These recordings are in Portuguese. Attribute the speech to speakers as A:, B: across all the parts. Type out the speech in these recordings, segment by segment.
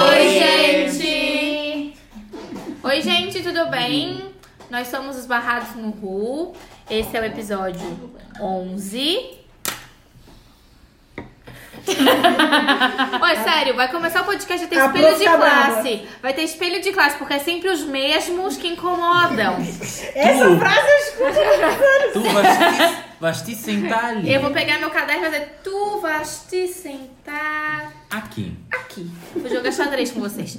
A: Oi, gente! Oi, gente, tudo bem? Nós somos os Barrados no Ru. Esse é o episódio 11. Oi, sério, vai começar o podcast vai ter
B: A
A: espelho
B: prof
A: de
B: tá brava.
A: classe. Vai ter espelho de classe, porque é sempre os mesmos que incomodam.
B: Essa
C: Hum.
D: Tu.
B: frase eu escuto.
D: Tu vais te, vais te sentar tá ali.
A: Eu vou pegar meu caderno e fazer Tu vas te sentar
D: Aqui.
A: aqui. Vou jogar xadrez com vocês.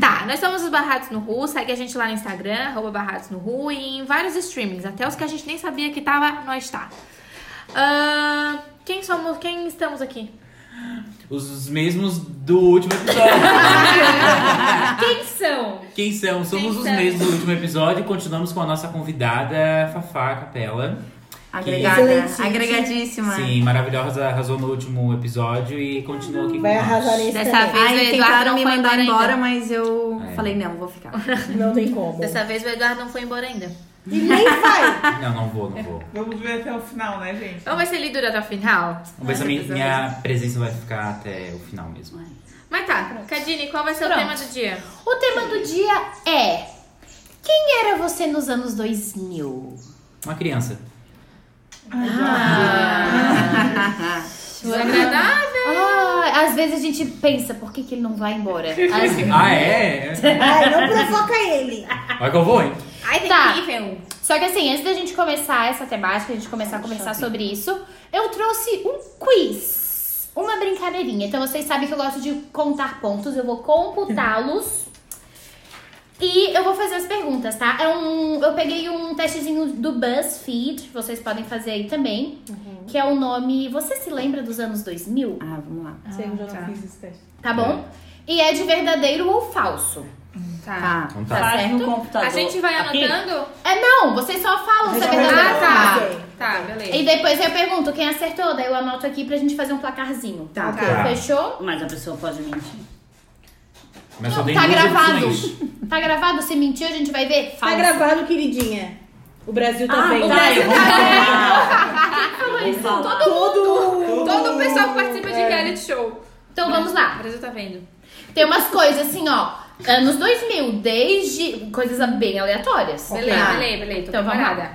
A: Tá, nós somos os Barrados no Ru, segue a gente lá no Instagram, arroba Barrados no Ru, e em vários streamings, até os que a gente nem sabia que tava, nós tá. Ahn, quem somos, quem estamos aqui?
D: Os, os mesmos do último episódio.
A: quem são?
D: Quem são?
A: Quem
D: Somos os
A: são?
D: mesmos do último episódio e continuamos com a nossa convidada, Fafá Capela.
E: Agregada,
B: Excelente.
E: agregadíssima.
D: Sim, maravilhosa, arrasou no último episódio e continua aqui
B: Vai
D: com nós.
B: arrasar nesse
A: Dessa
B: também.
A: vez o
E: Aí
A: Eduardo
E: tentaram
A: não
E: me
A: foi
E: mandar
A: embora,
E: embora,
A: ainda.
E: mas eu
D: É.
E: falei, não, vou ficar.
B: Não tem como.
A: Dessa vez o Eduardo não foi embora ainda.
B: E nem vai.
D: Não, não vou, não vou.
C: Vamos ver até o final, né, gente?
A: Vamos ver se ele dura até o final.
D: Vamos ver se a minha, minha presença vai ficar até o final mesmo.
A: Mas tá, Cadine, qual vai ser o tema do dia?
F: O tema do dia é: Quem era você nos anos 2000?
D: Uma criança.
A: Desagradável?
F: Ah, às vezes a gente pensa, por que, que ele não vai embora? Às-
D: Ah, é?
B: Ai, não provoca ele.
D: Vai que eu vou, hein?
A: Ai, tem
F: Tá.
A: que ir, Fê.
F: Só que assim, antes da gente começar essa temática, a gente começar a conversar sobre isso, eu trouxe um quiz. Uma brincadeirinha. Então vocês sabem que eu gosto de contar pontos, eu vou computá-los. E eu vou fazer as perguntas, tá? É um, eu peguei um testezinho do BuzzFeed, vocês podem fazer aí também, que é o nome. Você se lembra dos anos 2000?
E: Uhum. Ah, vamos lá.
C: Sei, eu já
E: tá.
C: não fiz esse teste.
F: Tá bom? E é de verdadeiro ou falso.
A: Tá.
E: Tá.
D: Então tá.
F: Tá.
G: Faz
F: certo?
G: no computador.
A: A gente vai
G: Aqui?
A: anotando?
F: É não, vocês só falam se é
B: Ah,
F: verdadeiro ou
A: tá.
F: falso.
A: Tá, beleza.
F: E depois eu pergunto quem acertou, daí eu anoto aqui pra gente fazer um placarzinho.
E: Tá.
D: Tá.
F: Fechou?
G: Mas a pessoa pode mentir.
D: Mas só
F: Não,
D: tem
F: tá
D: duas
F: gravado.
D: opções.
F: Tá gravado? Se mentiu, a gente vai ver.
B: Tá
F: Falso.
B: gravado, queridinha. O Brasil tá tá vendo.
G: Fala.
B: Todo,
A: Todo o pessoal que participa de reality show.
F: Então vamos
A: O
F: lá.
A: Brasil é. tá vendo.
F: Tem umas coisas assim, ó. Anos 2000, desde coisas bem aleatórias.
A: Beleza,
F: Tá?
A: beleza, beleza. Tô
F: Então vamos
A: preparada.
F: lá.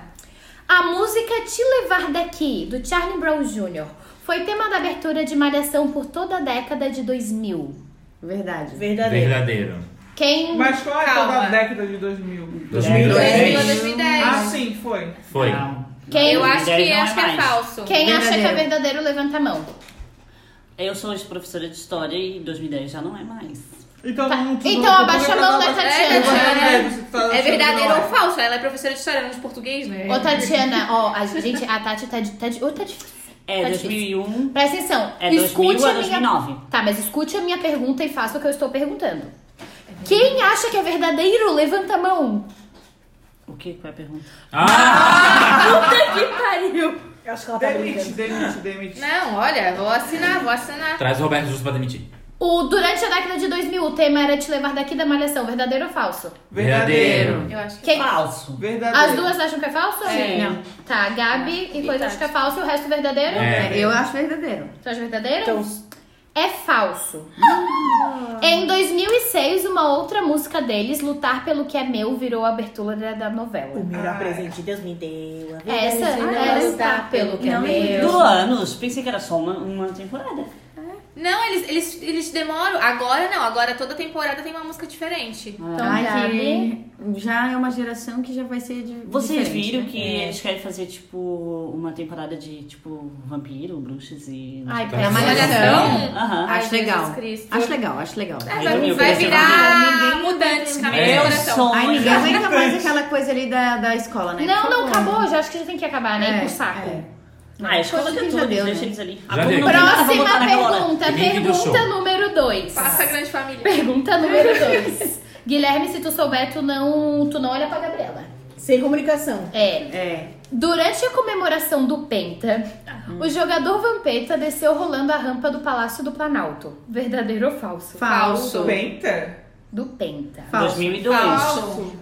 F: A música Te Levar Daqui, do Charlie Brown Jr., foi tema da abertura de Malhação por toda a década de 2000.
E: Verdade.
B: Verdadeiro.
D: Verdadeiro.
F: Quem.
C: Mas qual é
A: Calma.
C: a da década de 2000?
D: 2002.
A: 2010.
C: Ah, sim, foi.
D: Foi.
G: Não.
F: Quem-
A: Eu
G: Não,
A: acho que,
G: não é
A: acho que é
G: mais.
A: falso.
F: Quem acha que é
E: Verdadeiro.
F: verdadeiro, levanta a mão.
G: Eu sou ex-professora de história e 2010 já não é mais.
C: Então,
F: Tá.
C: não-
F: Então,
C: não-
F: abaixa a mão, né,
C: abaixa- É
F: Tatiana?
C: verdadeiro, você tá
A: É
C: achando
A: verdadeiro
C: que
A: ou falso? Ela é professora de história, não de português, né?
F: Ô, Tatiana, ó, a gente, a Tati tá de. Tá de, ô, tá de
G: É
F: Tá difícil.
G: 2001.
F: presta atenção.
G: É
F: escute
G: 2000 a
F: a minha.
G: 2009.
F: Tá, mas escute a minha pergunta e faça o que eu estou perguntando. Quem acha que é verdadeiro, levanta a mão.
G: O que que é a pergunta?
D: Ah!
B: Eu acho que ela tá
C: não. é? Demite,
B: brincando.
C: demite, demite.
A: Não, olha, vou assinar, vou assinar.
D: Traz o Roberto Justo pra demitir.
F: O, durante a década de 2000, o tema era te levar daqui da malhação, verdadeiro ou falso?
A: Eu acho que.
F: Quem-
G: Falso.
C: Verdadeiro.
F: As duas acham que é falso?
G: Sim.
F: Não. Tá, Gabi e coisa acha que é falso, o resto verdadeiro?
D: É.
E: Eu acho verdadeiro.
F: Tu acha verdadeiro?
B: Então,
F: É falso. É Em 2006, uma outra música deles, Lutar pelo que é meu, virou a abertura da
B: o
F: novela. É
B: melhor presente Deus me deu. a vida
F: Essa
B: me ensinou
F: era
B: a
F: Lutar pelo que é
E: Não,
F: meu.
G: Do anos, pensei que era só uma, uma temporada.
A: Não, eles, eles, eles demoram. Agora não, agora toda temporada tem uma música diferente.
F: Então,
E: Ai,
F: Gabi.
E: que já é uma geração que já vai ser de.
G: Vocês
E: diferente,
G: viram
E: né?
G: que eles querem fazer, tipo, uma temporada de, tipo, vampiro, bruxas e...
F: Ai,
D: Tá
F: pera,
D: certo.
F: mas olha
D: Malhação?
F: só.
G: Aham.
A: Ai,
E: Acho
A: Jesus
E: legal.
A: Cristo.
E: Acho legal, acho legal.
A: É,
G: Ai,
A: vai,
G: meu
A: vai
G: coração.
A: virar mudantes, caminho
D: É.
A: do coração.
E: Ai, ninguém
G: sonho.
E: aguenta mais aquela coisa ali da, da escola, né?
F: Não,
E: Por
F: não,
E: favor.
F: acabou. Já acho que já tem que acabar, né?
E: É,
F: Por saco.
E: é.
G: Ah, a escola
E: Coisa que
G: quer
E: já
G: tudo,
E: deu,
G: deixa
E: né?
G: eles ali.
D: Já
G: A turma
D: deu.
G: não tem nada pra
F: Próxima
G: botar na cola.
F: pergunta.
D: Link do
F: Pergunta
D: show.
F: número 2.
A: Passa a grande família.
F: Pergunta número 2. Guilherme, se tu souber, tu não, tu não olha pra Gabriela.
B: Sem comunicação.
F: É.
E: É.
F: Durante a comemoração do Penta, o jogador Vampeta desceu rolando a rampa do Palácio do Planalto. Verdadeiro ou falso?
E: Falso.
C: Penta?
F: do Penta.
E: Falso.
G: 2002.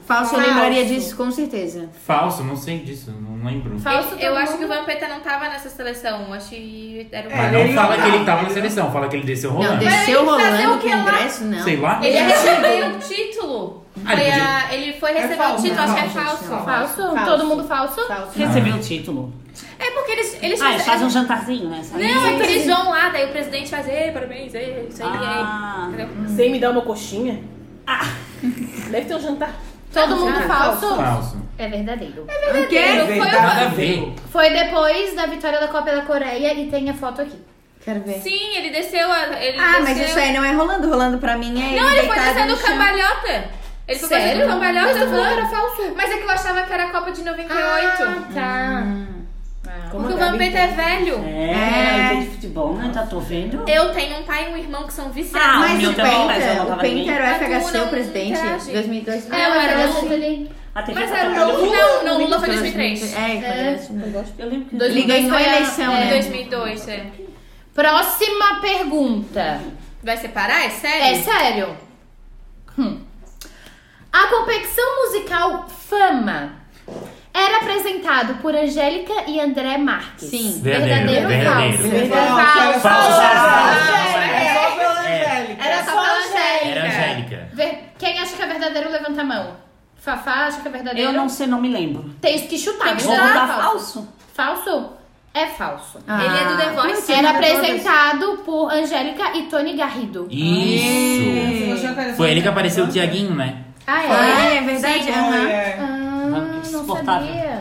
E: Falso, eu lembraria disso com certeza.
D: Falso, não sei disso, não lembro.
F: Falso
A: eu
F: todo
A: acho
F: mundo.
A: que o Vampeta não tava nessa seleção. Acho que era o
D: Mas
C: Ele
D: não
C: não
D: fala
C: tá.
D: que ele tava na seleção, fala que ele desceu
E: Não,
D: rolando.
E: desceu
A: Mas ele fazer
E: rolando
A: o que
E: com
A: lá?
E: o ingresso, não.
D: Sei lá.
A: Ele recebeu o título.
D: Ah, ele
A: Foi a- ele foi receber o
B: falso,
A: título,
B: né?
A: acho que é
B: Falso,
A: falso.
F: Falso?
B: Falso.
F: Todo mundo falso?
E: Tá,
B: Falso.
G: Recebeu o título.
A: É porque eles. eles
G: Ah, eles
A: fizeram-
G: fazem um jantarzinho, né? sabe?
A: Não, é que eles vão lá, daí o presidente faz, ei, parabéns, ei, isso aí,
G: Ah.
A: ei. Entendeu?
B: Sem me dar uma coxinha? Ah. Deve ter um jantar.
F: Todo mundo
A: Ah,
F: falso?
D: Falso.
F: É verdadeiro.
E: O quê?
A: Foi
D: Nada a ver.
F: Foi depois da vitória da Copa da Coreia e tem a foto aqui.
E: Quero ver.
A: Sim, ele desceu. a- Ele
E: Ah, mas
A: desceu-
E: isso aí não é rolando. Rolando pra mim é.
A: Não,
E: ele
A: ele foi
E: deitado
A: descendo
E: no chão.
A: cambalhota. Ele foi fazendo cambalhota.
F: Mas tu falou
A: aham.
F: que era falso.
A: Mas é que eu achava que era a Copa de 98.
F: Ah, tá.
A: porque o Vampeta é velho.
G: É, é. de futebol, né? Tá, tô vendo.
A: Eu tenho um pai e um irmão que são viciados.
G: Ah,
E: Mas
G: meu
E: o
G: também, mas eu não
E: Penta, o
G: tava
E: Penta
G: ninguém.
E: era o
A: Mas
E: FHC,
A: Lula
E: o
A: não
E: presidente,
A: interage.
E: 2002.
F: Não, era
E: assim.
F: assim.
A: Lula.
F: Lula ali.
G: A TV
A: Mas
G: tá
A: era o
E: Uh,
G: apagada.
A: Lula. Não, não, o Lula foi em 2003.
E: É, foi 2003.
B: Eu gosto.
G: Eu lembro que...
E: Ele ganhou a eleição,
A: Em
E: né?
A: 2002, é.
F: Próxima pergunta.
A: Vai separar? É
F: É
A: sério?
F: sério. Hum. A competição musical Fama era apresentado por Angélica e André Marques.
E: Sim.
D: Verdadeiro,
F: Verdadeiro, ou falso?
D: verdadeiro.
C: Falso,
D: Falso, falso, falso.
C: É só pela Angélica.
F: Era só a Angélica.
D: Era Angélica.
F: Ver- Quem acha que é verdadeiro, levanta a mão. Fafá acha que é verdadeiro.
G: Eu não sei, não me lembro.
F: Tem que chutar.
G: Vou
F: Não,
G: botar falso.
F: Falso? É falso.
A: Ele é do The Voice.
E: como
F: Era
E: assim?
F: apresentado por Angélica e Tony Garrido.
D: Isso.
C: Se você apareceu
D: Foi ele que
C: na
D: apareceu o
C: infância,
D: Tiaguinho, né?
F: Ah,
E: Ah,
F: é?
E: é verdade. aham.
C: é.
F: Ah, não
G: Insuportável.
F: sabia.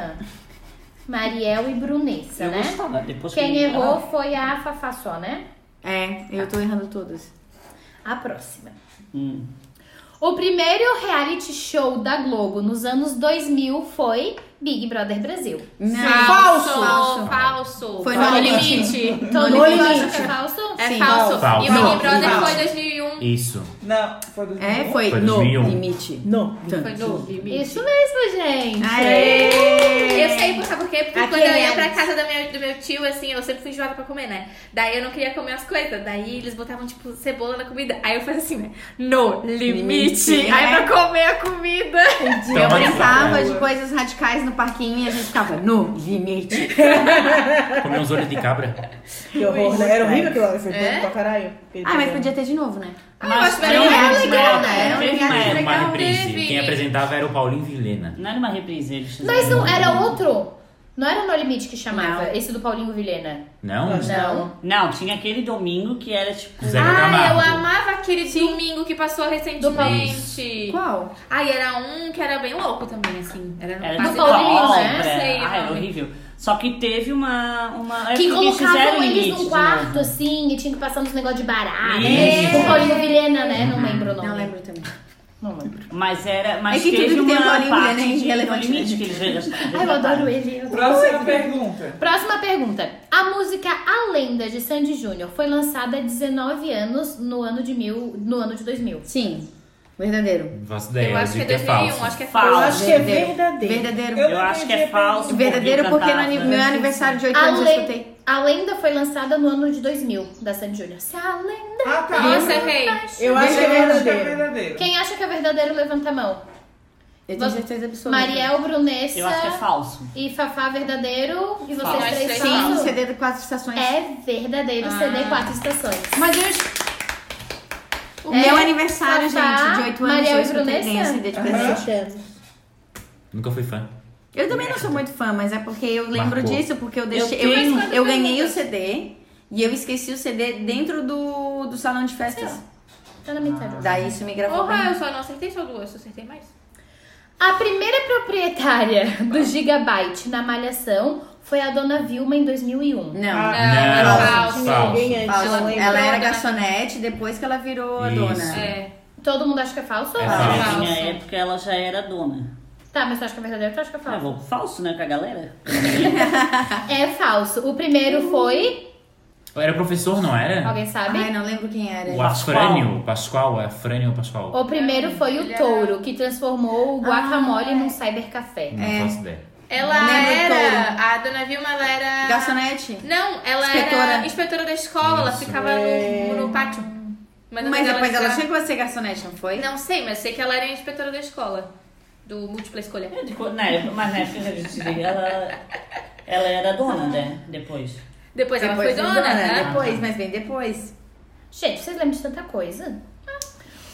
F: Mariel e Brunessa,
G: Eu
F: né?
G: gostava. Tá, Depois que
F: Quem
G: eu-
F: errou foi a Fafá só, né?
E: É, eu tô errando todas.
F: A próxima.
G: Hum.
F: O primeiro reality show da Globo nos anos 2000 foi Big Brother Brasil.
E: Não.
A: Falso. falso.
E: é? Foi
A: no
E: no
A: limite.
F: Todo
B: No
F: mundo
B: limite.
F: acha que é falso?
A: É
E: Sim.
A: falso.
D: Falso.
A: E o Big
E: Não,
A: Brother
C: falso.
A: foi em 2001.
D: Isso.
C: Não, foi do
E: É, foi,
D: Foi
E: no
D: 2001.
E: limite.
B: Não.
A: Foi no limite.
F: Isso mesmo, gente.
E: Aê!
A: Eu sei, sabe por quê? Porque
B: Aquele
A: quando eu ia
B: é-
A: pra casa da minha- do meu tio, assim, eu sempre fui enjoada pra comer, né? Daí eu não queria comer as coisas. Daí eles botavam, tipo, cebola na comida. Aí eu fazia assim, né? No limite.
E: Limite,
A: Aí
E: é.
A: pra comer a comida.
E: Eu
D: Então,
E: brincava de coisas radicais no parquinho e a gente ficava no limite.
D: Comeu uns olhos de cabra.
B: Que horror, né? Era horrível aquilo lá. Foi bom pra caralho.
E: Ah, mas podia ter de novo, né?
A: Ah, eu acho que
E: Era um
A: era
E: reality
A: legal,
E: legal, né? Era um
G: Teve
E: reality
D: Teve uma
E: legal.
D: reprise.
A: teve.
D: Quem apresentava era o Paulinho Vilhena.
G: Não era uma reprise, eles
F: Mas
G: fizeram.
F: não era outro. Não era o No Limite que chamava,
E: Não.
F: esse do Paulinho Vilhena.
D: Não?
F: Ah, Não.
G: Não, tinha aquele domingo que era tipo.
D: Zé
A: Ah, eu
D: Camargo.
A: amava aquele domingo que passou recentemente.
E: Qual?
A: Ai, era um que era bem louco também, assim. Era,
G: Era
A: no
G: de
F: Paulinho,
G: cobra.
F: né?
A: Sei,
G: ah, era
A: não.
G: horrível. Só que teve uma. uma
E: É
G: é
F: Que
G: eles
F: colocavam
G: fizeram
F: eles
G: limite
E: né?
F: num
G: de
F: quarto,
G: novo.
F: assim, e tinha que passar uns negócios de barata.
G: Isso.
F: Tipo o Paulinho Vilhena, né? Não lembro o nome.
E: Não lembro também.
F: Não lembro.
G: Mas era. Mas
E: É que
G: teve
E: tudo que tem
G: uma
E: o Paulinho
G: parte
E: Vilhena é
G: de no
E: irrelevante,
G: limite
E: né?
G: que eles resgataram.
F: Ai, eu adoro ele. eu adoro
C: Próxima pergunta.
F: Próxima pergunta. A música A Lenda de Sandy Júnior foi lançada há 19 anos no ano de mil, no ano de 2000.
E: Sim, verdadeiro.
D: Não faço
A: Eu
D: ideia,
A: acho que é
D: digo que é
A: 2001, acho
D: falso.
A: que é
G: Falso.
B: Eu
A: falso.
B: acho que é
E: Verdadeiro.
B: verdadeiro.
E: Verdadeiro.
C: Eu
G: Eu
C: não
G: acho que é
C: entendi a
G: falso.
C: pergunta.
E: Verdadeiro
G: eu
E: porque no
G: cantava.
E: ani- meu aniversário de 8
F: A,
E: anos eu
F: le-
E: escutei.
F: a Lenda foi lançada no ano de 2000 da Sandy Júnior. Se a lenda...
C: Ah, tá.
A: Nossa, errei.
B: Eu acho que é
C: Eu acho que é
B: verdadeiro.
C: verdadeiro.
F: Quem acha que é verdadeiro, levanta a mão.
E: Eu tenho
F: Você-
E: certeza absoluta.
F: Mariel, Brunessa
G: Eu acho que é falso.
F: e Fafá verdadeiro. E vocês
G: Falso.
F: três
E: Sim,
F: falso?
E: CD de quatro estações.
F: É verdadeiro CD Quatro Estações.
E: Mas eu... O
F: É,
E: meu aniversário,
F: Fafá,
E: gente, de 8 anos
F: Mariel
E: eu
F: e
E: escutei
F: Brunessa?
E: ganhei um CD de presente.
B: Achamos.
D: Nunca fui fã.
E: Eu também não sou muito fã, mas é porque eu lembro
D: Marcou.
E: disso, porque eu deixei. Eu,
G: Eu tenho-
E: eu ganhei o CD e eu esqueci o CD dentro do, do salão de festas.
F: Tá na metade.
E: Daí isso me gravou.
A: Porra,
E: bem.
A: eu só não acertei só duas, eu acertei mais.
F: A primeira proprietária do Gigabyte na Malhação foi a dona Vilma em 2001.
E: Não.
C: Ah,
D: Não,
A: falso.
D: falso.
B: Ninguém antes.
E: Falso.
B: eu
E: Ela,
B: lembro.
E: era garçonete depois que ela virou a
D: Isso.
E: dona.
A: É.
F: Todo mundo acha que é falso?
D: É
G: Na
D: Falso.
G: minha época ela já era dona.
F: Tá, mas tu acha que é verdadeiro? Tu acha que é
G: Ah,
F: falso?
G: vou falso, né, com a galera?
F: É falso. O primeiro foi.
D: Era professor, não era?
F: Alguém sabe?
E: Ai, não lembro quem era.
D: O Afrânio, Pascoal, é Afrânio ou Pascoal?
F: O primeiro foi o touro, que transformou o guacamole num cybercafé.
D: Não faço ideia.
A: Ela
E: Lembra o
A: era. A dona Vilma, ela era.
E: Garçonete?
A: Não, ela
E: Inspetora.
A: era inspetora da escola, ela
D: Isso.
A: ficava no, no pátio.
E: Mas,
A: não sei
E: depois ela
A: está-
E: chegou a ser garçonete, não foi?
A: Não sei, mas sei que ela era inspetora da escola. Do múltipla escolha.
G: É, de co- na época, mas na época a gente ela, ela era dona, né? Depois.
A: Depois, ela foi
E: não,
A: dona, né?
E: Depois, mas bem depois.
F: Gente, vocês lembram de tanta coisa?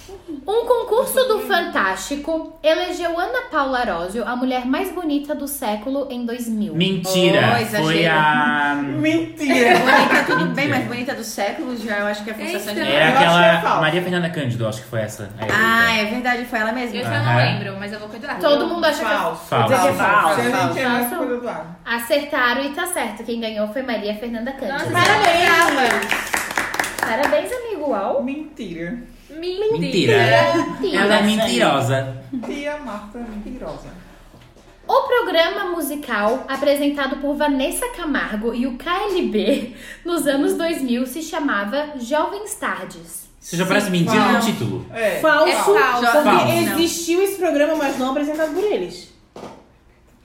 F: Um concurso do Fantástico elegeu Ana Paula Arósio a mulher mais bonita do século em 2000.
D: Mentira!
E: Oh, exagero.
D: foi a.
C: Mentira!
E: Bonita, tudo bem,
D: Mentira.
E: mas bonita do século já, eu acho que é a sensação
A: Então.
E: de...
D: Era
C: acho que é
D: aquela.
C: falso.
D: Maria Fernanda Cândido, acho que foi essa. a eleita.
E: Ah, é verdade, foi ela mesma.
A: Eu já não
D: Aham.
A: lembro, mas eu vou cuidar.
F: Todo mundo acha que
C: Falso.
D: Falso.
C: Quer dizer,
G: Falso.
C: Você
E: Falso.
C: nem quer mais
F: Falso.
C: coisa do ar.
F: acertaram e tá certo. Quem ganhou foi Maria Fernanda
A: Nossa,
F: Cândido.
E: Parabéns!
F: Parabéns, amigo Al.
C: Mentira.
A: é Mentira.
D: Mentira. Ela é mentirosa.
C: Tia Marta é mentirosa.
F: O programa musical apresentado por Vanessa Camargo e o KLB nos anos 2000 se chamava Jovens Tardes.
D: Isso já parece mentira no título.
C: É.
A: É
B: Falso.
A: falso.
B: Porque
D: Falso.
B: existiu esse programa, mas não apresentado por eles.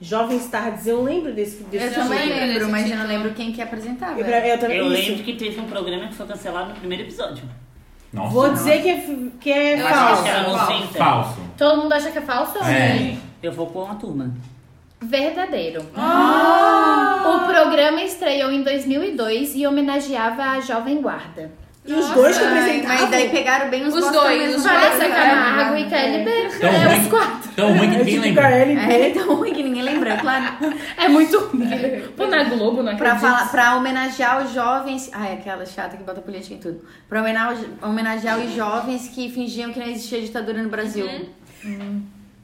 B: Jovens Tardes, eu lembro desse, desse
E: Eu
B: título.
E: também
A: lembro
E: lembro,
A: desse
E: mas eu não
A: título.
E: lembro quem que apresentava.
B: Eu, pra- eu também,
G: Eu
B: isso.
G: lembro que teve um programa que foi cancelado no primeiro episódio.
D: Nossa.
B: Vou dizer que é, f- que é
A: Eu acho
B: falso.
G: que era
A: Falso.
G: nos 30.
D: Falso.
F: Todo mundo acha que é falso?
D: É.
G: Eu vou pôr uma turma.
F: Verdadeiro. O programa estreou em 2002 e homenageava a Jovem Guarda.
B: E os dois que
A: Nossa,
B: apresentavam.
E: Mas daí pegaram bem os, né?
A: Os
E: votos
A: dois,
E: também,
A: os
E: não foi?
A: dois,
F: Vanessa
A: é,
F: Camargo e
A: é.
F: KLB.
D: Tão
F: É
D: ruim.
F: os quatro.
D: Tão ruim que
B: Eu
D: ninguém
B: tive
D: lembra.
B: KLB.
E: É tão ruim que ninguém lembra, é claro.
F: É muito ruim. Pô, na Globo, não
E: pra,
F: acredito.
E: falar, pra homenagear os jovens. Ai, aquela chata que bota política em tudo. Pra homenage- homenagear os jovens que fingiam que não existia ditadura no Brasil.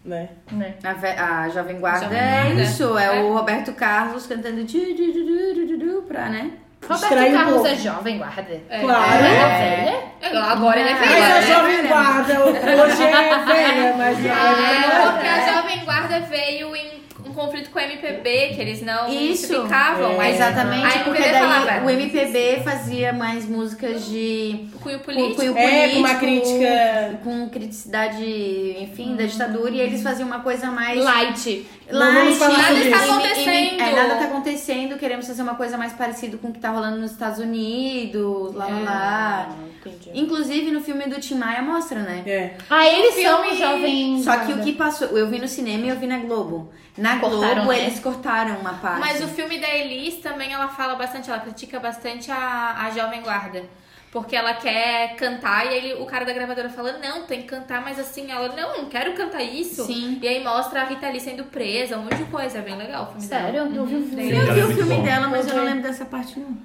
B: Né?
F: Né?
E: A, ve- a Jovem Guarda
A: Jovem
E: é
A: Guarda.
E: isso, é,
A: É.
E: o Roberto Carlos cantando di- di- di- di- di- di- di- pra, né?
F: Roberto
B: Distrair um
F: Carlos
B: pouco.
F: é jovem, guarda.
A: É.
B: Claro.
F: Ela é velha?
A: É, Agora ele é
E: Mas
B: Mas a
A: velha, né?
B: Jovem Guarda hoje é velha, mas na época
A: É,
B: não era.
A: porque a Jovem Guarda veio em um conflito com a MPB, que eles não
E: Isso. É.
A: identificavam. mas
E: Exatamente,
A: a
E: porque
A: MPB
E: daí
A: falava,
E: o MPB fazia mais músicas de
A: cunho
E: com
A: político.
E: cunho
B: É, com uma
E: político,
B: crítica-
E: com criticidade, enfim, da ditadura, e eles faziam uma coisa mais
F: Light.
B: Não vamos falar
E: light,
A: sobre isso.
E: e-
A: Nada está
E: e- e-
A: acontecendo.
E: é, nada tá acontecendo, queremos fazer uma coisa mais parecida com o que tá rolando nos Estados Unidos, lá lá lá.
B: Entendi.
E: Inclusive no filme do Tim Maia mostra, né?
B: É.
F: Ah, eles são
A: filme-
F: jovens.
E: Só que o que passou, eu vi no cinema e eu vi na Globo. Na
F: Cortaram,
E: Globo
F: né?
E: eles cortaram uma parte.
A: Mas o filme da Elis também ela fala bastante, ela critica bastante a, a Jovem Guarda. Porque ela quer cantar e ele, o cara da gravadora fala: Não, tem que cantar, mas assim, ela, não, não quero cantar é isso.
E: Sim.
A: E aí mostra a Rita Lee sendo presa, um monte de coisa. É bem legal o filme dela.
F: Sério? Não vi o filme.
A: Sim.
E: Eu vi o
D: Muito
E: filme
D: bom.
E: dela, mas eu não lembro dessa parte não.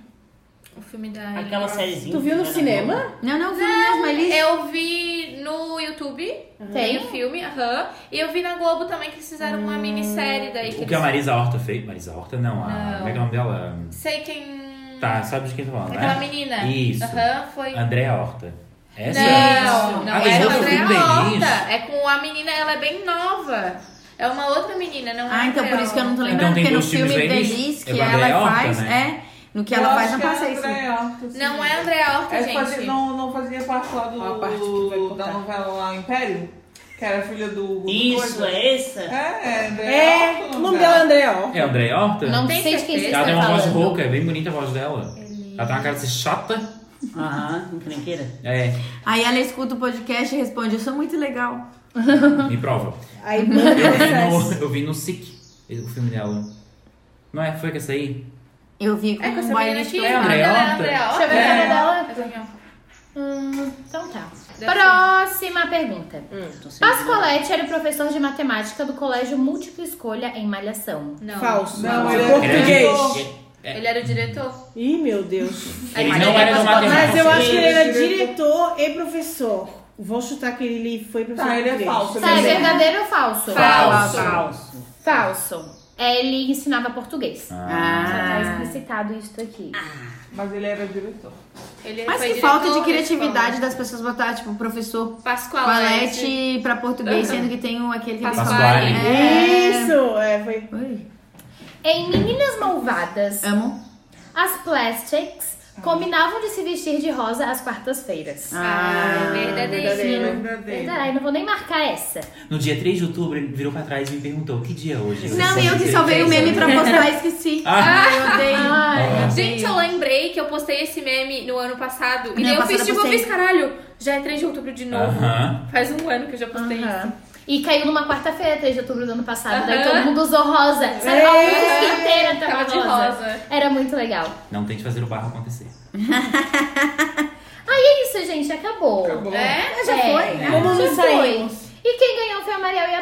A: O filme da Elis.
G: Aquela sériezinha.
B: Tu viu no
G: que era boa.
B: cinema?
E: Não, não, vi mesmo é ali.
A: Eu vi no YouTube, tem o
F: Tem?
A: filme, aham. E eu vi na Globo também que eles fizeram uma minissérie daí.
D: O que é a
A: eles...
D: Marisa Horta fez. Marisa Horta não, a.
A: Não.
D: Como é que é o nome dela?
A: Sei quem.
D: Tá, sabe de quem tá falando,
A: Aquela
D: né?
A: menina.
D: Isso.
A: Aham, foi.
D: Andréa Horta. Essa?
A: Não, não
D: Ah,
A: é
D: mas
A: com
D: outro
A: a
D: filme
A: Andrea
D: deles?
A: Horta. É com a menina, ela é bem nova. É uma outra menina, não é
E: Ah, então por isso que eu não tô
A: Andrea
E: lembrando,
D: Então tem
E: porque no
D: dois
E: filme
D: filmes
E: da
D: deles?
E: Elis,
D: É
E: que
D: Bárbara
E: ela
D: Horta,
E: faz,
D: né?
E: é. No que
C: Eu
E: ela faz,
C: acho
E: não
C: é
E: passa isso.
C: Andréa Horta,
A: Horta.
C: sim.
A: Não é Andrea Horta,
C: É,
A: gente.
C: fazia- não, não fazia parte lá do,
B: A parte que tu vai cortar.
C: da novela lá Império? Que era filha do... Hugo
G: Isso,
C: Coisa.
G: é essa?
C: É, Andréa
B: É,
C: Horta,
B: o nome dela é André, ó.
D: É Andréa Horta?
F: Não
A: Tem
F: sei de
A: certeza?
F: quem vocês
D: Ela tem
F: estão
D: uma voz
F: falando.
D: rouca, é bem bonita a voz dela. Ela tem uma cara de ser chata.
G: Aham, encrenqueira.
D: É,
E: Aí ela escuta o podcast e responde, eu sou muito legal.
D: me prova.
B: Aí manda
D: Eu vi
B: essas.
D: no, eu vi no Sick, o filme dela. Não é? Foi que essa aí?
E: Eu vi com
A: É com
E: um
A: essa menina
E: baile de
A: aqui.
D: É
A: o
E: tocar.
A: nome
D: Andrea
A: dela é
D: Horta?
A: Andrea Horta.
F: Deixa eu
A: É.
E: tá-
F: ver o nome dela.
A: Essa aqui, ó.
F: Hum, então tá.
A: Deve
F: Próxima pergunta.
G: Tô sem
F: Pascoaletti era o professor de matemática do colégio múltipla escolha em Malhação.
A: Não.
B: Falso.
C: Não,
B: De
C: ele é
B: português.
D: É.
A: Ele era o diretor?
B: Ih, meu Deus.
D: Ele
A: Mas
D: não
A: ele
D: era
A: passou
D: do
A: por-
D: matemática.
B: Mas eu acho que ele era
C: Diretor.
B: diretor e professor. Vou chutar que ele foi professor.
C: Tá, ele é
B: português.
C: falso.
F: Tá, é
C: ele é
F: verdadeiro ou falso?
A: Falso.
G: Falso.
F: Falso. É, ele ensinava português. Já tá
E: Ah.
F: explicitado isso aqui.
C: Mas ele era diretor.
A: Ele
E: Mas
A: foi
E: que
A: diretor
E: Ah, falta de
A: da
E: criatividade das pessoas botar, tipo, professor
A: escola. Pascoalete.
E: Palete pra português, sendo que tem o- aquele que eles né?
A: Pasquale.
D: Pasquale.
B: Isso, é, foi.
E: Oi,
F: Em Meninas Malvadas,
E: Amo.
F: as plastics combinavam de se vestir de rosa às quartas-feiras.
A: Ah, verdadeiro.
C: Verdadeiro.
F: Verdade, não vou nem marcar essa.
D: No dia 3 de outubro, ele virou pra trás e me perguntou: que dia é hoje?
E: Não, eu que salvei o meme pra postar, esqueci.
D: Ah.
E: Ai, eu odeio.
F: Ai,
E: eu
A: Gente,
E: odeio.
A: eu lembrei que eu postei esse meme no ano passado. E
E: No
A: daí
E: ano
A: eu fiz
E: passado
A: tipo, eu
E: você-
A: fiz caralho. Já é 3 de outubro de novo.
D: Aham.
A: Faz um ano que eu já postei isso.
F: Aham. E caiu numa quarta-feira, 3 de outubro do ano passado. Daí
A: Aham.
F: todo mundo usou rosa. Sabe, a música inteira tava
A: Tava de rosa.
F: Era muito legal.
D: Não tente fazer o barro acontecer.
F: É isso, gente. Acabou.
C: Acabou.
A: É?
F: Já foi,
B: né? Como
F: Já
B: nos saímos?
F: foi. E quem ganhou foi a Mariel e a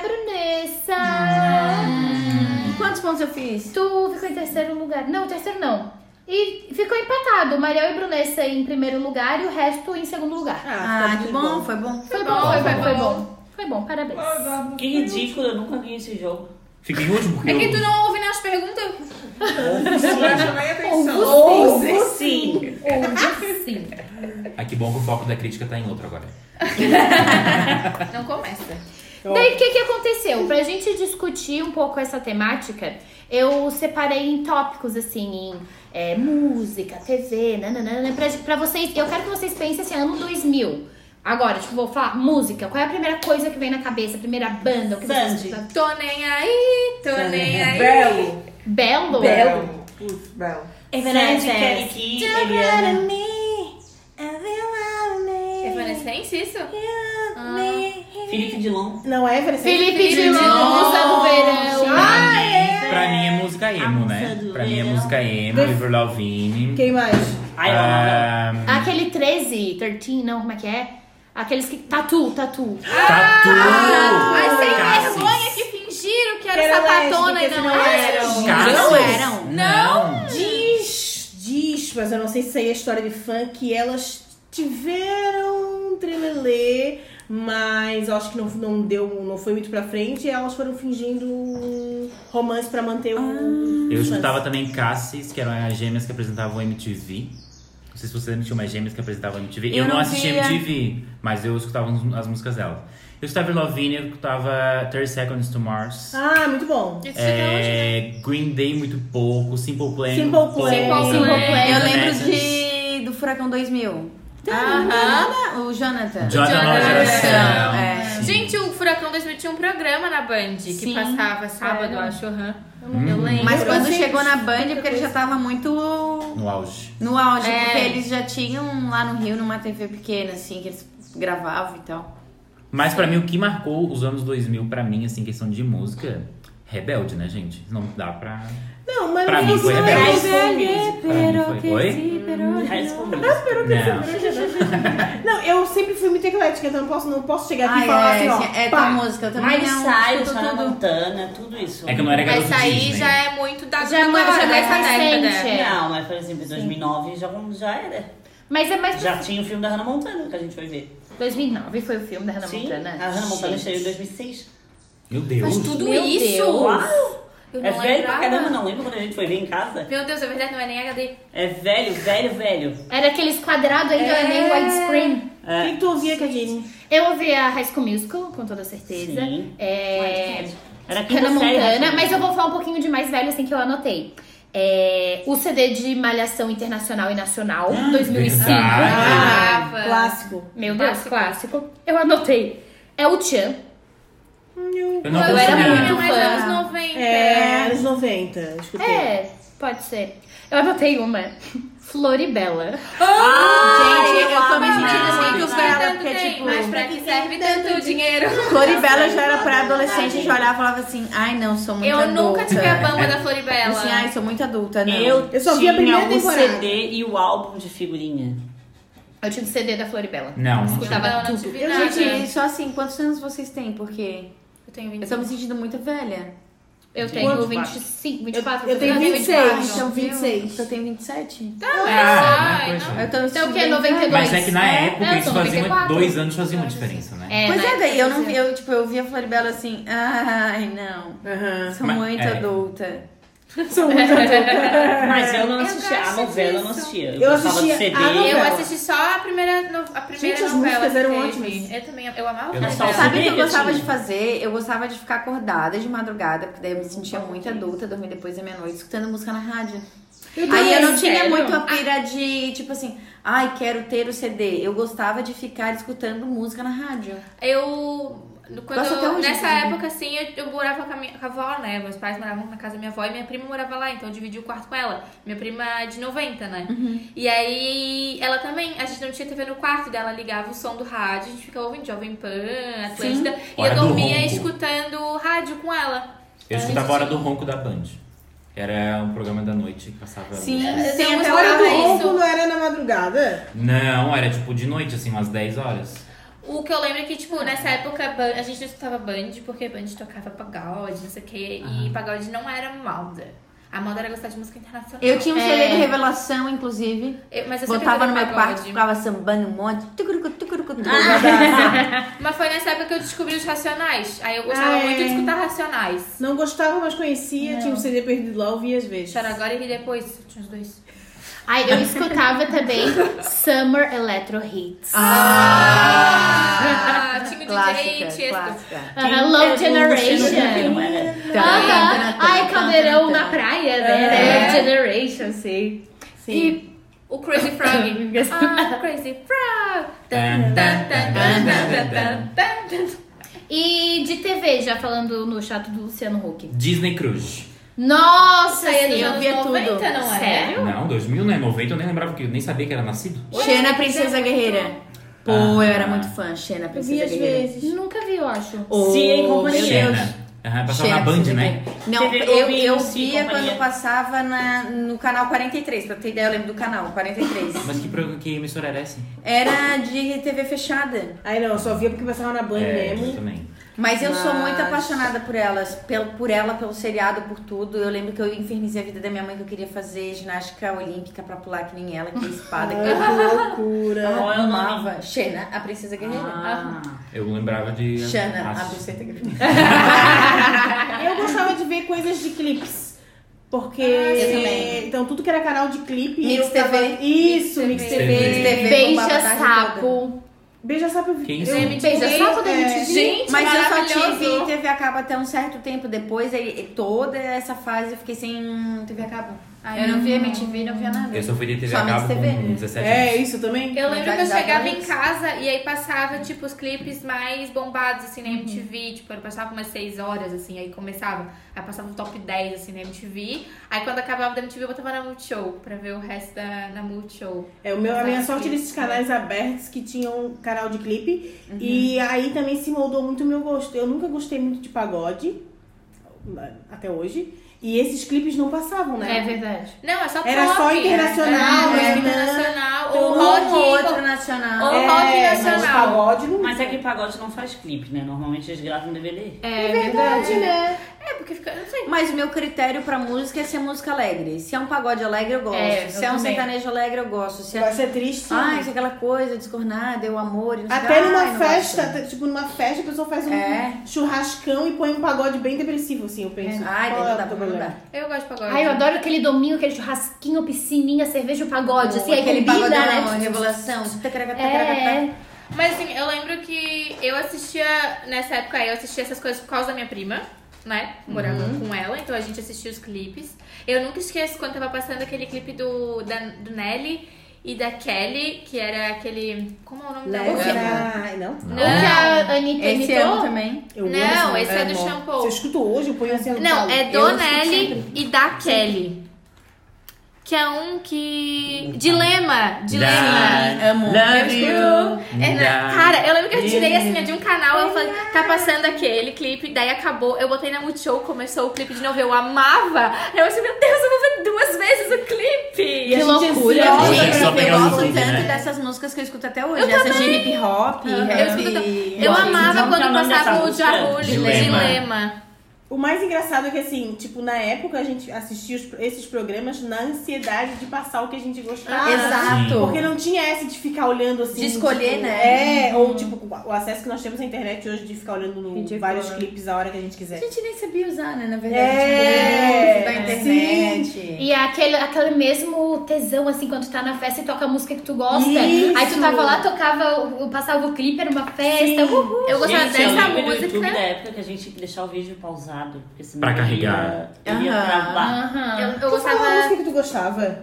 F: Brunessa.
E: Quantos pontos eu fiz?
F: Tu ficou em terceiro lugar. Não, terceiro não. E ficou empatado. Mariel e Brunessa em primeiro lugar e o resto em segundo lugar.
B: Ah,
E: Ah,
B: tá
E: que
B: tudo
E: bom, foi bom.
F: Foi
A: bom,
F: bom, foi
D: foi
F: bom, foi bom. Foi bom, parabéns.
C: Ah, dá-
G: Que ridículo, eu nunca ganhei esse jogo.
D: Fica em último, porque
A: É que
D: eu-
A: tu não ouve nem as perguntas.
C: Não presta nem atenção.
B: Ou
G: Sim, sim.
F: Sim.
D: Ah, que bom que o foco da crítica tá em outro agora.
A: Não Então começa.
F: Daí o que, que aconteceu? Pra gente discutir um pouco essa temática, eu separei em tópicos, assim, em é, música, TV, nananana, né? pra, pra vocês. Eu quero que vocês pensem assim, ano 2000. Agora, tipo, vou falar música. Qual é a primeira coisa que vem na cabeça? A primeira banda? O que vocês
G: Sandy.
F: escutam?
A: Tô nem aí, tô nem aí.
C: Belo.
F: Belo?
C: Belo. Putz, belo.
G: É Sandy, Kelly
E: Evanescence.
G: Key, Eliana.
C: É
A: Evanescence, isso?
G: Felipe Dilon.
B: Não é, Evanescence?
F: Felipe
A: Felipe
F: Dilon,
A: Dilon.
F: Musa do Verão.
D: Pra
F: Ai,
D: mim, pra mim é música
G: A
D: emo,
G: música
D: né?
G: do
D: Pra mim é
G: verão.
D: música emo, Ivor Lavigne.
B: Quem mais?
G: Ai, eu amo.
D: ah,
F: Aquele 13, 13, não, como é que é? Aqueles que... Tatu, tatu.
D: Ah, Tatu!
A: Mas sem
D: Cassis.
A: vergonha que fingiram que era,
B: Que era
A: sapatona e
B: lésbica, que
A: não
B: não
A: era.
B: eram.
D: Cassis.
E: Não eram.
D: Não!
B: Diz, diz, mas eu não sei se sei a história de fã, que elas tiveram um tremelê, mas eu acho que não, não deu, não foi muito pra frente, e elas foram fingindo um romance pra manter o.
E: Ah.
D: Eu
B: fãs.
D: escutava também Cassis, que eram as gêmeas que apresentavam MTV. Não sei se você lembra, tinha umas gêmeas que apresentavam MTV. Eu,
G: Eu
D: não,
G: não
D: assistia
G: via.
D: MTV, mas eu escutava as- as músicas dela. Eu escutava Lavigne, eu escutava 30 Seconds to Mars.
B: Ah, muito bom.
A: Isso
D: É, Green Day muito pouco, Simple Plan. né?
B: Simple Plan.
A: Simple Plan.
E: Eu lembro
D: Evanescence.
E: de do Furacão 2000.
A: Aham.
E: Jonathan- O
D: Jonathan
E: Jonathan.
A: Jonathan
D: Nova Geração.
E: É.
D: Sim.
A: Gente, o Furacão 2000 tinha um programa na Band que
E: Sim.
A: passava sábado, eu
E: Era.
A: acho. aham.
D: Hum,
E: Mas
B: Eu
E: quando
B: sei
E: chegou
B: disso,
E: na Band é porque ele
B: coisa.
E: já tava muito
D: No auge.
E: no auge,
A: É.
E: porque eles já tinham lá no Rio numa TV pequena, assim, que eles gravavam e tal.
D: Mas pra mim, o que marcou os anos 2000 pra mim, assim, questão de música, rebelde, né, gente? Não dá pra.
B: Não, mas
D: Pra mim foi
B: não
D: Rebelde.
B: é
D: Pra mim foi. Oi?
G: Raiz Comum.
D: Não.
B: Não, eu sempre fui muito eclética, então eu não posso, não posso chegar aqui e
E: Ai,
B: falar assim,
E: é,
B: ó.
E: é
B: pá.
E: tua música, eu também
G: Miley
E: não
G: Cyrus,
E: escuto
G: Hannah
E: tudo.
G: Montana, tudo isso.
D: É que eu não era garoto
A: Essa aí
D: Disney.
A: já é muito da
F: Já não é-
A: agora,
F: já é
A: dessa
F: mais
A: década.
F: recente.
G: Não, mas por exemplo, em 2009 já, já era.
F: Mas é mais...
G: Já tinha o filme da Hannah Montana que a gente foi ver.
F: 2009 foi o filme da Hannah
G: Sim,
F: Montana.
G: a Hannah Montana
F: Gente.
G: saiu em 2006.
D: Meu Deus.
A: Mas tudo
F: Meu
A: isso.
F: Deus.
A: Eu
G: É
A: não
G: velho pra
A: lembrava.
G: caramba, não lembro quando a gente foi ver em casa.
A: Meu Deus, é verdade, não é nem HD.
G: É velho, velho, velho.
F: Era aqueles quadrados ainda, é. nem widescreen.
B: O que que tu ouvia, Cadine?
F: Eu ouvi a High School Musical, com toda certeza.
G: Sim.
F: É...
G: Era quinta
F: Hannah
G: série,
F: Montana,
G: né?
F: mas eu vou falar um pouquinho de mais velho, assim, que eu anotei. É, o CD de Malhação Internacional e Nacional,
G: Ah,
F: 2005.
E: Ah,
D: verdade.
A: Lembrava.
B: Ah, Clássico.
F: Meu Deus, clássico. Eu anotei. É o Chan.
D: Eu não
A: eu era
D: consumia.
A: muito mais
F: fã.
A: anos 90.
B: É,
E: Então.
B: anos 90. Escutei.
F: É, pode ser. Eu anotei uma. Floribela.
E: Gente, eu tô me sentindo
A: Não,
E: assim
A: não
E: que os
A: vai
E: caras,
A: tanto
E: porque
A: bem,
E: tipo...
A: Mas pra que serve tanto dinheiro?
E: Floribela já era pra adolescente, já olhava e falava assim, ai não, sou muito
A: Eu
E: adulta.
A: nunca tive a banda da Floribela.
E: Assim, ai, sou muito adulta, não.
G: Eu,
B: Eu só vi
G: tinha
B: a primeira
G: o
B: temporada.
G: CD e o álbum de figurinha.
F: Eu tinha o CD da Floribela.
D: Não, não tinha.
A: Escutava
F: Escutava
A: não, não
F: tudo.
A: tive
E: Eu,
A: nada.
E: gente, só assim, quantos anos vocês têm? Porque
A: Eu tenho
E: eu
A: 20.
E: tô me sentindo muito velha.
F: Eu tenho 25, 24.
B: eu tenho
F: eu tenho
B: 26.
F: 24.
B: Então, 26.
E: Ah, Eu tenho 27.
A: Então, é
D: Ah,
A: Ai,
D: uma coisa.
E: Eu tô me
F: Então, o
E: sentindo
F: que é
E: bem velha.
F: 92?
D: Mas é que na época
F: eu
D: eles
F: sou
D: faziam
F: 94.
D: dois anos fazia uma diferença, né?
F: É,
E: Pois
F: né?
E: é, daí eu não eu, tipo, eu via a Floribela assim, ai não,
B: Aham.
E: sou
D: Mas-
E: muito
D: é.
E: adulta.
B: Sou muito adulta.
G: Mas eu não
A: Eu
G: assistia a
A: gosto
G: novela, eu não
A: disso.
G: assistia. Eu,
B: Eu
G: gostava do
B: assistia
G: CD.
B: a novela.
A: Eu assisti só a primeira, no- a primeira
B: Gente, as
A: novela
B: músicas
A: que
B: eram
A: teve.
B: ótimas.
A: Eu também, eu amava
D: Eu não
A: Floribela.
D: sabia.
E: Sabe o que eu
G: que eu
E: gostava
G: tinha.
E: de fazer? Eu gostava de ficar acordada de madrugada, porque daí eu me sentia muito adulta, dormir depois da meia-noite, escutando música na rádio. Aí eu não tinha
A: sério?
E: muito a pira de, tipo assim, ai, quero ter o CD. Eu gostava de ficar escutando música na rádio.
A: Eu No- Quando
E: Gosto até
A: eu,
E: hoje
A: nessa
E: disso, né?
A: época, assim, eu, eu morava com a, minha, com a avó, né? Meus pais moravam na casa da minha avó e minha prima morava lá, então eu dividi o quarto com ela. Minha prima é de 90, né?
E: Uhum.
A: E aí, ela também, a gente não tinha TV no quarto dela, ligava o som do rádio, a gente ficava ouvindo Jovem Pan, Atlântida, e
D: Hora
A: eu
D: do
A: dormia
D: ronco.
A: escutando rádio com ela.
D: Eu escutava a Hora do Ronco da Band. Era um programa da noite que passava.
E: Sim.
A: Tem
B: A
A: uma
B: hora do
A: escutava
B: ronco
A: isso.
B: não era na madrugada?
D: Não, era tipo de noite, assim, umas 10 horas.
A: O que eu lembro é que, tipo, nessa época Ban- a gente não escutava Band, porque Band tocava pagode, não sei o quê,
E: Ah.
A: e pagode não era malda. A moda era gostar de música internacional.
E: Eu tinha um
F: É.
E: CD de revelação, inclusive.
A: Eu- mas eu sempre
E: Botava
A: gostei
E: no
A: de
E: meu quarto,
A: pagode.
E: ficava sambando um monte. Tucurucu, tucurucu, tucurucu.
A: Mas foi nessa época que eu descobri os Racionais. Aí eu gostava
B: Ah, é.
A: muito de escutar Racionais.
B: Não gostava, mas conhecia. Tinha um CD perdido lá, ouvia às vezes.
A: Chora agora e depois. Tinha os dois.
F: Aí eu escutava também Summer Electro Hits.
A: Ah, time DJ
E: Clássica,
A: e Tiesto.
E: clássica.
F: Aham,
A: é,
G: é
F: Love Generation.
E: Tá,
A: né?
F: Aham. Ai, caldeirão na praia, né?
A: É.
F: Love Generation, sei.
A: E o Crazy Frog. ah, Crazy Frog. Tan, tan, tan, tan, tan, tan, tan, tan.
F: E de TV, já falando no chato do Luciano Huck.
D: Disney Cruise.
F: Nossa,
A: Saía é dos
F: sim, eu
A: anos
F: via
A: 90,
F: tudo.
A: não é?
F: Sério?
D: Não, 2000, né? 90, eu nem lembrava que eu nem sabia que era nascido.
E: Xena, Princesa Guerreira. Pô, eu era
D: Ah.
E: muito fã, Xena,
B: Eu via
E: Princesa
B: às
E: Guerreira.
B: vezes.
F: Nunca vi, eu acho.
E: Ô,
G: Sim, em companhia.
E: meu
D: Xena.
E: Deus.
D: Aham, né? passava
E: Xena,
D: na Band,
E: Princesa
D: né?
E: Guerreira. Não,
G: TV
E: eu,
G: Globinho,
E: eu
G: sim,
E: via
G: companhia.
E: quando passava na, no canal 43, pra ter ideia, eu lembro do canal 43.
D: Mas que, pro- que emissora era essa?
E: Era de TV fechada.
B: Aí não, eu só via porque passava na Band
D: é, eu
B: mesmo.
D: também.
E: Mas eu sou muito
B: Mas-
E: apaixonada por elas, pelo, por ela, pelo seriado, por tudo. Eu lembro que eu infernizei a vida da minha mãe que eu queria fazer ginástica olímpica pra pular que nem ela, que é espada. que eu
B: Ah, que loucura.
G: Qual é o nome? Ah.
E: amava. Xena, a princesa guerreira.
D: Eu lembrava de.
E: Xana, a
D: As-
E: princesa guerreira.
B: Eu gostava de ver coisas de clipes. Porque.
E: eu também.
B: então, tudo que era canal de clipe.
E: Mix
B: eu ficava-
E: TV.
B: Isso, Mix
A: Mix
B: TV.
D: TV.
E: TV bombava
F: Beija
E: a tarde
F: sapo.
B: Beija Sapo. eu-
D: Quem isso?
B: eu-
F: Beija sapo da
B: é,
F: MTV.
A: Gente,
E: Mas eu só
A: maravilhoso.
E: tive TV a cabo até um certo tempo depois, aí e toda essa fase eu fiquei sem TV a cabo.
A: Ai,
E: eu não via MTV, não via nada.
D: Eu só fui de TV a
E: Somente
D: cabo
E: TV,
D: com
E: né?
D: 17
B: É,
D: anos.
B: isso também?
A: Eu lembro que eu
E: Verdade,
A: chegava em
E: Alex.
A: casa e aí passava, tipo, os clipes mais bombados, assim,
F: Uhum.
A: na MTV. Tipo, eu passava umas 6 horas, assim, aí começava. Aí passava o top 10, assim, na MTV. Aí quando acabava da MTV, eu botava na Multishow, pra ver o resto da, na Multishow.
B: É, o meu, a minha
A: Vários
B: sorte
A: clipes,
B: desses canais abertos que tinham canal de clipe. E aí também se moldou muito o meu gosto. Eu nunca gostei muito de pagode, até hoje. E esses clipes não passavam,
F: É
B: né?
F: verdade.
A: Não, é só
B: Era
A: pop,
B: só internacional,
A: né?
B: né?
A: É, internacional.
B: Então,
A: Ou
B: um
A: rock.
E: Um outro
A: ou-
E: nacional.
A: Ou rock
B: É, mas
A: nacional.
B: pagode não.
G: Mas é que pagode não faz clipe, né? Normalmente eles gravam DVD.
F: É verdade, né?
A: É, porque fica. Não sei.
E: Mas o meu critério pra música é se é música alegre. Se é um pagode alegre, eu gosto.
F: É, eu
E: se é um
F: também.
E: sertanejo alegre, eu gosto. Se é...
B: Vai ser triste.
E: Ai, se é aquela coisa descornada, é o amor. e não sei o que.
B: Até numa
E: Ai, não
B: festa,
E: gosto.
B: até, tipo, numa festa, a pessoa faz um
E: É.
B: churrascão e põe um pagode bem depressivo, assim, eu penso.
E: Ai,
B: qual é o
E: daí não dá
B: teu
E: pra
B: problema?
E: mudar.
A: Eu gosto de pagode.
F: Ai, eu adoro aquele domingo, aquele churrasquinho, piscininha, cerveja, o pagode, assim, aí
E: aquele
F: combina,
E: pagodão,
F: né?
E: a revelação.
F: É,
A: Mas assim, eu lembro que eu assistia, nessa época aí, eu assistia essas coisas por causa da minha prima, né? Morava com ela, então a gente assistia os clipes. Eu nunca esqueço quando tava passando aquele clipe do, da, do Nelly e da Kelly, que era aquele. Como é o nome da música?
B: Leva. Ai, não.
D: Não.
F: o que a Anitta
E: Esse ano
F: imitou.
E: também.
B: Eu amo
A: Não,
B: essa música.
A: esse é do
B: bom.
A: shampoo.
B: Se eu escuto hoje, eu ponho assim no
A: Não,
B: colo.
A: é
E: Eu
A: do
E: escuto
A: Nelly e da Kelly. Que é um que. Dilema! Dilema!
E: amo.
A: Eu
D: Love you.
A: escuto. É, na- Cara, eu lembro que eu tirei assim de um canal, eu falei, tá passando aquele clipe, daí acabou, eu botei na Multishow, começou o clipe de novo, eu amava. Eu assim, meu Deus, eu vou ver duas vezes o clipe.
B: que
F: loucura. né?
D: Hoje é só pegar
E: eu
D: no
E: gosto
D: YouTube,
E: tanto
D: né?
E: dessas músicas que eu escuto até hoje. Essas de hip hop, rap.
A: escuto
E: e-
A: Eu amava
G: Vamos
A: quando
G: dar nome dessa
A: passava o
G: música?
A: Jarulho,
D: Dilema.
A: Dilema.
B: O mais engraçado é que, assim, tipo, na época a gente assistia os- esses programas na ansiedade de passar o que a gente gostava.
E: Ah. Exato.
B: Porque não tinha essa de ficar olhando assim.
E: De escolher,
B: tipo,
E: né?
B: É, ou tipo, o acesso que nós temos à internet hoje de ficar olhando no-
F: Ridículo,
B: vários
F: né?
B: clipes a hora que a gente
E: A
B: quiser.
E: gente nem sabia usar, né? Na verdade,
B: É,
E: tipo, da
B: sim.
E: internet.
F: E é aquele, aquele mesmo tesão, assim, quando tu tá na festa e toca a música que tu gosta.
B: Isso.
F: Aí tu tava lá, tocava, o- passava o clipe, era uma festa. Uhul.
A: Eu gostava
G: Gente, eu
A: dessa
G: lembro do YouTube da
A: música.
G: época que a gente tinha que deixar o vídeo pausado. Porque senão
D: Pra
G: ele
D: carregar.
G: Ia, ele ia
E: Aham.
G: travar.
F: Aham.
A: Eu, eu
B: tu falava a
A: gostava.
B: música que tu gostava?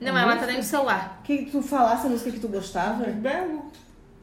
A: Não, ela tá dentro do celular.
B: Que tu falasse a música que tu gostava?
C: Belo.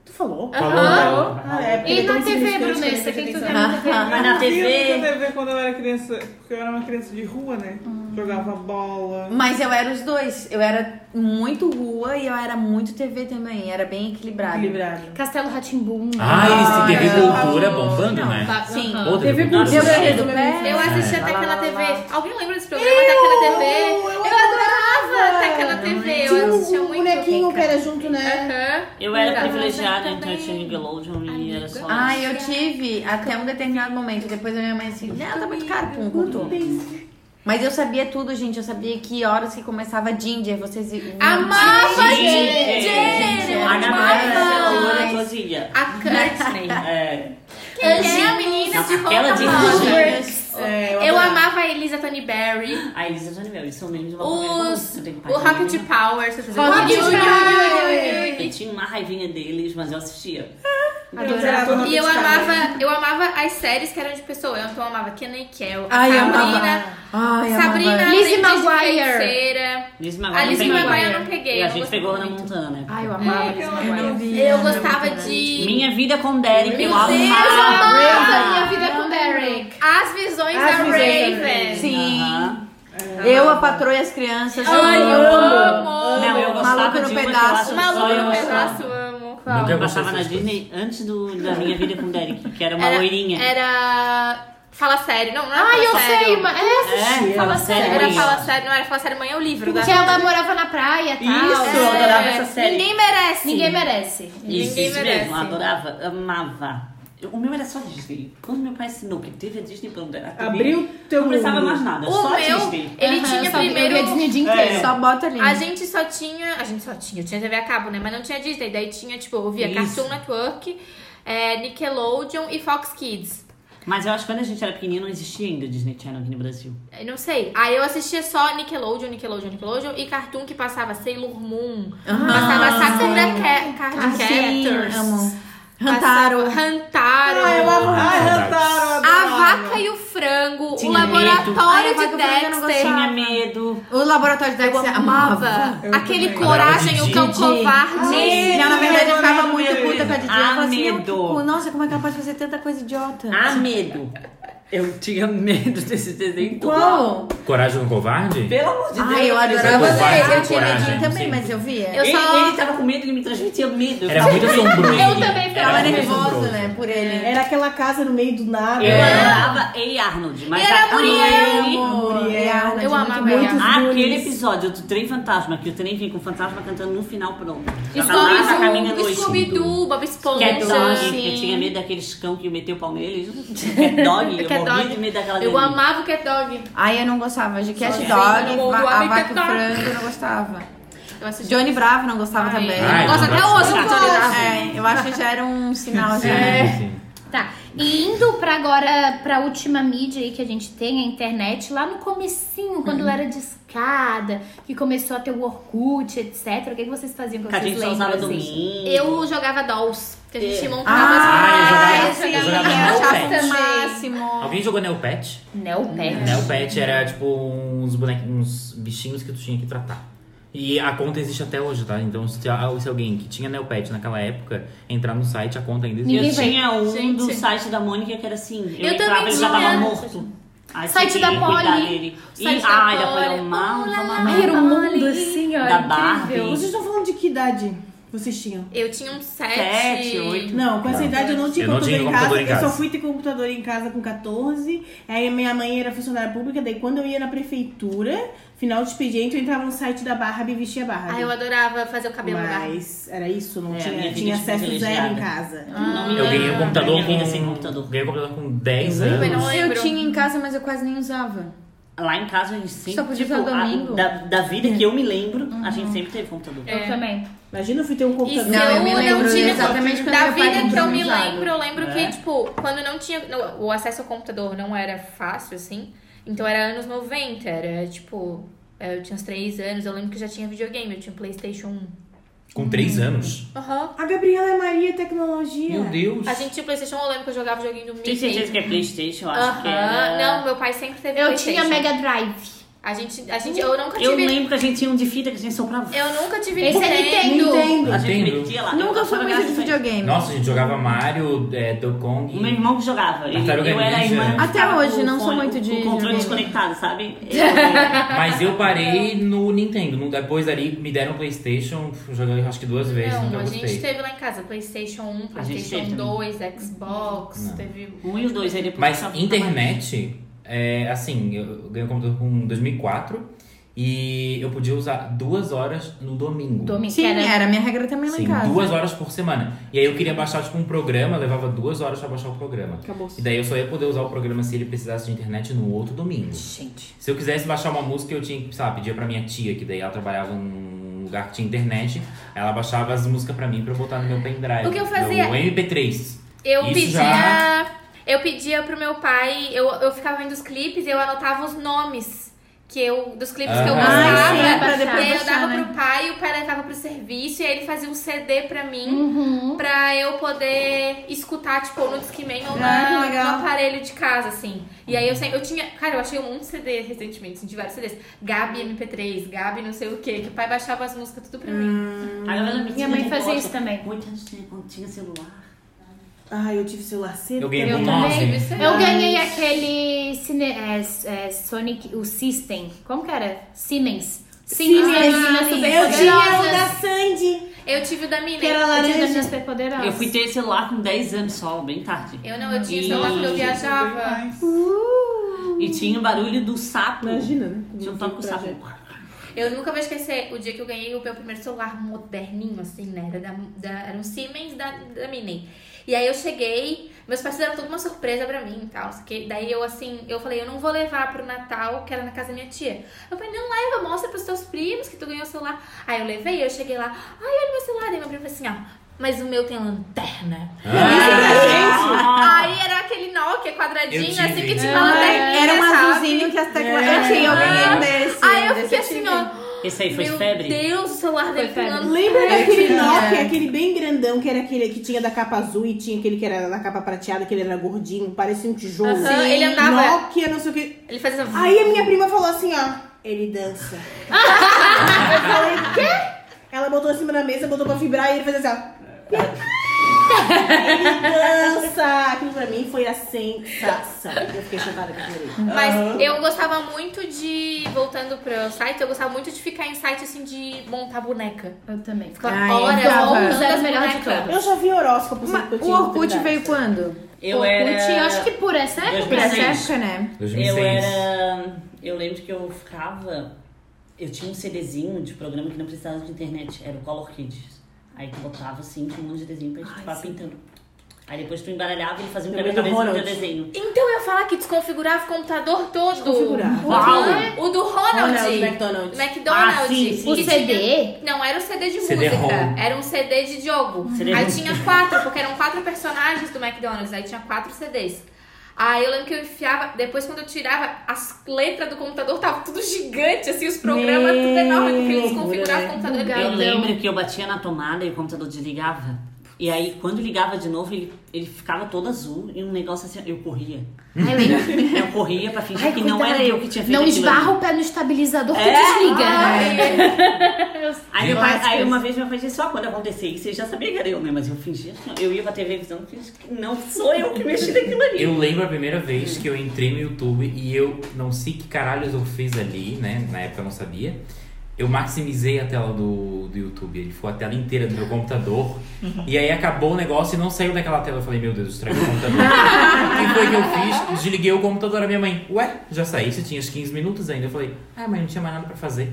B: Tu falou?
A: né?
D: Falou.
B: Ah, é, porque
F: E
B: ele
A: tá
B: é
F: na
B: tão
F: TV,
B: insignificante que eu
F: Brunessa,
B: não
F: o que que tu
B: prestei
F: vê
B: atenção.
F: na TV?
C: Mas
G: na TV?
C: TV quando eu era criança, porque eu era uma criança de rua, né? Jogava bola.
E: Mas eu era os dois. Eu era muito rua e eu era muito TV também. Era bem equilibrado.
B: Equilibrado.
F: Castelo Ratimbum.
D: Ai, esse TV
C: não.
D: Cultura bombando, né?
A: Sim.
D: Ô, TV
E: Um
B: Cultura.
D: Cultura.
B: Meu
D: sério.
B: Deus.
E: Né?
A: tá- Eu assisti até
E: Lá, lá,
A: aquela
E: lá,
A: TV.
E: lá.
A: Alguém lembra desse programa da aquela TV? Eu adorava até aquela TV.
B: Tinha
A: Eu assistia
B: um
A: muito. É,
B: bonequinho que era junto, né?
A: Aham.
G: Eu era
A: Adorava.
G: privilegiada, então eu
A: Também.
G: tinha Nickelodeon e era só.
E: Ah, eu tive até um determinado momento. Depois a minha mãe assim, não, tá muito caro pra um curto. Mas eu sabia tudo, gente. Eu sabia que horas que começava Ginger, vocês...
A: Amava
G: Gente, gente,
A: Ginger!
G: a Gabriela
A: Amava!
G: era sozinha.
A: A Courtney.
G: É.
A: Quem é a menina de
G: Aquela
A: roupa
G: de
A: rosa?
B: É,
A: Eu
B: adorava.
A: amava a Elisa Tony Berry.
G: A Elisa e o Johnny Mel, eles são memes
A: Os, o Rocket
G: né?
A: Power. você fazia-
F: Rocket
A: Rocket Power.
G: Eu tinha uma raivinha deles, mas eu assistia.
B: Adorava.
A: E eu amava, eu amava as séries que eram de pessoa. Eu então amava Kenny Kell,
E: Ai, eu
A: Sabrina,
E: Ai,
A: Sabrina,
F: amava.
A: Aprendiz
F: Lizzie
A: de
F: Maguire.
A: Feiticeira.
G: Alice
A: A Lizzie
G: não peguei.
A: Maguire eu não peguei.
G: E a
A: eu
G: gente
A: gostei
G: pegou na
A: muito.
G: Montana. né?
F: Ai, eu amava
C: É,
F: Lizzie
C: eu
F: Maguire.
A: Eu gostava de
G: Minha vida com Derek,
A: Meu
G: eu amava.
A: Deus,
F: Nossa, minha vida com Derek.
A: é As Visões
B: As
A: da
B: Visões da
A: Raven.
E: Sim.
G: Aham.
E: Eu, a patroa e as crianças.
A: Ai, eu amo.
G: Não, eu gostava
E: Maluca no
G: de uma que eu
E: Pedaço.
G: acho que só
A: Maluco
G: eu
A: no
G: gostava.
A: pedaço, amo.
D: Nunca
G: Eu
D: gostei
G: passava na
D: dessas coisas.
G: Disney antes do, da minha vida com Derek, que era uma
A: Era-
G: loirinha.
A: Era. Fala sério. Não, não era
F: Ai,
A: Fala
F: eu
A: Sério.
F: sei, mas... É,
G: É, fala sério.
A: Era
G: isso.
A: fala sério, não era fala sério, mãe é o livro.
F: porque
A: da-
F: ela morava na praia e tal.
G: Isso, eu
A: É,
G: adorava essa série.
A: Ninguém merece.
F: Ninguém merece.
G: Isso,
A: Ninguém
G: isso
A: merece.
G: mesmo, adorava, amava. Eu- O meu era só Disney. Quando meu pai assinou que teve a Disney pra na TV,
B: Abriu teu
G: Não precisava
B: mundo.
G: mais nada,
A: O
G: só
A: meu,
G: Disney.
A: ele
F: Aham,
A: tinha
F: só-
A: primeiro. É.
F: Eu ia Disney o dia inteiro.
E: Só bota ali.
A: A gente só tinha. A gente só tinha, eu tinha TV a cabo, né? Mas não tinha Disney. Daí tinha, tipo, eu via
G: Isso.
A: Cartoon Network, é, Nickelodeon e Fox Kids.
G: Mas eu acho que quando a gente era pequenininho não existia ainda Disney Channel aqui no Brasil.
A: Eu É, Não sei. Aí eu assistia só Nickelodeon, Nickelodeon, Nickelodeon e Cartoon que passava Sailor Moon, passava
E: Ah,
A: Sakura Ca- Card Captors.
E: amo.
A: passava
E: Hantaro.
A: Hantaro.
C: Ai, eu amava.
D: Ah,
C: Ai,
D: saudades.
C: Rantaro,
A: A
C: adorava.
A: Vaca e o Frango, o
G: Tinha medo.
A: Laboratório
E: Ai, a Vaca e
A: de
E: o Frango eu não
A: Dexter.
G: Tinha medo.
E: O laboratório da Dexter amava.
A: Amava.
C: Eu
A: Aquele
C: também.
A: coragem,
D: Adorava
A: o cão
D: Didi.
A: covarde.
E: Não, na verdade eu ficava muito
C: Medo.
E: puta com a Didi.
G: Ah,
E: Ela falava assim,
G: medo.
E: "Meu, cu, nossa, como é que ela pode fazer tanta coisa idiota?
A: Ah,
G: A medo.
D: Eu tinha medo desse desenho todo.
E: Qual?
D: Coragem do Covarde?
G: Pelo amor de Deus.
E: Ai, eu adorava
D: Covarde,
E: ver. Eu
D: coragem,
E: tinha medinho
D: sempre.
E: também, mas eu via.
A: Eu
G: ele,
A: só-
G: ele tava com medo, ele me transmitia medo. Eu
D: Era
G: ficava-
D: muito assombroso.
F: Eu também
D: Era
F: ficava
E: Tava
D: muito
E: nervosa,
D: assombroso.
E: né, por ele.
B: Era aquela casa no meio do nada.
G: Eu
D: É.
G: adorava Ei Arnold, mas
A: Era
G: a Muriel.
E: Muriel,
A: Eu amava
B: muito
A: ela.
G: Aquele episódio do trem fantasma, que o trem vem com o fantasma cantando no final pronto. Já tá lá, já caminha
A: Scooby-Doo,
G: dois.
A: Scooby-Doo, Bob
G: Que é
A: Esponja.
G: dog, eu tinha medo daqueles cão que meteu o pau neles. Que é dog, eu
A: Cat
G: morri de
A: Dog.
G: medo daquela
A: Eu
G: delícia.
A: amava o Cat Dog.
E: Ai, eu não gostava de Cat
A: Sim,
E: Dog,
A: eu amo
E: va- a
A: Amiga
E: vaca e o
A: Dog.
E: frango eu não gostava.
A: Eu assisti.
E: Johnny Bravo não gostava
A: Ai,
E: também.
D: Ai,
A: Eu É. gosto
D: não
A: até
D: gosto.
A: hoje do Johnny Bravo.
E: É, eu acho que já era um sinal já.
D: Sim, sim.
F: Tá. E indo pra agora, pra última mídia aí que a gente tem, a internet, lá no comecinho, quando
G: Uhum.
F: eu era discada, que começou a ter o Orkut, etc. O que, que vocês faziam que
G: Que a
F: vocês
G: gente só
F: lembram?
G: usava
F: assim?
G: domingo.
A: Eu jogava Dolls, que a
G: É.
A: gente montava as bonecas,
D: Ah, eu jogava- eu
A: jogava-
D: jogava
A: achava
D: Neopet.
A: também.
E: máximo.
D: Alguém jogou Neopet?
F: Neopet.
D: Neopet era tipo uns bonequinhos, uns bichinhos que tu tinha que tratar. E a conta existe até hoje, tá? Então se, ah, se alguém que tinha Neopet naquela época entrar no site, a conta ainda existe.
F: Ninguém
G: Eu
F: vai-
G: tinha um
A: Gente.
G: do site da Mônica que era assim. Eu,
A: Eu
G: entrava
A: também
G: ele já tava
A: tinha.
G: morto. Aí
F: Site
G: tinha que
F: da
G: cuidar
F: Polly.
G: dele. E,
A: Site da
G: ai, da
A: Polly.
G: Polly. Mal,
A: Olá,
F: Ai, era um mundo
A: Olha.
F: assim, ó.
G: Da
F: incrível.
G: Barbie.
B: Vocês estão falando de que idade vocês tinham?
A: Eu tinha
F: um
A: uns sete.
G: Sete, oito.
B: Não, com essa
D: Não.
B: idade eu não tinha
D: Eu não
B: computador,
D: tinha
B: em,
D: computador
B: casa.
D: em casa.
B: Eu só fui ter computador em casa com 14. Aí minha mãe era funcionária pública, daí quando eu ia na prefeitura, final de expediente, eu entrava no site da Barbie e vestia Barbie.
A: Ah, eu adorava fazer o cabelo da
B: Mas era isso, não
G: É, a minha
B: tinha,
G: vida
B: tinha
G: de
B: acesso zero em
G: privilegiada.
B: casa.
A: Ah.
G: Não me
D: Eu ganhei um
G: lembro.
D: computador
G: Minha vida
D: com.
G: sem computador.
D: Ganhei um computador com 10
B: Eu
D: anos.
A: também não lembro.
E: Eu tinha em casa, mas eu quase nem usava.
G: Lá em casa a gente sempre.
E: Só podia
G: tipo,
E: usar
G: a-
E: domingo.
G: da, da vida que eu me lembro, a gente sempre teve computador.
A: É,
F: Eu também.
B: Imagina eu fui ter um
A: Isso,
B: computador.
E: Não, eu me lembro
A: tinha-
E: exatamente quando
A: Da
E: meu pai
A: vida que eu
E: comprou
A: me
E: usado. né?
A: lembro, eu lembro
G: É.
A: que, tipo, quando não tinha. não, O acesso ao computador não era fácil, assim. Então era anos 90, era tipo. é, Eu tinha uns 3 anos, eu lembro que já tinha videogame, eu tinha um PlayStation 1.
D: Com 3 anos?
A: Aham.
B: A Gabriela é Maria Tecnologia.
D: Meu Deus.
A: A gente tinha PlayStation 1, eu lembro que eu jogava joguinho do
G: Tem certeza
A: Mickey.
G: que é Playstation, eu acho
A: Aham.
G: que era.
A: Não, meu pai sempre teve
F: Eu
A: PlayStation.
F: tinha Mega Drive.
A: A gente, a gente, eu nunca
G: Eu
A: tive.
G: lembro que a gente tinha um de fita que a gente soprava.
A: Eu nunca tive
F: Esse é Nintendo.
G: A gente
D: Entendo.
G: metia lá.
E: Nunca
G: Eu
E: fui
G: só
E: muito de
G: jogava
E: videogame.
D: Nossa, a gente jogava Mario, é, Donkey Kong.
G: O meu irmão que jogava. Ele,
D: Tartaruga
G: eu era a irmã.
D: Ninja.
G: que
E: Até
G: ficava
E: hoje,
G: com o
E: não sou
G: fone-
E: muito de
G: Com o
E: videogame.
G: controle desconectado, sabe? É, Eu-
D: Mas eu parei no Nintendo. No- Depois ali me deram um Playstation, joguei acho que duas vezes,
A: Não,
D: nunca
A: Então, a gente
D: gostei.
A: teve lá em casa Playstation 1,
G: A gente
A: Playstation
G: teve
A: 2, Xbox,
D: Não.
A: teve.
G: Um e os dois, aí depois...
D: Mas
G: só-
D: internet, é, assim, eu ganhei um computador com 2004 e eu podia usar duas horas no domingo.
F: Domingo.
E: Sim,
F: que era-
E: era minha regra também é lá em
D: Sim,
E: casa.
D: duas horas por semana. E aí eu queria baixar, tipo, um programa, levava duas horas pra baixar o programa. Acabou. E daí eu só ia poder usar o programa se ele precisasse de internet no outro domingo.
E: Gente.
D: Se eu quisesse baixar uma música, eu tinha que, sabe, pedir pra minha tia, que daí ela trabalhava num lugar que tinha internet. Ela baixava as músicas pra mim pra eu botar no meu pendrive.
A: O que eu fazia-
D: No MP3.
A: Eu
D: Isso
A: pedia.
D: já-
A: Eu pedia pro meu pai, eu, eu ficava vendo os clipes e eu anotava os nomes que eu, dos clipes que eu
D: Ah,
A: gostava.
F: sim, pra
A: e aí
F: depois
A: eu dava
E: baixar, né?
A: pro pai, o pai levava pro serviço, e aí ele fazia um CD pra mim.
F: Uhum.
A: Pra eu poder escutar, tipo, no Discman ou
E: Ah,
A: na-
E: que legal.
A: no aparelho de casa, assim. E aí eu sempre. Eu tinha. Cara, eu achei um monte de CD recentemente, assim, de vários CDs. Gabi MP3, Gabi não sei o quê, que o pai baixava as músicas tudo pra mim.
E: Hum.
G: A galera me
F: Minha
G: tinha
F: mãe fazia
G: negócio.
F: isso também.
G: Muito antes tinha- quando tinha celular.
B: Ah, eu tive celular cedo.
D: Eu ganhei
F: Eu
D: com
F: também,
D: 9.
A: Isso é-
F: Eu ganhei aquele cine, é, é, Sonic, o System. Como que era? Siemens. Siemens,
B: Siemens.
F: meninas
B: Eu tinha um o da
F: superpoderosas.
B: Sandy,
A: Eu tive o é da Mina.
B: que era
F: Eu tinha das
B: laranja.
F: meninas superpoderosas.
G: Eu fui ter celular com 10 anos só, bem tarde.
A: Eu não, eu tinha
G: E-
A: celular quando eu viajava.
G: E tinha o barulho do sapo.
B: Imagina, né?
G: Tinha um
A: tá
G: toque com o sapo.
A: Eu nunca vou esquecer o dia que eu ganhei o meu primeiro celular moderninho, assim, né? Era, da, da- era um Siemens da, da Mini. E aí eu cheguei, meus pais fizeram toda uma surpresa pra mim e tal. não sei o quê. Daí eu, assim, eu falei, eu não vou levar pro Natal, que era na casa da minha tia. Eu falei, não leva, mostra pros teus primos que tu ganhou o celular. Aí eu levei, eu cheguei lá, ai, olha meu celular. Daí meu primo falou assim, ó, mas o meu tem lanterna.
D: Ah,
B: Ah,
E: Ah.
A: Aí era aquele Nokia
D: Eu
A: quadradinho,
D: tive. né?
A: assim, que tinha
F: É,
A: uma lanterninha,
E: Era um
A: sabe? É.
E: azulzinho que as teclas. Eu tinha, eu ganhei um desse.
A: Aí eu
E: desse
A: fiquei
E: tive.
A: assim, ó.
G: Esse aí foi
A: Meu
G: febre?
A: Deus, o celular dele
F: Foi febre.
A: ficando-
B: Lembra daquele
E: É.
B: Nokia, aquele bem grandão, que era aquele que tinha da capa azul e tinha aquele que era da capa prateada, que ele era gordinho, parecia um tijolo.
A: Aham, ele andava-
B: Nokia, não sei o que.
A: Ele fazia assim,
B: Aí a minha prima falou assim, ó, ele dança. eu falei, quê? Ela botou em cima da mesa, botou pra vibrar e ele fez assim, ó. ele dança! Aquilo pra mim foi a sensação. Eu fiquei chocada com aquilo.
F: é
A: Mas eu gostava muito de. Voltando pro site, eu gostava muito de ficar em site assim de montar boneca.
F: Eu também.
A: Ficar
E: Ah, eu
A: horas
E: ficava.
A: montando
F: Era
A: as
F: o melhor de
A: bonecas.
B: Eu já vi horóscopo. sempre
E: Mas
G: tipo
B: que eu
E: O
B: tinha
E: Orkut
B: oportunidade.
E: veio quando?
G: Eu
F: Orkut,
G: era...
F: eu acho que por essa época.
E: Por essa
G: 2006.
E: época, né?
D: 2006.
G: Eu era. Eu lembro que eu ficava. Eu tinha um CDzinho de programa que não precisava de internet, era o Color Kids. Aí tu botava assim, tinha um monte de desenho pra gente ficar pintando. Aí depois tu embaralhava e ele fazia um
B: Lembra do
G: quebra-cabeça do teu
B: Ronald?
G: desenho.
A: Então eu ia falar que desconfigurava o computador todo.
B: Desconfigurava.
G: Uau!
A: O do Ronald.
B: Ronald McDonald.
A: McDonald.
G: Ah, sim, sim.
F: O
A: Que
F: CD?
A: tinha- Não, era o CD de
D: CD
A: música.
D: ROM.
A: Era um CD de jogo.
G: CD
A: Aí
G: ROM.
A: tinha quatro, porque eram quatro personagens do McDonald's. Aí tinha quatro CDs. Aí eu lembro que eu enfiava, depois quando eu tirava as letras do computador, tava tudo gigante, assim, os programas,
B: Meu,
A: tudo enorme, porque eles
B: loucura,
A: configuravam o
B: né?
A: computador.
G: Eu
F: Bugadão.
G: lembro que eu batia na tomada e o computador desligava. E aí, quando ligava de novo, ele, ele ficava todo azul e um negócio assim. Eu corria.
F: Ai, lembro.
G: Eu corria pra fingir
F: Ai,
G: que não
F: coitada,
G: era eu que tinha feito
F: Não
G: aquilo ali.
F: esbarra o pé no estabilizador que
G: É?
F: desliga.
G: Aí, meu pai, aí uma vez meu pai disse, ó, quando acontecer isso, ele já sabia que era eu, né? Mas eu fingia, que não. eu ia pra televisão e fingia que não sou eu que mexi naquilo ali.
D: Eu lembro a primeira vez que eu entrei no YouTube e eu não sei que caralhos eu fiz ali, né? Na época eu não sabia. Eu maximizei a tela do, do YouTube, ele ficou a tela inteira do meu computador. E aí acabou o negócio e não saiu daquela tela. Eu falei, meu Deus, estraguei o computador. O que foi que eu fiz? Desliguei o computador da minha mãe. Ué, já saí, você tinha uns 15 minutos ainda. Eu falei, ah, mas não tinha mais nada pra fazer.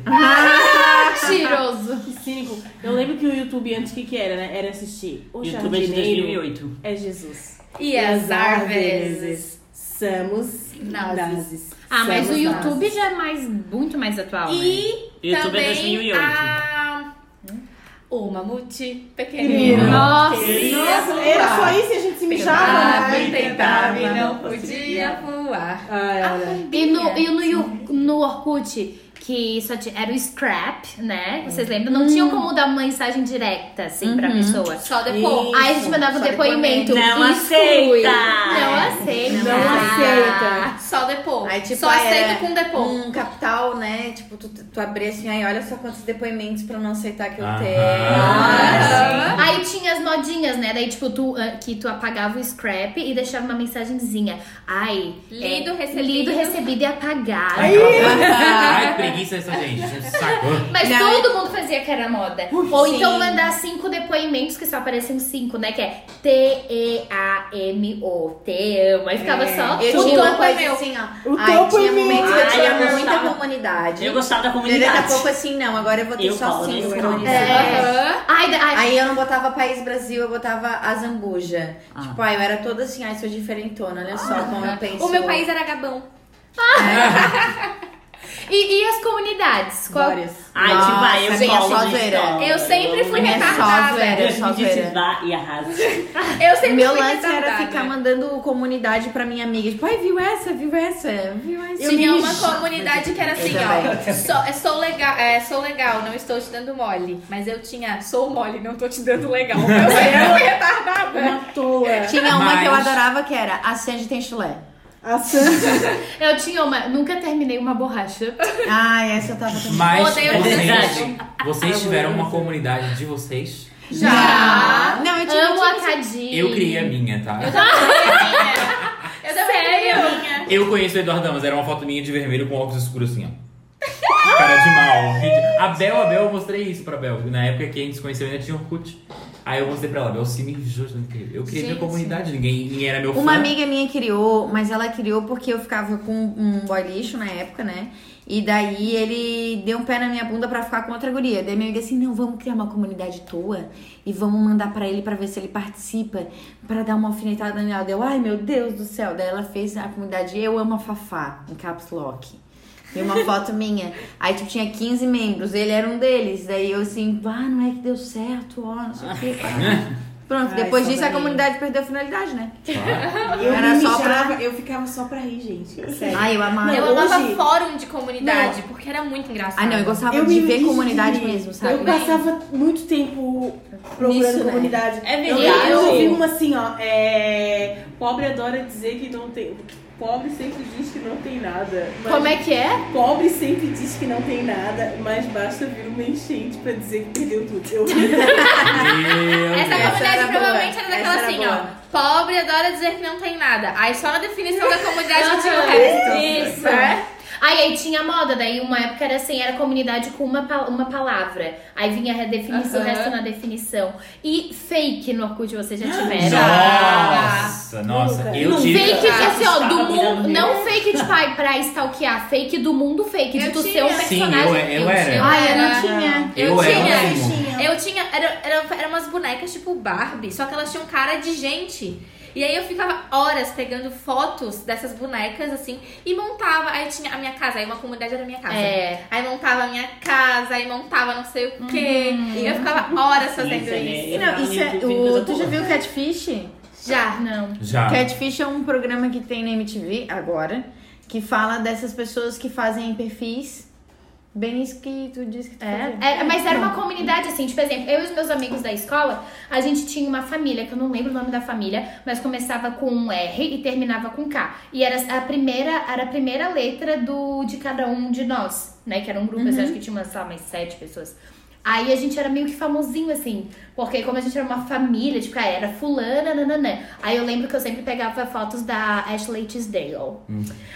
F: Mentiroso.
B: Que cínico. Eu lembro que o YouTube antes o que, que era, né? Era assistir o
G: YouTube é de
B: Jardineiro
G: 2008.
B: é Jesus.
A: E as árvores.
B: somos
A: Nazis.
B: nazis.
F: Ah, mas o
B: Somos
F: YouTube
B: nazis.
F: já é mais, muito mais atual, né?
A: E
G: YouTube é
A: também
G: 2008.
A: a... O mamute pequenino.
B: Pequenino.
F: Nossa.
B: Nossa, era só isso e a gente se mijava,
A: Tentava,
B: né?
A: e tentava e não
F: né?
A: podia voar.
B: Ah, era.
F: E no, e no, Yu- no Orkut, que só tinha, era o scrap, né? Vocês lembram? Não tinha como dar uma mensagem direta, assim, pra pessoa.
A: Só depois.
F: Aí a gente mandava
B: Só
F: depoimento.
G: depoimento. Uhum. Não
F: Exclui.
G: aceita.
F: Não aceita.
B: Não aceita.
A: Só depois.
E: Aí, tipo,
A: Só
E: ah,
A: aceita
E: era
A: com depois.
E: Um capital, né? Tipo, tu, tu tu abrir assim, aí olha só quantos depoimentos pra eu não aceitar que eu
D: Aham.
E: tenho.
A: Aham.
F: Aí tinha as modinhas, né? Daí, tipo, tu, ah, que tu apagava o scrap e deixava uma mensagenzinha. Ai,
A: Lido,
F: é,
A: recebido.
F: lido, recebido e apagado.
D: Ai, que preguiça essa gente. Um saco.
F: Mas
E: Não,
F: todo mundo fazia que era moda. Ou
E: sim.
F: então mandar cinco depoimentos que só apareciam cinco, né? Que é T-E-A-M-O. Te amo. Aí ficava só
E: Eu
F: tu.
E: tinha uma
A: topo é
E: coisa
A: meu.
E: assim, ó.
B: O
E: Ai,
B: topo é
E: tinha
B: meu.
E: momentos que eu
G: Ai,
E: tinha
G: eu
E: muita
G: gostava.
E: comunidade.
G: Eu gostava da
E: Daí, Daqui a pouco
G: comunidade.
E: assim, não, agora eu vou ter
G: Eu
E: só
G: falo, né?
E: cinco
G: Eu
E: comunidades.
A: É.
F: Ai, da- ai,
E: Aí eu não botava País Brasil, eu botava a Zambuja.
G: Ah.
E: Tipo, ai, eu era toda assim, ai, sou diferentona, olha só como eu penso.
A: Ah. O meu país era Gabão.
F: E, e as comunidades? Qual-
E: Várias.
G: Ai, tipo, aí eu
E: Nossa, minha
G: falo de
E: sozeira.
G: escola.
A: Eu sempre fui
E: Minha
A: retardada.
E: sogra.
G: Deus me
E: só
G: disse
E: zoeira.
G: vá e arrasa.
A: Eu sempre
E: Meu
A: fui
E: lance era
A: retardada.
E: ficar mandando comunidade pra minha amiga. Tipo, ai, viu essa, viu essa, viu essa.
A: Eu tinha uma comunidade que era assim, ó.
E: também.
A: Sou, é, sou legal, é, sou legal, não estou te dando mole. Mas eu tinha, sou mole, não tô te dando legal. Eu sempre fui retardada.
B: Uma toa.
E: Tinha uma que eu
D: Mas-
E: adorava que era a Sandy tem chulé.
B: A Sandy.
F: Eu tinha uma. Nunca terminei uma borracha.
E: Ai, essa eu tava também.
D: Mas
A: Odeio
D: vocês,
G: verdade.
D: vocês tiveram uma comunidade de vocês.
A: Já.
E: Não, eu
A: um
E: tinha
F: Amo
E: uma.
F: a Cadinha.
D: Eu criei a minha, tá?
A: Eu também
F: Sério?
A: minha.
D: Eu conheço o Eduardo Damas, era uma foto minha de vermelho com óculos escuros assim, ó. Cara de mal. A Bel, a Bel, eu mostrei isso pra Bel. Na época que a gente se conheceu ainda tinha Orkut. Aí eu mostrei pra ela, Bel, se me justa, eu criei minha
A: Gente.
D: comunidade, ninguém, ninguém era meu fã.
E: Uma amiga minha criou, mas ela criou porque eu ficava com um boy lixo na época, né? E daí ele deu um pé na minha bunda pra ficar com outra guria. Daí minha amiga assim, não, vamos criar uma comunidade tua e vamos mandar pra ele pra ver se ele participa, pra dar uma alfinetada nela. Deu, ai meu Deus do céu. Daí ela fez a comunidade Eu Amo a Fafá, em caps lock. E uma foto minha. Aí, tipo, tinha 15 membros. Ele era um deles. Daí eu assim, ah, não é que deu certo, ó, não sei o quê. Pronto,
B: Ai,
E: depois
B: só
E: disso a
B: daí.
E: comunidade perdeu a finalidade, né?
D: Claro.
B: Eu
E: Era
B: me
E: só
B: mijava, eu ficava só pra rir, gente. Sério.
E: Ai, eu amava.
A: Eu
B: Hoje-
A: amava fórum de comunidade, porque era muito engraçado.
E: Ah, não, eu gostava de
B: me
E: ver
B: vi-
E: comunidade mesmo, sabe?
B: Eu passava muito tempo procurando
E: Nisso, né?
B: comunidade.
G: É
B: Eu,
G: verdade.
B: eu ouvi uma assim, ó. É... Pobre adora dizer que não tem. Pobre sempre diz que não tem nada. Mas
F: Como é que é?
B: Pobre sempre diz que não tem nada, mas basta vir uma enchente pra dizer que perdeu tudo. Eu ri.
D: Meu
A: Essa
D: Deus.
A: comunidade
E: era boa.
A: provavelmente era daquela
E: Essa era
A: assim,
E: boa.
A: ó. Pobre adora dizer que não tem nada. Aí só na definição da comunidade que tinha o resto. Né?
F: Isso. É. Aí, aí tinha moda, daí uma época era assim, era comunidade com uma, pa- uma palavra. Aí vinha a redefinição, o
A: Aham.
F: resto na definição. E fake no Orkut vocês já tiveram?
D: Nossa, nossa,
B: Nunca.
D: eu
F: Não,
D: tive.
F: fake de assim, ó, do
G: Estava
F: mundo.
G: cuidando
F: Não fake de pai pra stalkear, fake do mundo fake, de
A: Eu
F: tu
A: tinha.
F: ser um
A: Sim,
F: personagem.
D: eu- eu era.
B: Ah,
F: tinha. É.
E: Ai, eu não tinha.
A: Eu
C: é,
D: Eu era um
A: tinha.
D: mesmo.
A: Eu tinha. Era, era, era umas bonecas tipo Barbie, só que elas tinham cara de gente. E aí eu ficava horas pegando fotos dessas bonecas, assim, e montava. Aí tinha a minha casa, aí uma comunidade era a minha casa.
F: É.
A: Aí montava a minha casa, aí montava não sei o quê.
D: Uhum.
A: E eu ficava horas fazendo
G: Isso, né?
A: isso.
E: E Não, isso é, o, tu já viu o Catfish?
A: Já.
F: Não.
D: Já.
A: Ah.
E: Catfish é um programa que tem na MTV agora, que fala dessas pessoas que fazem perfis. Bem isso que tu disse que tu fazia.
F: É, é, mas era uma comunidade assim, tipo exemplo, eu e os meus amigos da escola, a gente tinha uma família, que eu não lembro o nome da família, mas começava com um R e terminava com K. E era a primeira, era a primeira letra do, de cada um de nós, né? Que era um grupo, assim, acho que tinha umas, sei lá, mais sete pessoas. Aí a gente era meio que famosinho, assim, porque como a gente era uma família, tipo, ah, era fulana, nananã. Aí eu lembro que eu sempre pegava fotos da Ashley Tisdale.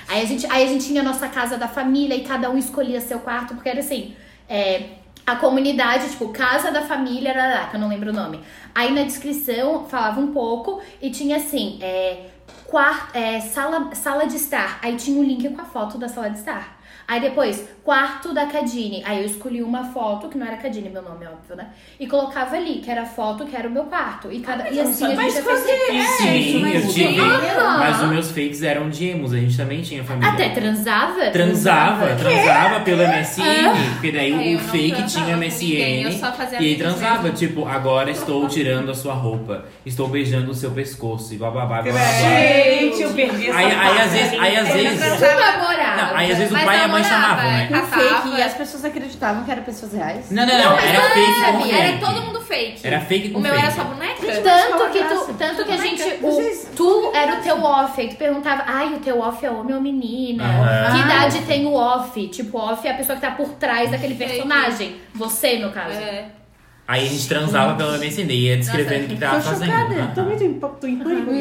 F: Aí, a gente, aí a gente tinha a nossa casa da família e cada um escolhia seu quarto, porque era assim, é, a comunidade, tipo, casa da família, lá, lá, lá, que eu não lembro o nome. Aí na descrição falava um pouco e tinha assim, é, quarto, é, sala, sala de estar. Aí tinha um link com a foto da sala de estar. Aí depois, quarto da Cadine. Aí eu escolhi uma foto, que não era Cadine, meu nome, óbvio, né? E colocava ali, que era a foto, que era o meu quarto. E, cada, e assim, a gente ia fazer.
D: Sim, eu tive.
F: Aham.
D: Mas os meus fakes eram de emos, a gente também tinha família.
F: Até transava?
D: Transava, transava pelo MSN, porque daí
A: É,
D: o
A: eu não
D: fake
A: transava
D: tinha
A: com ninguém, eu
D: MSN.
A: só fazia
D: E aí
A: amigos
D: transava,
A: mesmo.
D: tipo, agora estou tirando a sua roupa, estou beijando o seu pescoço e blá blá blá blá blá. blá.
C: Gente, eu perdi essa
D: Aí, aí às
C: parte.
D: vezes, aí às vezes.
A: transava.
F: Namorava.
D: Não, aí às vezes o
A: Mas
D: pai e a mãe
A: namorava,
D: chamavam, né?
A: é.
E: Um fake
A: Catava.
E: e as pessoas acreditavam que eram pessoas reais.
D: Não, não, não, era fake com fake.
A: Era todo mundo fake.
D: Era fake com
A: O meu
D: fake. Então,
A: era só boneca? é
F: Tanto que, tu, tanto que a gente.
E: Caraca,
F: o-
E: vocês-
F: tu era o teu off. Aí tu perguntava, ai, o teu off é homem ou menina?
D: Aham.
F: Que idade tem o off? Tipo, off é a pessoa que tá por trás daquele personagem. Você, no caso.
A: É.
D: Aí a gente transava pelo MSN e ia descrevendo o que tava
B: Tô
D: tá fazendo. Ah, né? Uhum.
B: chocada.
D: Aham.
B: Também tô em, tô em pânico.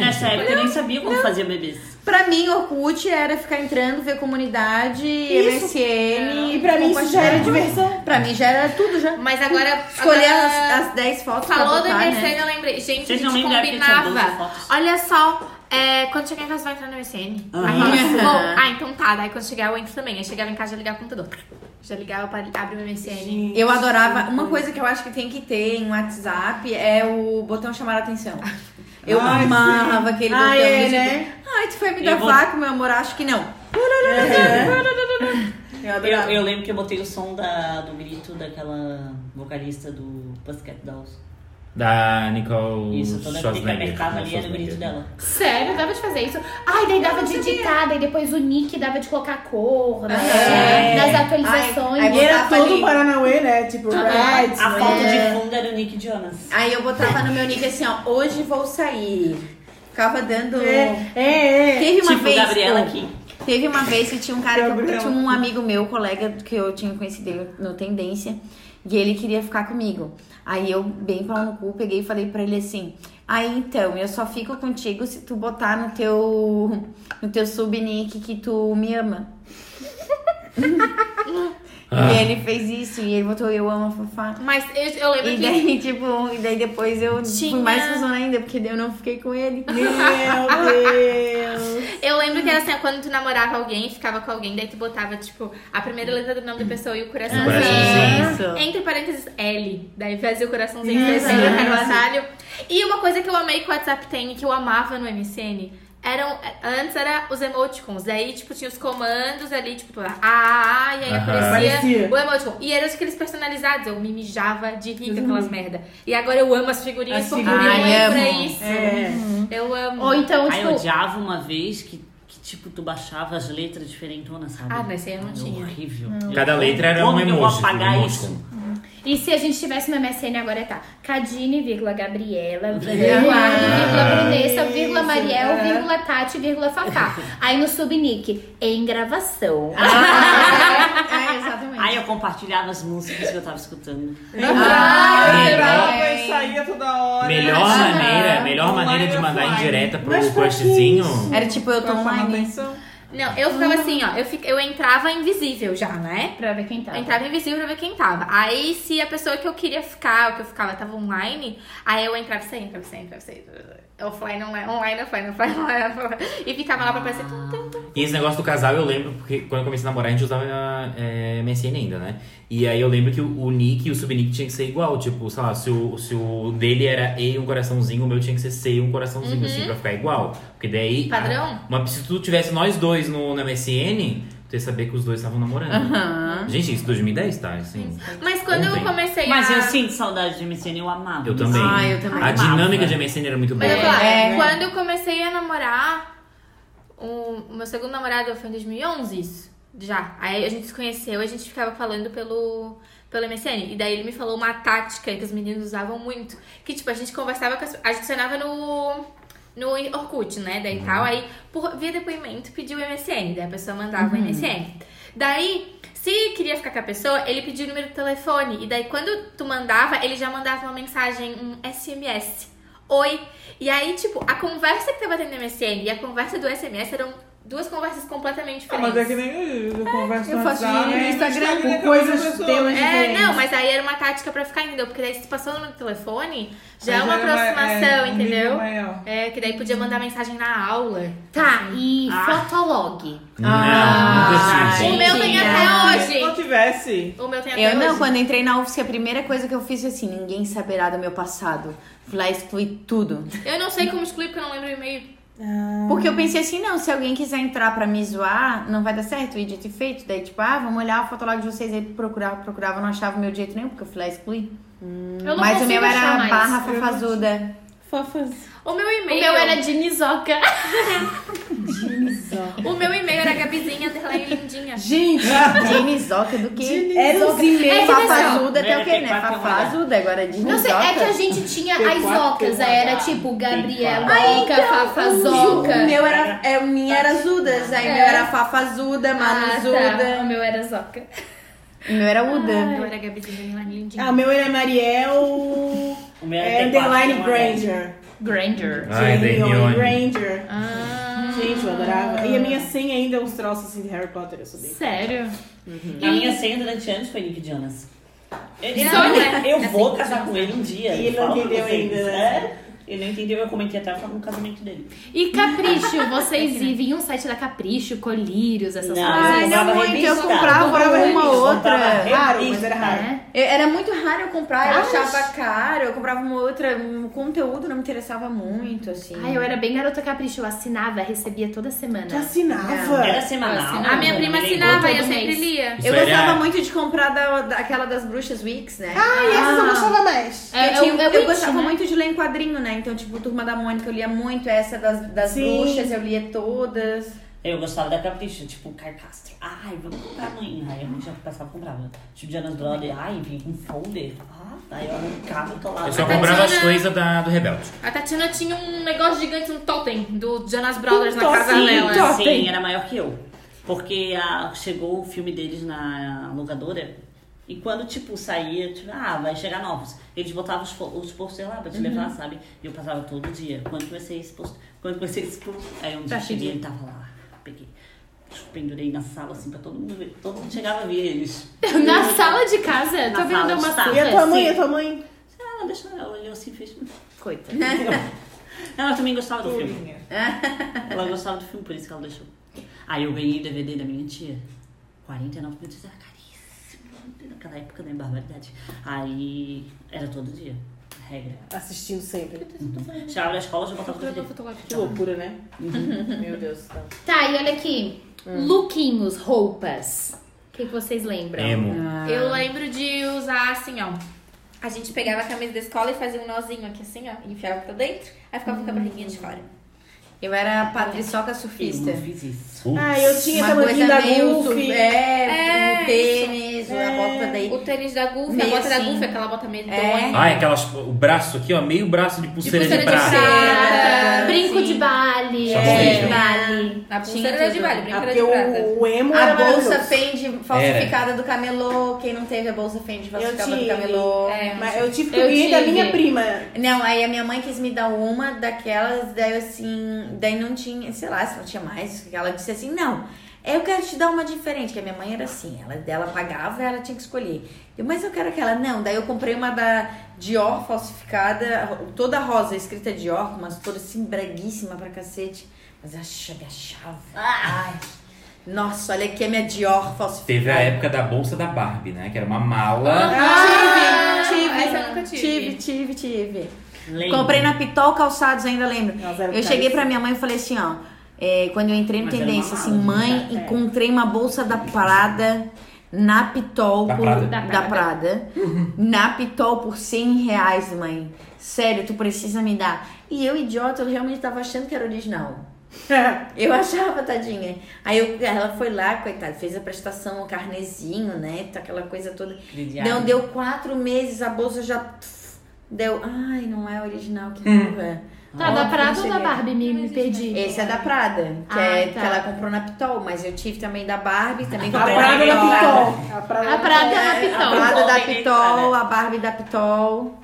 G: Nessa época eu nem sabia como fazia bebês.
E: Pra mim, Orkut era ficar entrando, ver comunidade,
B: Isso. É,
E: MSN.
B: E pra mim isso já era diversão.
E: Pra mim já era tudo já.
A: Mas agora.
E: Escolher
A: agora-
E: as, as 10 fotos
A: Falou
E: pra
A: da
E: botar,
A: MSN,
E: né?
A: eu lembrei. Gente, a
G: Vocês
A: gente
G: não lembram da época que tinha 12
A: combinava.
G: fotos?
A: Olha só, é, quando chegar em casa, vai entrar no MSN. Aí
E: Aham.
A: fala assim,
E: Aham.
A: bom, ah, então tá. Daí quando chegar, eu entro também. Aí chegava em casa, já ligava o computador. Já ligava pra abrir o MSN.
E: Eu adorava. Uma coisa que eu acho que tem que ter em WhatsApp é o botão chamar a atenção. Eu
C: Ai,
E: amava aquele
B: Ah,
E: botão.
B: é,
E: do tipo,
B: né?
E: Ai, tu foi me dar
G: Eu vou-
E: vácuo, meu amor? Acho que não.
B: Eu
G: Eu,
B: adorava.
G: eu lembro que eu botei o som da, do grito daquela vocalista do Pussycat Dolls.
D: Da Nicole
G: Isso, toda vez que eu
D: Schwarzenegger.
G: apertava
D: né,
G: ali era o grito
D: Schwarzenegger.
G: dela.
F: Sério, dava de fazer isso. Ai, daí dava de digitar, daí depois o nick dava de colocar cor, né?
E: É.
F: Nas atualizações.
E: Ai,
B: E era
E: botava
B: todo
E: ali.
B: Paranauê, né? Tipo, rides,
G: A
B: né?
G: foto de fundo era o Nick Jonas.
E: Aí eu botava no meu nick assim, ó, hoje vou sair. Ficava dando.
B: É, é, é.
E: Teve uma
G: Tipo
E: vez.
G: Gabriela
E: pô,
G: aqui.
A: Então,
E: Teve uma vez que tinha um cara que eu,
C: Gabriela.
E: tinha um amigo meu, colega que eu tinha conhecido ele no Tendência, e ele queria ficar comigo. Aí eu, bem pau no cu, peguei e falei pra ele assim: Aí então, eu só fico contigo se tu botar no teu, no teu subnick que tu me ama.
D: Ah.
E: E ele fez isso, e ele botou eu amo a Fafá.
A: Mas eu, eu lembro
E: E
A: que.
E: daí, tipo, e daí depois eu fui
A: Tinha-
E: mais cuzona ainda, porque daí eu não fiquei com ele.
B: Meu Deus.
A: Eu lembro que era assim, ó, quando tu namorava alguém, ficava com alguém, daí tu botava, tipo, a primeira letra do nome da pessoa e o coraçãozinho.
E: coraçãozinho.
A: Entre parênteses, L. Daí fazia o coraçãozinho,
B: Isso.
A: fazia o carvalho. E uma coisa que eu amei que o WhatsApp tem e que eu amava no MSN, eram, antes era os emoticons. Daí, tipo, tinha os comandos ali, tipo, tu lá, ah, ah, e aí
D: Aham.
A: aparecia,
B: Aparecia.
A: o emoticon. E eram aqueles personalizados, eu me mijava de rica aquelas merda. E agora eu amo as figurinhas,
B: Uhum. As
A: porque eu
B: figurinhas.
E: Ai,
A: lembro
E: amo.
A: isso.
B: É.
A: Eu amo.
F: Ou então,
G: Aí
F: tipo,
G: eu odiava uma vez que, que tipo, tu baixava as letras diferentonas, sabe?
A: Ah, mas aí eu não
G: Era
A: tinha.
G: horrível.
D: Cada letra era um
G: Como que Eu vou
D: emoji.
G: apagar
D: um
G: isso.
D: emoji.
F: e se a gente tivesse no MSN agora tá Cadine, vírgula Gabriela, vírgula
E: É.
F: Eduardo, vírgula Brunessa, vírgula
B: Isso,
F: Mariel,
B: é.
F: vírgula Tati, vírgula Fafá. Aí no subnick, em gravação.
E: é, exatamente.
G: Aí eu compartilhava as músicas que eu tava escutando.
C: Ah,
E: lembrava.
C: entrava e saía toda hora.
D: Melhor
C: Ah,
D: maneira,
A: é,
D: melhor
C: Online
D: maneira de
C: ou
D: mandar
C: offline?
D: indireta
B: Mas
D: pro
B: pra que
D: crushzinho.
E: Era tipo, eu tô
C: Pra chamar
E: online.
C: atenção.
A: Não, eu
G: Ah.
A: ficava assim, ó. Eu, fic- eu entrava invisível já, né?
F: pra ver quem tá.
A: Eu entrava invisível pra ver quem tava. Aí, se a pessoa que eu queria ficar, ou que eu ficava, tava online, aí eu entrava e saía, entrava e saía, entrava e saía. É Offline, online, online, offline, é offline, online, offline. E ficava lá pra aparecer. tum, tum, tum.
D: E esse negócio do casal eu lembro, porque quando eu comecei a namorar a gente usava é, MSN ainda, né? E aí eu lembro que o, o nick e o subnick tinha que ser igual. Tipo, sei lá, se o, se o dele era E um coraçãozinho, o meu tinha que ser C e um coraçãozinho, assim, pra ficar igual. Porque daí.
A: Uhum.
D: ah,
A: Padrão?
D: Mas se tu tivesse nós dois no, no MSN, tu ia saber que os dois estavam namorando.
E: Aham.
D: Gente, isso 2010, tá? Assim,
A: Mas quando eu
D: Ontem.
A: comecei
G: Mas
A: a...
G: eu sinto saudade de MSN, eu amava.
D: eu também.
E: Ah, eu também.
D: A
G: Amava.
D: dinâmica de MSN era muito boa.
A: né? Mas eu vou falar,
E: É.
A: quando eu comecei a namorar, o o meu segundo namorado foi em 2011, isso, já. Aí a gente se conheceu, a gente ficava falando pelo, pelo MSN. E daí ele me falou uma tática que os meninos usavam muito. Que, tipo, a gente conversava com as... Adicionava no... No Orkut, né? Daí tal. Aí, por via depoimento, pediu o MSN. Daí a pessoa mandava
C: Uhum.
A: o MSN. Daí, se queria ficar com a pessoa, ele pedia o número do telefone. E daí, quando tu mandava, ele já mandava uma mensagem, um SMS. Oi. E aí, tipo, a conversa que tava tendo no MSN e a conversa do SMS eram duas conversas completamente
C: Ah, mas é que
A: diferentes.
C: nem eu, eu converso
E: eu
C: no
E: faço
C: WhatsApp,
E: dinheiro no
C: é,
E: Instagram
C: Instagram,
B: com
C: é
B: coisas,
C: outra pessoa.
B: temas-
A: É,
B: diferentes.
A: não, mas aí era uma tática pra ficar, entendeu? Porque daí se passou no número do telefone, já é uma
C: Mas era ma-
A: aproximação,
C: é, um nível
A: entendeu?
C: maior.
A: É, que daí podia mandar mensagem na aula.
F: Tá, e fotolog.
D: Não,
E: Ah,
D: nunca tive.
A: o meu tem
E: Mentira.
A: até
C: Se eu
A: hoje.
C: tivesse,
A: O meu tem até
E: Eu não,
A: hoje.
E: quando entrei na UFSC, a primeira coisa que eu fiz foi assim, ninguém saberá do meu passado. Fui lá e excluí tudo.
A: Eu não sei como excluir, porque eu não lembro o e-mail.
E: Porque eu pensei assim, não, se alguém quiser entrar pra me zoar, não vai dar certo, e dito e feito. Daí, tipo, ah, vamos olhar a fotolog de vocês aí, procurava, procurava, não achava o meu de jeito nenhum, porque eu fui lá e excluí.
A: Hum.
F: Eu não
E: Mas o
F: consigo
E: meu
F: achar
E: era
F: mais.
E: barra fafazuda.
B: Fofas.
A: O meu
F: O
A: e-mail.
F: meu era de Nizoca.
A: O meu e-mail era gabizinha, underline lindinha.
B: Gente,
E: Dinizoca do que?
B: eram os e-mails.
F: É que assim,
E: Fafazuda até o
G: É,
E: que,
G: tem
E: né?
G: quatro
E: Fafazuda, agora
F: Não sei,
E: Dinizoca.
F: é que a gente tinha
D: Tem
F: as
D: quatro,
F: ocas,
D: tem
F: aí era
D: quatro.
F: tipo
D: Tem
F: Gabriela
D: quatro.
F: Oca, Fafazoca.
E: O meu era, é, o minha era Zudas, aí o meu
F: É.
E: era Fafazuda,
F: Ah, tá. O
E: Manuzuda,
F: meu era Zoca.
E: o meu era
A: Eu
E: Uda.
A: era gabizinha, underline lindinha.
B: Ah, o meu era Mariel.
G: O meu
B: É,
G: tem quatro, Ah,
B: underline
G: tem um anel.
B: Granger.
F: Granger.
G: é
D: Ai,
B: Hermione
D: Danione.
B: Granger. Gente, eu adorava. E a minha senha ainda é uns troços assim de Harry Potter, eu sou bem.
A: Sério?
G: A minha senha durante anos foi Nick Jonas. Eu, eu-
A: Só, né?
G: eu vou casar com ele um dia.
B: E ele
G: eu
B: não
G: falo pra
B: entendeu
G: vocês,
B: ainda, né?
G: É, ele não entendeu, eu comentei até com o casamento dele.
F: E Capricho, vocês vivem um site da Capricho, Colírios, essas
G: Não,
F: coisas.
E: Ai, não
G: comprava
E: muito, eu
G: revista.
E: comprava
B: Comprava
E: uma
B: revista,
E: outra.
G: comprava
B: Raro, mas era raro.
F: né?
E: Eu- era muito raro eu comprar, eu
F: Ah, mas-
E: achava caro, eu comprava uma outra, um conteúdo não me interessava muito, assim.
A: Ah,
F: Ai, eu era bem garota Capricho, eu assinava, recebia toda semana.
B: Tu assinava.
G: Era semanal.
A: assim,
G: né?
A: A minha prima
G: Ele
A: assinava e eu
F: todo
A: sempre
F: mês.
A: lia.
D: Isso
E: Eu
D: era-
E: gostava muito de comprar da, daquela das bruxas Wicks, né?
B: Ah, essa eu gostava mais.
F: É,
E: eu, tinha- um
F: é o- é o
E: eu
F: It,
E: gostava
F: né?
E: muito de ler em quadrinho, né? Então, tipo, Turma da Mônica eu lia muito, essa das, das
B: Sim.
E: bruxas eu lia todas.
G: Eu gostava da Capricho, tipo, Carcastro. Ai, vamos comprar amanhã. Aí a mãe já passava e comprava. Tipo, Jonas Brother. Ai, vim com folder. Ah, tá. Eu arrancava e colava.
D: Eu só
A: Tatiana.
D: comprava as coisas da, do Rebelde.
A: A Tatiana tinha um negócio gigante, um totem do Jonas Brothers
B: Um
A: na casa
B: totem,
A: dela.
B: um
G: né? Sim,
B: Tem.
G: era maior que eu. Porque a- chegou o filme deles na locadora. E quando, tipo, saía, tipo, ah, vai chegar novos. Eles botavam os, fo- os posters lá pra te levar,
F: Uhum.
G: sabe? E eu passava todo dia. Quando vai ser esse poster? Quando vai ser esse poster? Aí um
F: Tá
G: dia
A: Pra
G: eu cheguei,
A: pedir.
G: ele tava lá. Peguei. Pendurei na sala, assim, pra todo mundo ver. Todo mundo chegava a ver eles.
F: Na sala de casa,
G: Na
F: tô vendo
G: sala
F: dar uma
G: de estar.
B: E a tua mãe,
G: Sim.
B: a tua mãe?
G: Ah, deixa ela. Olhou assim e fez...
F: Coita.
G: Ela também gostava do filme.
C: Tourinha.
G: Ela gostava do filme, por isso que ela deixou. Aí eu ganhei o DVD da minha tia. 49 minutos era caríssimo. Naquela época, né? Barbaridade. Aí era todo dia. Regra. Uhum.
B: Assistindo sempre.
G: Chegava da escola, já botava o DVD.
B: Que loucura, né? Meu Deus. Tá.
F: Tá, e olha aqui. Lookinhos, roupas. O que, que vocês lembram?
E: Ah.
D: Emo.
A: Eu lembro de usar assim, ó. A gente pegava a camisa da escola e fazia um nozinho aqui assim, ó. E enfiava pra dentro. Aí ficava com a barriguinha de fora.
E: Eu era patriçoca
G: Eu
E: surfista.
G: não fiz isso.
B: Ah, eu tinha
E: Uma
B: tamanho
E: coisa
B: da
E: meio sur-
B: Goofy.
E: é,
A: É,
E: um tênis, a bota daí.
A: O tênis da Goofy,
E: Meio
A: a bota da
E: assim.
A: Goofy, aquela bota medonha.
E: É.
D: Ai, aquelas. O braço aqui, ó. Meio braço de
A: De
D: pulseira
A: pulseira
D: de,
A: de
D: prata.
A: prata.
F: Brinco
E: Sim.
F: de Bali.
D: Só
F: É.
D: brinco.
F: Bali.
A: A
E: Tinha
A: pulseira era de
E: tudo.
A: vale,
B: Ah,
A: brincadeira
B: porque
A: de prata.
B: o, o emo
E: A
B: era
E: bolsa
B: bolsa
E: Fendi falsificada do camelô. Quem não teve a bolsa Fendi falsificada do
B: tive.
E: camelô.
A: É.
B: Mas eu tive que
F: Eu
B: ganhei da
F: tive.
B: minha prima.
E: Não, aí a minha mãe quis me dar uma daquelas, daí eu, assim, daí não tinha, sei lá, se não tinha mais, ela disse assim, não, eu quero te dar uma diferente, que a minha mãe era assim, ela dela pagava ela tinha que escolher. Eu, mas eu quero aquela, não, daí eu comprei uma da Dior falsificada, ro- toda rosa, escrita Dior, mas toda assim, braguíssima pra cacete, mas eu ach- me achava, ai, nossa, olha aqui a minha Dior falsificada.
D: Teve a época da bolsa da Barbie, né? Que era uma mala.
A: Ah,
E: Ah, tive, tive,
A: essa eu nunca tive.
E: tive, tive, tive.
G: Lembro.
E: Comprei na Pitol Calçados, ainda lembro.
B: Nossa, era
E: Eu cheguei pra minha mãe e falei assim, ó. é, quando eu entrei no
G: Mas era
E: Tendência,
G: uma
E: assim,
G: mala, né? É.
E: mãe, encontrei uma bolsa da Prada na Pitol
D: Da
E: por,
D: Prada.
E: da
F: Da
E: Prada,
G: Uhum.
E: na Pitol por 100 reais, mãe. Sério, tu precisa me dar. E eu, idiota, eu realmente tava achando que era original. Eu achava, tadinha. Aí eu- ela foi lá, coitada, fez a prestação, o carnezinho, né? Aquela coisa toda.
G: Crediário.
E: Não, deu quatro meses, a bolsa já pf, deu. Ai, não é original, que
G: Hum.
E: burra.
F: Tá, da Prada ou da
E: cheguei.
F: Barbie? Me, me perdi.
E: Esse é da Prada, que,
F: Ah,
E: é,
F: tá. Ah,
E: que ela comprou na Pitol, mas eu tive também da Barbie, também
B: A
E: comprei
B: Prada da
E: Pitol.
B: Pitol. A Prada
F: A Prada é
E: É, A
F: Pitol.
E: Prada da
G: Comprei da
E: Pitol,
G: Prada.
E: a Barbie da Pitol.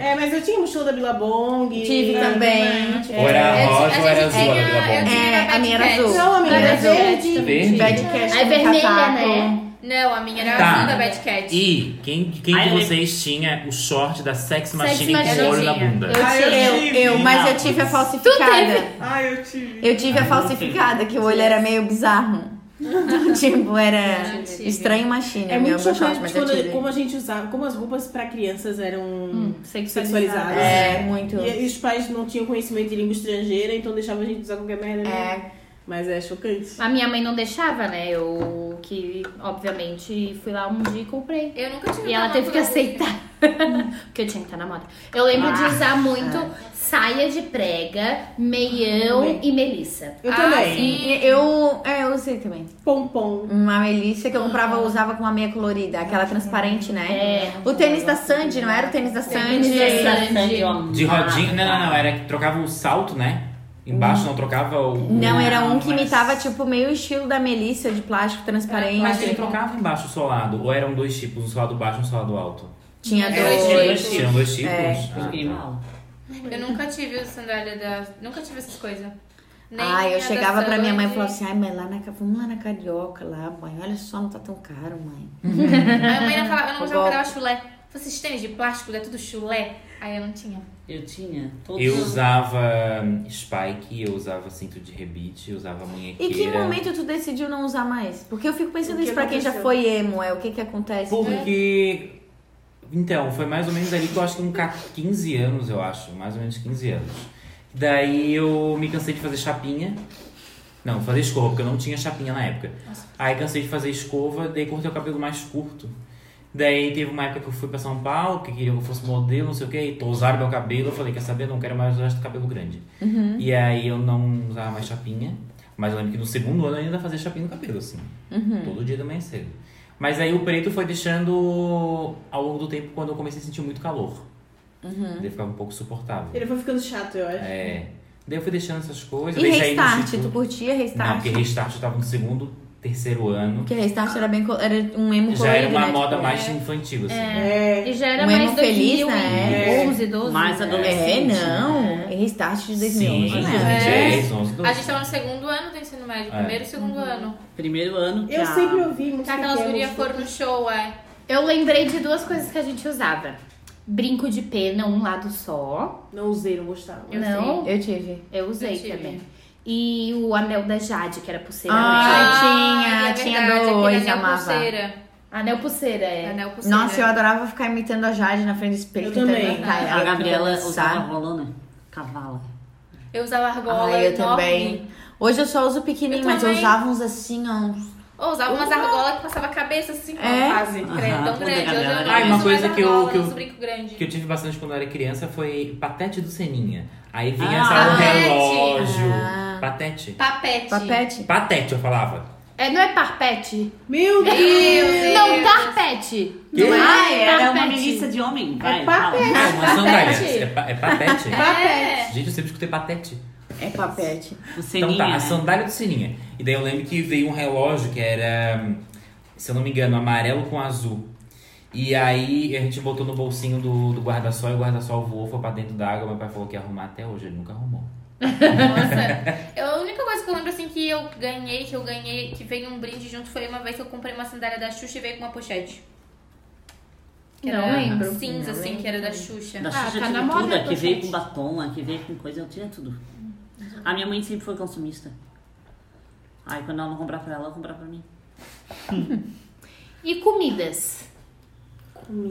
B: É, mas eu tinha mochila da Bilabong.
E: Tive
B: né?
E: também.
D: Ou era
B: é,
A: Eu ti-
D: rosa ou
A: a
D: era
A: gente
D: azul.
A: tinha- eu
D: Era
A: tinha
E: É,
A: da
E: a minha era
A: Bad Cat.
E: azul.
B: Não, amiga,
F: Da
B: era
F: Bad Cat
B: verde.
F: também.
D: Verde?
E: Bad Cat
F: É
E: com
F: vermelha,
E: casaco.
F: né?
A: Não, a minha era
D: Tá.
A: azul da Bad Cat.
D: E quem, quem
G: Ai,
D: de
G: eu
D: vocês tinha o short da Sex Machine
A: Machine
D: com ouro na
A: tinha.
D: bunda?
F: Eu
C: Ah,
F: tinha.
C: eu
E: Eu,
C: tive.
E: eu, mas eu tive a falsificada.
C: Ah, eu tive.
E: Eu tive a
G: Ah,
E: falsificada, que o olho era meio bizarro. tipo, era
A: Eu tive.
E: estranho machine,
B: É
E: meu,
B: muito
E: meu short,
B: chocante
E: mas eu
B: quando-
E: tive.
B: como a gente usava, como as roupas pra crianças eram
F: sexualizadas.
B: sexualizadas.
E: É, muito.
B: E, e os pais não tinham conhecimento de língua estrangeira, então deixavam a gente usar qualquer merda. né?
E: É,
B: Mas é chocante.
F: A minha mãe não deixava, né? Eu que, obviamente, fui lá um dia e comprei.
A: Eu nunca tive
F: E ela
A: tamanho
F: teve que
A: da Goofy.
F: aceitar. Porque eu tinha que estar na moda. Eu lembro de usar muito saia de prega, meião e melissa.
B: Eu
A: Ah,
B: também.
A: sim.
E: E eu, é, eu usei também.
B: Pompom.
E: Uma Melissa que eu comprava, eu usava com uma meia colorida, aquela transparente, né?
F: É.
E: O tênis da Sandy, não era o tênis da Sandy?
G: tá
D: De rodinha. né, Não, não, não. Era que trocava o salto, né? Embaixo não trocava o.
E: Não, era um que
D: mas-
E: imitava, tipo, meio o estilo da Melissa, de plástico transparente.
D: Mas ele trocava embaixo o solado. Ou eram dois tipos, um solado baixo e um solado alto?
E: Tinha
A: É,
E: dois.
A: tinha dois.
D: Tinham dois tipos?
E: É.
D: Ah,
G: Eu queria
D: tá.
G: uma
A: Eu nunca tive sandália da. Nunca tive essas coisas. Nem
E: Ai,
A: a
E: eu
A: da
E: chegava pra minha mãe e
A: Sandy.
E: falava assim, ai, mãe, lá na, ca- vamos lá na Carioca, lá, mãe, olha só, não tá tão caro, mãe.
A: Aí a mãe não falava, eu não gostava
E: Bom.
A: que dava chulé. Vocês tênis de plástico, é tudo chulé. Aí eu não tinha.
G: Eu tinha todos
D: Eu
G: os-
D: usava spike, eu usava cinto de rebite, eu usava
E: E
D: munhequeira.
E: que momento tu decidiu não usar mais? Porque eu fico pensando
B: O que
E: isso pra quem já
B: aconteceu?
E: foi emo, é né? o que que acontece?
D: Porque. Então, foi mais ou menos ali que eu acho que com 15 anos, eu acho. Mais ou menos 15 anos. Daí eu me cansei de fazer chapinha. Não, fazer escova, porque eu não tinha chapinha na época. Aí cansei de fazer escova, daí cortei o cabelo mais curto. Daí teve uma época que eu fui pra São Paulo, que queria que eu fosse modelo, não sei o quê, e tosaram meu cabelo. Eu falei, quer saber? Não quero mais usar esse cabelo grande.
E: Uhum.
D: E aí eu não usava mais chapinha. Mas eu lembro que no segundo ano eu ainda fazia chapinha no cabelo, assim.
E: Uhum.
D: Todo dia da manhã cedo. Mas aí o preto foi deixando ao longo do tempo quando eu comecei a sentir muito calor.
E: Uhum.
D: Daí ficava um pouco suportável.
B: Ele foi ficando chato, eu acho.
D: É. Daí eu fui deixando essas coisas.
E: E
D: deixei no
E: restart, tu
D: instituto.
E: curtia
D: Não,
E: restart?
D: porque restart eu tava no segundo, terceiro ano.
E: Porque restart era bem co- era um emo colorido,
D: Já era uma
E: né?
D: moda
E: Tipo,
D: mais infantil, assim.
B: É.
F: E já era
E: Um
F: mais
E: emo feliz,
F: 2011,
E: né?
F: 12.
G: Mais
F: né?
E: É,
G: adolescente.
E: não. É Restart de 2011,
D: Sim,
E: né?
D: 10, 11, 12.
A: A gente tava no segundo ano do ensino médio,
D: É.
A: primeiro e segundo
E: Uhum.
A: ano.
G: Primeiro ano que
B: Eu
G: a-
B: sempre ouvi é muito
A: Que aquelas
B: pequeno.
A: gurias foram no show, é.
F: Eu lembrei de duas coisas que a gente usava. Brinco de pena, um lado só.
B: Não usei, não gostava.
A: Eu
F: não,
E: Eu tive.
F: eu usei
A: Eu tive.
F: também. E o anel da Jade, que era pulseira.
E: Ah,
F: né?
E: tinha,
A: é
E: tinha
A: verdade, aquele
E: dois,
A: anel
E: amava.
A: Pulseira,
F: Anel pulseira, é.
A: anel pulseira.
E: Nossa, eu adorava ficar imitando a Jade na frente do espelho.
B: Eu
E: tentando
B: também.
E: imitar ela
G: A
E: pra
G: Gabriela
E: dançar.
G: usava rolona. Cavala.
A: Eu usava argola
E: Ai, eu
A: enorme.
E: também. Hoje eu só uso pequenininho,
A: Eu
E: mas eu
A: também.
E: usava uns assim, ó. uns-
A: Ou usava umas argolas que passava a cabeça assim, com
E: É?
A: a fase. Credo,
G: Aham,
A: tão
G: puta,
A: grande. Hoje
G: Gabriela,
A: eu
G: era
A: não
D: Ah, uma
A: uso
D: coisa
A: mais
D: que eu-
A: argola,
D: que eu-
A: uso brinco grande.
D: que eu tive bastante quando eu era criança foi patete do Seninha. Aí vinha
G: Ah,
D: sabe, um
A: patete.
D: relógio.
E: Ah.
D: Patete.
A: Papete.
E: Papete.
D: Patete, eu falava.
F: é. Não é parpete?
B: Meu
A: Meu
B: Deus!
A: Deus.
F: Não,
E: tá.
F: tarpete.
G: Não
D: Que?
E: Ah,
G: é? É uma
F: Papete.
G: milícia de homem. Vai,
B: papete.
G: fala.
D: É uma sandália. É, pa- é patete.
A: É.
D: Gente, eu sempre escutei patete.
E: É papete.
G: O
D: Então tá,
G: Seninha. né?
D: a sandália do Sininha. E daí eu lembro que veio um relógio que era, se eu não me engano, amarelo com azul. E aí a gente botou no bolsinho do, do guarda-sol e o guarda-sol voou, foi pra dentro da água. Meu pai falou que ia arrumar até hoje, ele nunca arrumou.
A: Nossa, eu- a única coisa que eu lembro assim que eu ganhei, que eu ganhei, que veio um brinde junto, foi uma vez que eu comprei uma sandália da Xuxa e veio com uma pochete. Que
F: Não
A: era
F: lembro.
A: Cinza, assim, que era da Xuxa.
G: Da
A: Ah,
G: Xuxa
F: tá
G: tinha
F: na moda,
G: tudo, a que veio
F: gente.
G: com batom, a que veio com coisa, eu tinha tudo. A minha mãe sempre foi consumista. Aí quando ela não comprar pra ela, ela comprar pra mim.
F: E comidas?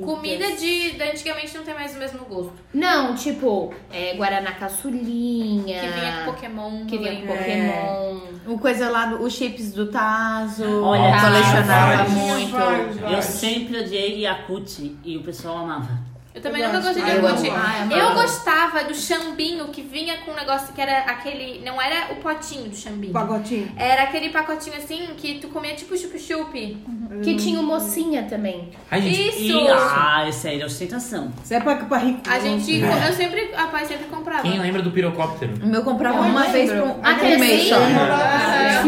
A: Comida de, da antigamente não tem mais o mesmo gosto.
F: Não, tipo, é, Guaraná Caçulinha.
A: Que vinha com Pokémon.
F: que
A: eu
F: vinha
A: lembro.
F: com Ah, Pokémon.
E: O coisa lá, do- os chips do Tazo.
G: Olha,
E: eu colecionava
D: vários.
E: muito.
G: Eu sempre odiei Yakut e o pessoal amava.
A: Eu também
B: Eu
A: nunca
B: gosto.
A: gostei de
B: Ah, eu
A: iogurte.
B: amo.
E: Ah, eu
A: Eu
E: amo.
A: gostava do chambinho que vinha com um negócio que era aquele. Não era o potinho do chambinho.
B: Pagotinho.
A: Era aquele pacotinho assim que tu comia tipo chup-chup.
F: Que tinha o mocinha também.
D: Ai, gente,
A: Isso!
G: E, ah, é sério, ostentação.
B: Isso é pra, pra rico.
A: A gente. Eu sempre. A pai sempre comprava.
D: quem lembra do pirocóptero?
E: O meu comprava
B: Eu
E: uma
B: lembro.
E: vez por,
F: Aquele
E: por mês
F: sim.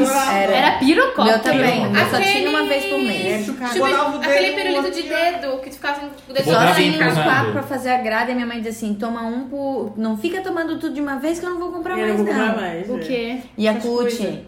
E: só.
C: É.
F: Era, pirocóptero.
E: Meu também. O meu só
A: Aquele-
E: tinha uma vez por
B: É,
E: mês.
A: Chup-
C: Botava o dedo
A: Tipo, aquele
C: no
A: pirulito de
C: outro.
A: dedo que tu ficava com o dedo
E: Só
D: Botava
A: assim.
D: em
E: tinha uns
D: casa.
E: quatro pra fazer a grada e minha mãe diz assim: toma um por. Não fica tomando tudo de uma vez que eu não vou comprar
B: Eu não
E: mais,
B: vou
E: não.
B: comprar mais.
F: O
B: é.
F: quê?
E: Yakut.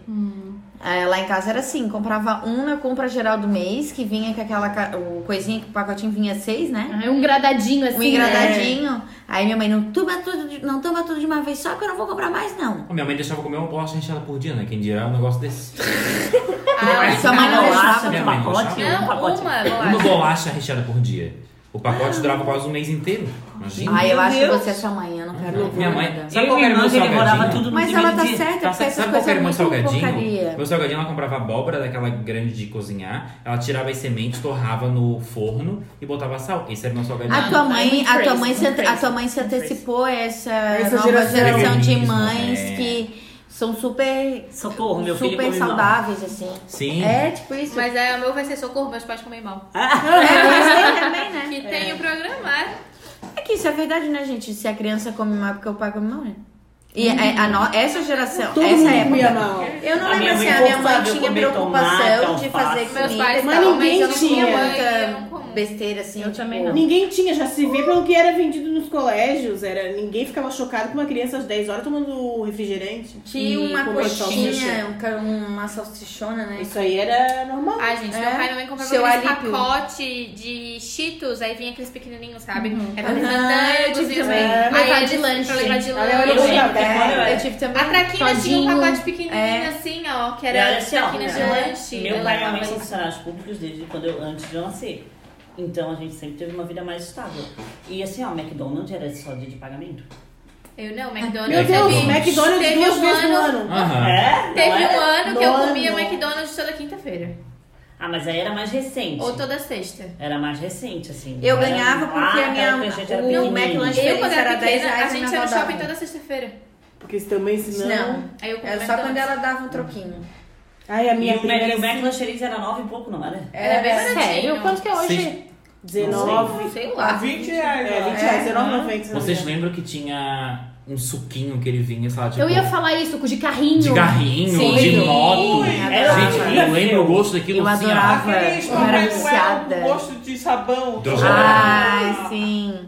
E: É, lá em casa era assim, comprava um na compra geral do mês, que vinha com aquela ca- o coisinha que o pacotinho vinha seis, né?
F: Ah, Um gradadinho assim.
E: Um engradadinho. Aí minha mãe, não toma, tudo de, não toma tudo de uma vez só que eu não vou comprar mais, não.
D: Ô, Minha mãe deixava eu comer uma bolacha recheada por dia, né? Quem dirá um negócio desse.
A: Ah,
E: Sua mãe não
G: Bolacha
E: gostava.
G: de
D: minha mãe
G: pacote,
D: gostava.
G: um
A: não,
G: pacote.
A: uma, eu
D: Uma
A: acho.
D: bolacha recheada por dia. O pacote durava quase um mês inteiro. Imagina.
E: Ai, eu
C: Meu
E: acho que
C: Deus.
E: você é sua mãe, eu não quero
D: Não,
E: ouvir
D: minha mãe.
E: nada.
D: Sabe
G: Eu
D: qual
G: e
D: era o meu
G: minha irmã, ele morava
D: salgadinho?
G: tudo no
E: Mas ela tá
G: mesmo dia.
E: certa, porque
D: Tá, sabe
E: essas
D: sabe qual
E: coisas
D: era
E: é
D: o meu
E: muito
D: salgadinho?
E: porcaria.
D: Meu salgadinho, ela comprava abóbora daquela grande de cozinhar, ela tirava as sementes, torrava no forno e botava sal. Esse era o meu salgadinho.
E: A tua
F: Não, é
E: mãe,
F: muito
E: a tua
F: crazy,
E: mãe, se,
F: muito
E: a tua
F: crazy,
E: mãe se
F: muito crazy.
E: antecipou a essa,
B: Essa
E: nova
B: geração.
E: geração, de
D: Feminismo,
E: mães
D: é.
E: que são super,
G: Socorro, meu filho
E: super
G: come mal.
E: saudáveis, assim.
D: Sim.
E: É, tipo isso.
A: Mas é, o meu vai ser socorro, meus pais comem mal.
E: É, também, né?
A: Que tem o programa, é.
E: É que isso é verdade, né, gente? Se a criança come mal, é porque o pai come mal, né? E a, a no- essa geração,
B: Todo
E: essa é
B: mundo comia
E: época.
B: mal.
E: Eu não
G: A
E: lembro
G: minha
E: assim,
G: mãe
E: a minha mãe
G: forçava eu
E: tinha
G: comer
E: preocupação
G: tomate,
E: de fazer
G: alface.
A: Meus
E: comida, e
A: pais
B: Mas
E: tal,
A: estavam,
B: ninguém
A: eu não
B: tinha.
A: comia mãe, eu não
E: muita
A: como.
E: besteira, assim.
F: Eu também não.
B: Ninguém tinha, já se vê pelo que era vendido nos colégios. Era, ninguém ficava chocado com uma criança às 10 horas tomando refrigerante. Hum,
E: Tinha
B: E
E: uma
B: comendo
E: coxinha,
B: salsicha.
E: um ca- uma salsichona, né?
B: Isso aí era normal.
A: Ai, gente, meu
E: É.
A: pai e minha mãe comprava
E: Seu
A: aqueles
E: alípio.
A: pacote de cheetos, aí vinha aqueles pequenininhos, sabe? Era
E: Aham, eu
A: uhum.
E: tive também.
A: Aí
F: Levar
A: eles-
F: de lanche.
A: Pra levar de
B: Ela era
A: lanche.
G: é
B: legal.
E: É, eu tive também.
A: A traquina tinha um
F: Todinho.
A: pacote pequenininho
E: É.
A: assim, ó, que
G: E
A: era
G: olha só,
A: traquina de
G: né?
A: lanche.
G: Meu
A: Eu
G: pai e minha
A: levava
G: mãe são
A: isso.
G: funcionários públicos desde quando eu, antes de eu nascer. Então a gente sempre teve uma vida mais estável. E assim, ó, McDonald's era só dia de pagamento.
A: Eu não, McDonald's.
B: Meu Deus,
A: teve-
B: McDonald's
A: teve
B: duas
A: um
B: vezes no ano.
D: Aham.
G: É? Não
A: Teve
G: era?
A: um ano que eu
B: No
A: comia
B: ano.
A: McDonald's toda quinta-feira.
G: Ah, mas aí era mais recente.
A: Ou toda sexta.
G: Era mais recente, assim.
E: Eu
G: Era-
E: ganhava porque
G: Ah,
E: a minha-
G: cara, que a gente era
E: o
G: pequenininho.
E: McLanche-
A: Eu, quando era
E: Era 10
A: pequena, a
E: reais e
A: gente
E: minha
A: ia no
E: avó dava.
A: shopping toda sexta-feira.
B: Porque eles também ensinam.
E: Não,
A: Aí eu
E: era
A: comia
E: só quando
A: McDonald's.
E: ela dava um troquinho.
B: Ai, a
G: E
B: minha
G: o Mac-
B: primeira
G: e o McLancheries era nove e pouco, não era?
A: Era bem baratinho.
F: Sério? Quanto que é hoje?
D: Vocês,
B: 19.
A: Sei lá.
C: 20 reais.
B: É,
C: ó.
B: 20 reais, 19,90.
D: vocês lembram que tinha um suquinho que ele vinha, sei lá, tipo...
F: Eu ia falar isso, de carrinho.
D: De carrinho,
E: Sim.
D: de moto.
E: Ui,
G: era
D: Gente, eu lembro o gosto daquilo
E: Eu
D: assim, ó.
E: adorava.
C: Aqueles
E: Eu era
C: Papai
E: viciada.
C: Noel com gosto de sabão.
D: Deus
G: Ah,
E: Ai, sim.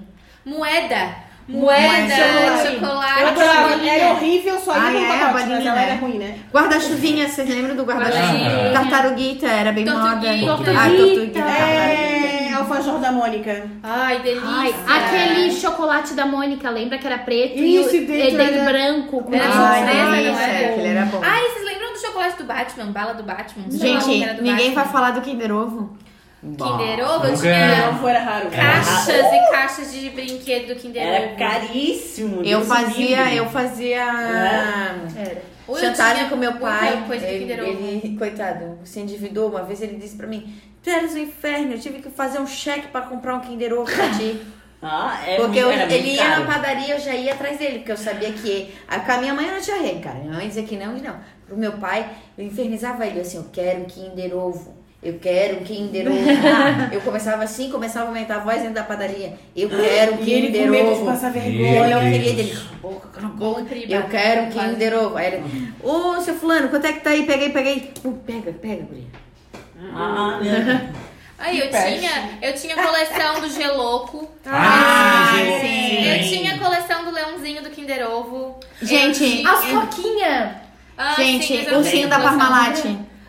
A: Moeda. Moeda,
B: Moeda,
A: chocolate.
B: Eu adorava, era horrível, só
E: Ah,
B: ia
E: é?
B: no
E: A
B: pacote,
E: bolinha,
B: mas ela
E: né?
B: era ruim, né?
E: Guarda-chuvinha, vocês lembram do guarda-chuvinha?
D: Aham.
E: Tartaruguita, era bem moda.
A: Tortuguinha.
E: Ah, tortuguita. tartaruguita.
B: É, alfajor da Mônica.
A: Ai, delícia.
F: Ai, aquele chocolate da Mônica, lembra que era preto
B: Isso,
F: e
B: e
F: o-
B: dentro
F: e dentro
B: era-
F: branco com
A: Era
F: uma
E: Ai,
A: surpresa, não
F: surpresa,
E: delícia,
A: era bom.
E: aquele era bom.
A: Ai, vocês lembram do chocolate do Batman? Bala do Batman? Sei lá como que era
E: Gente,
A: do
E: ninguém vai
A: Batman.
E: falar do Kinder Ovo.
A: Kinder Ovo? Eu
D: Nunca-
B: Não,
A: tinha
B: foi era raro.
A: caixas e caixas de brinquedo do Kinder
G: Era
A: Ovo.
G: caríssimo.
E: Eu
G: Deus
E: fazia,
G: livre.
E: eu fazia
F: Era.
A: Ou É. eu
E: chantagem
A: tinha
E: com meu
A: muita
E: pai.
A: Coisa do
E: Ele,
A: Kinder Ovo.
E: ele, coitado, se endividou. Uma vez ele disse pra mim: Tu eras um inferno, eu tive que fazer um cheque pra comprar um Kinder Ovo pra ti.
G: Ah, é
E: Porque eu-
G: muito- era
E: ele
G: muito
E: ia
G: caro.
E: na padaria, eu já ia atrás dele, porque eu sabia que. Aí, com a minha mãe eu não tinha rei, cara. Minha mãe dizia que não, que não. Pro meu pai, eu infernizava ele, assim, eu quero um Kinder Ovo. Eu quero um Kinder Ovo. Ah, eu começava assim, começava a aumentar a voz dentro da padaria. Eu quero um
B: E ele
E: Kinder
B: com medo de
E: Ovo.
B: passar
D: Meu
E: Olha,
B: vergonha.
E: eu queria
D: Deus.
E: dele. Cala a boca, cala a boca.
A: Triba.
E: Eu quero um Kinder Ovo. Aí ele, ô, seu fulano, quanto é que tá aí? Peguei, peguei. Pô, pega, pega, guria.
G: Ah, né?
A: Aí eu tinha, eu tinha coleção do Geloco.
D: Ah,
E: Ai,
D: gente,
E: sim.
A: Eu tinha coleção do Leãozinho do Kinder Ovo. Eu
E: Gente,
A: tinha-
F: As coquinhas.
A: Ah, sim,
E: Gente,
A: eu tenho
E: ursinho da
A: coleção.
E: Parmalat.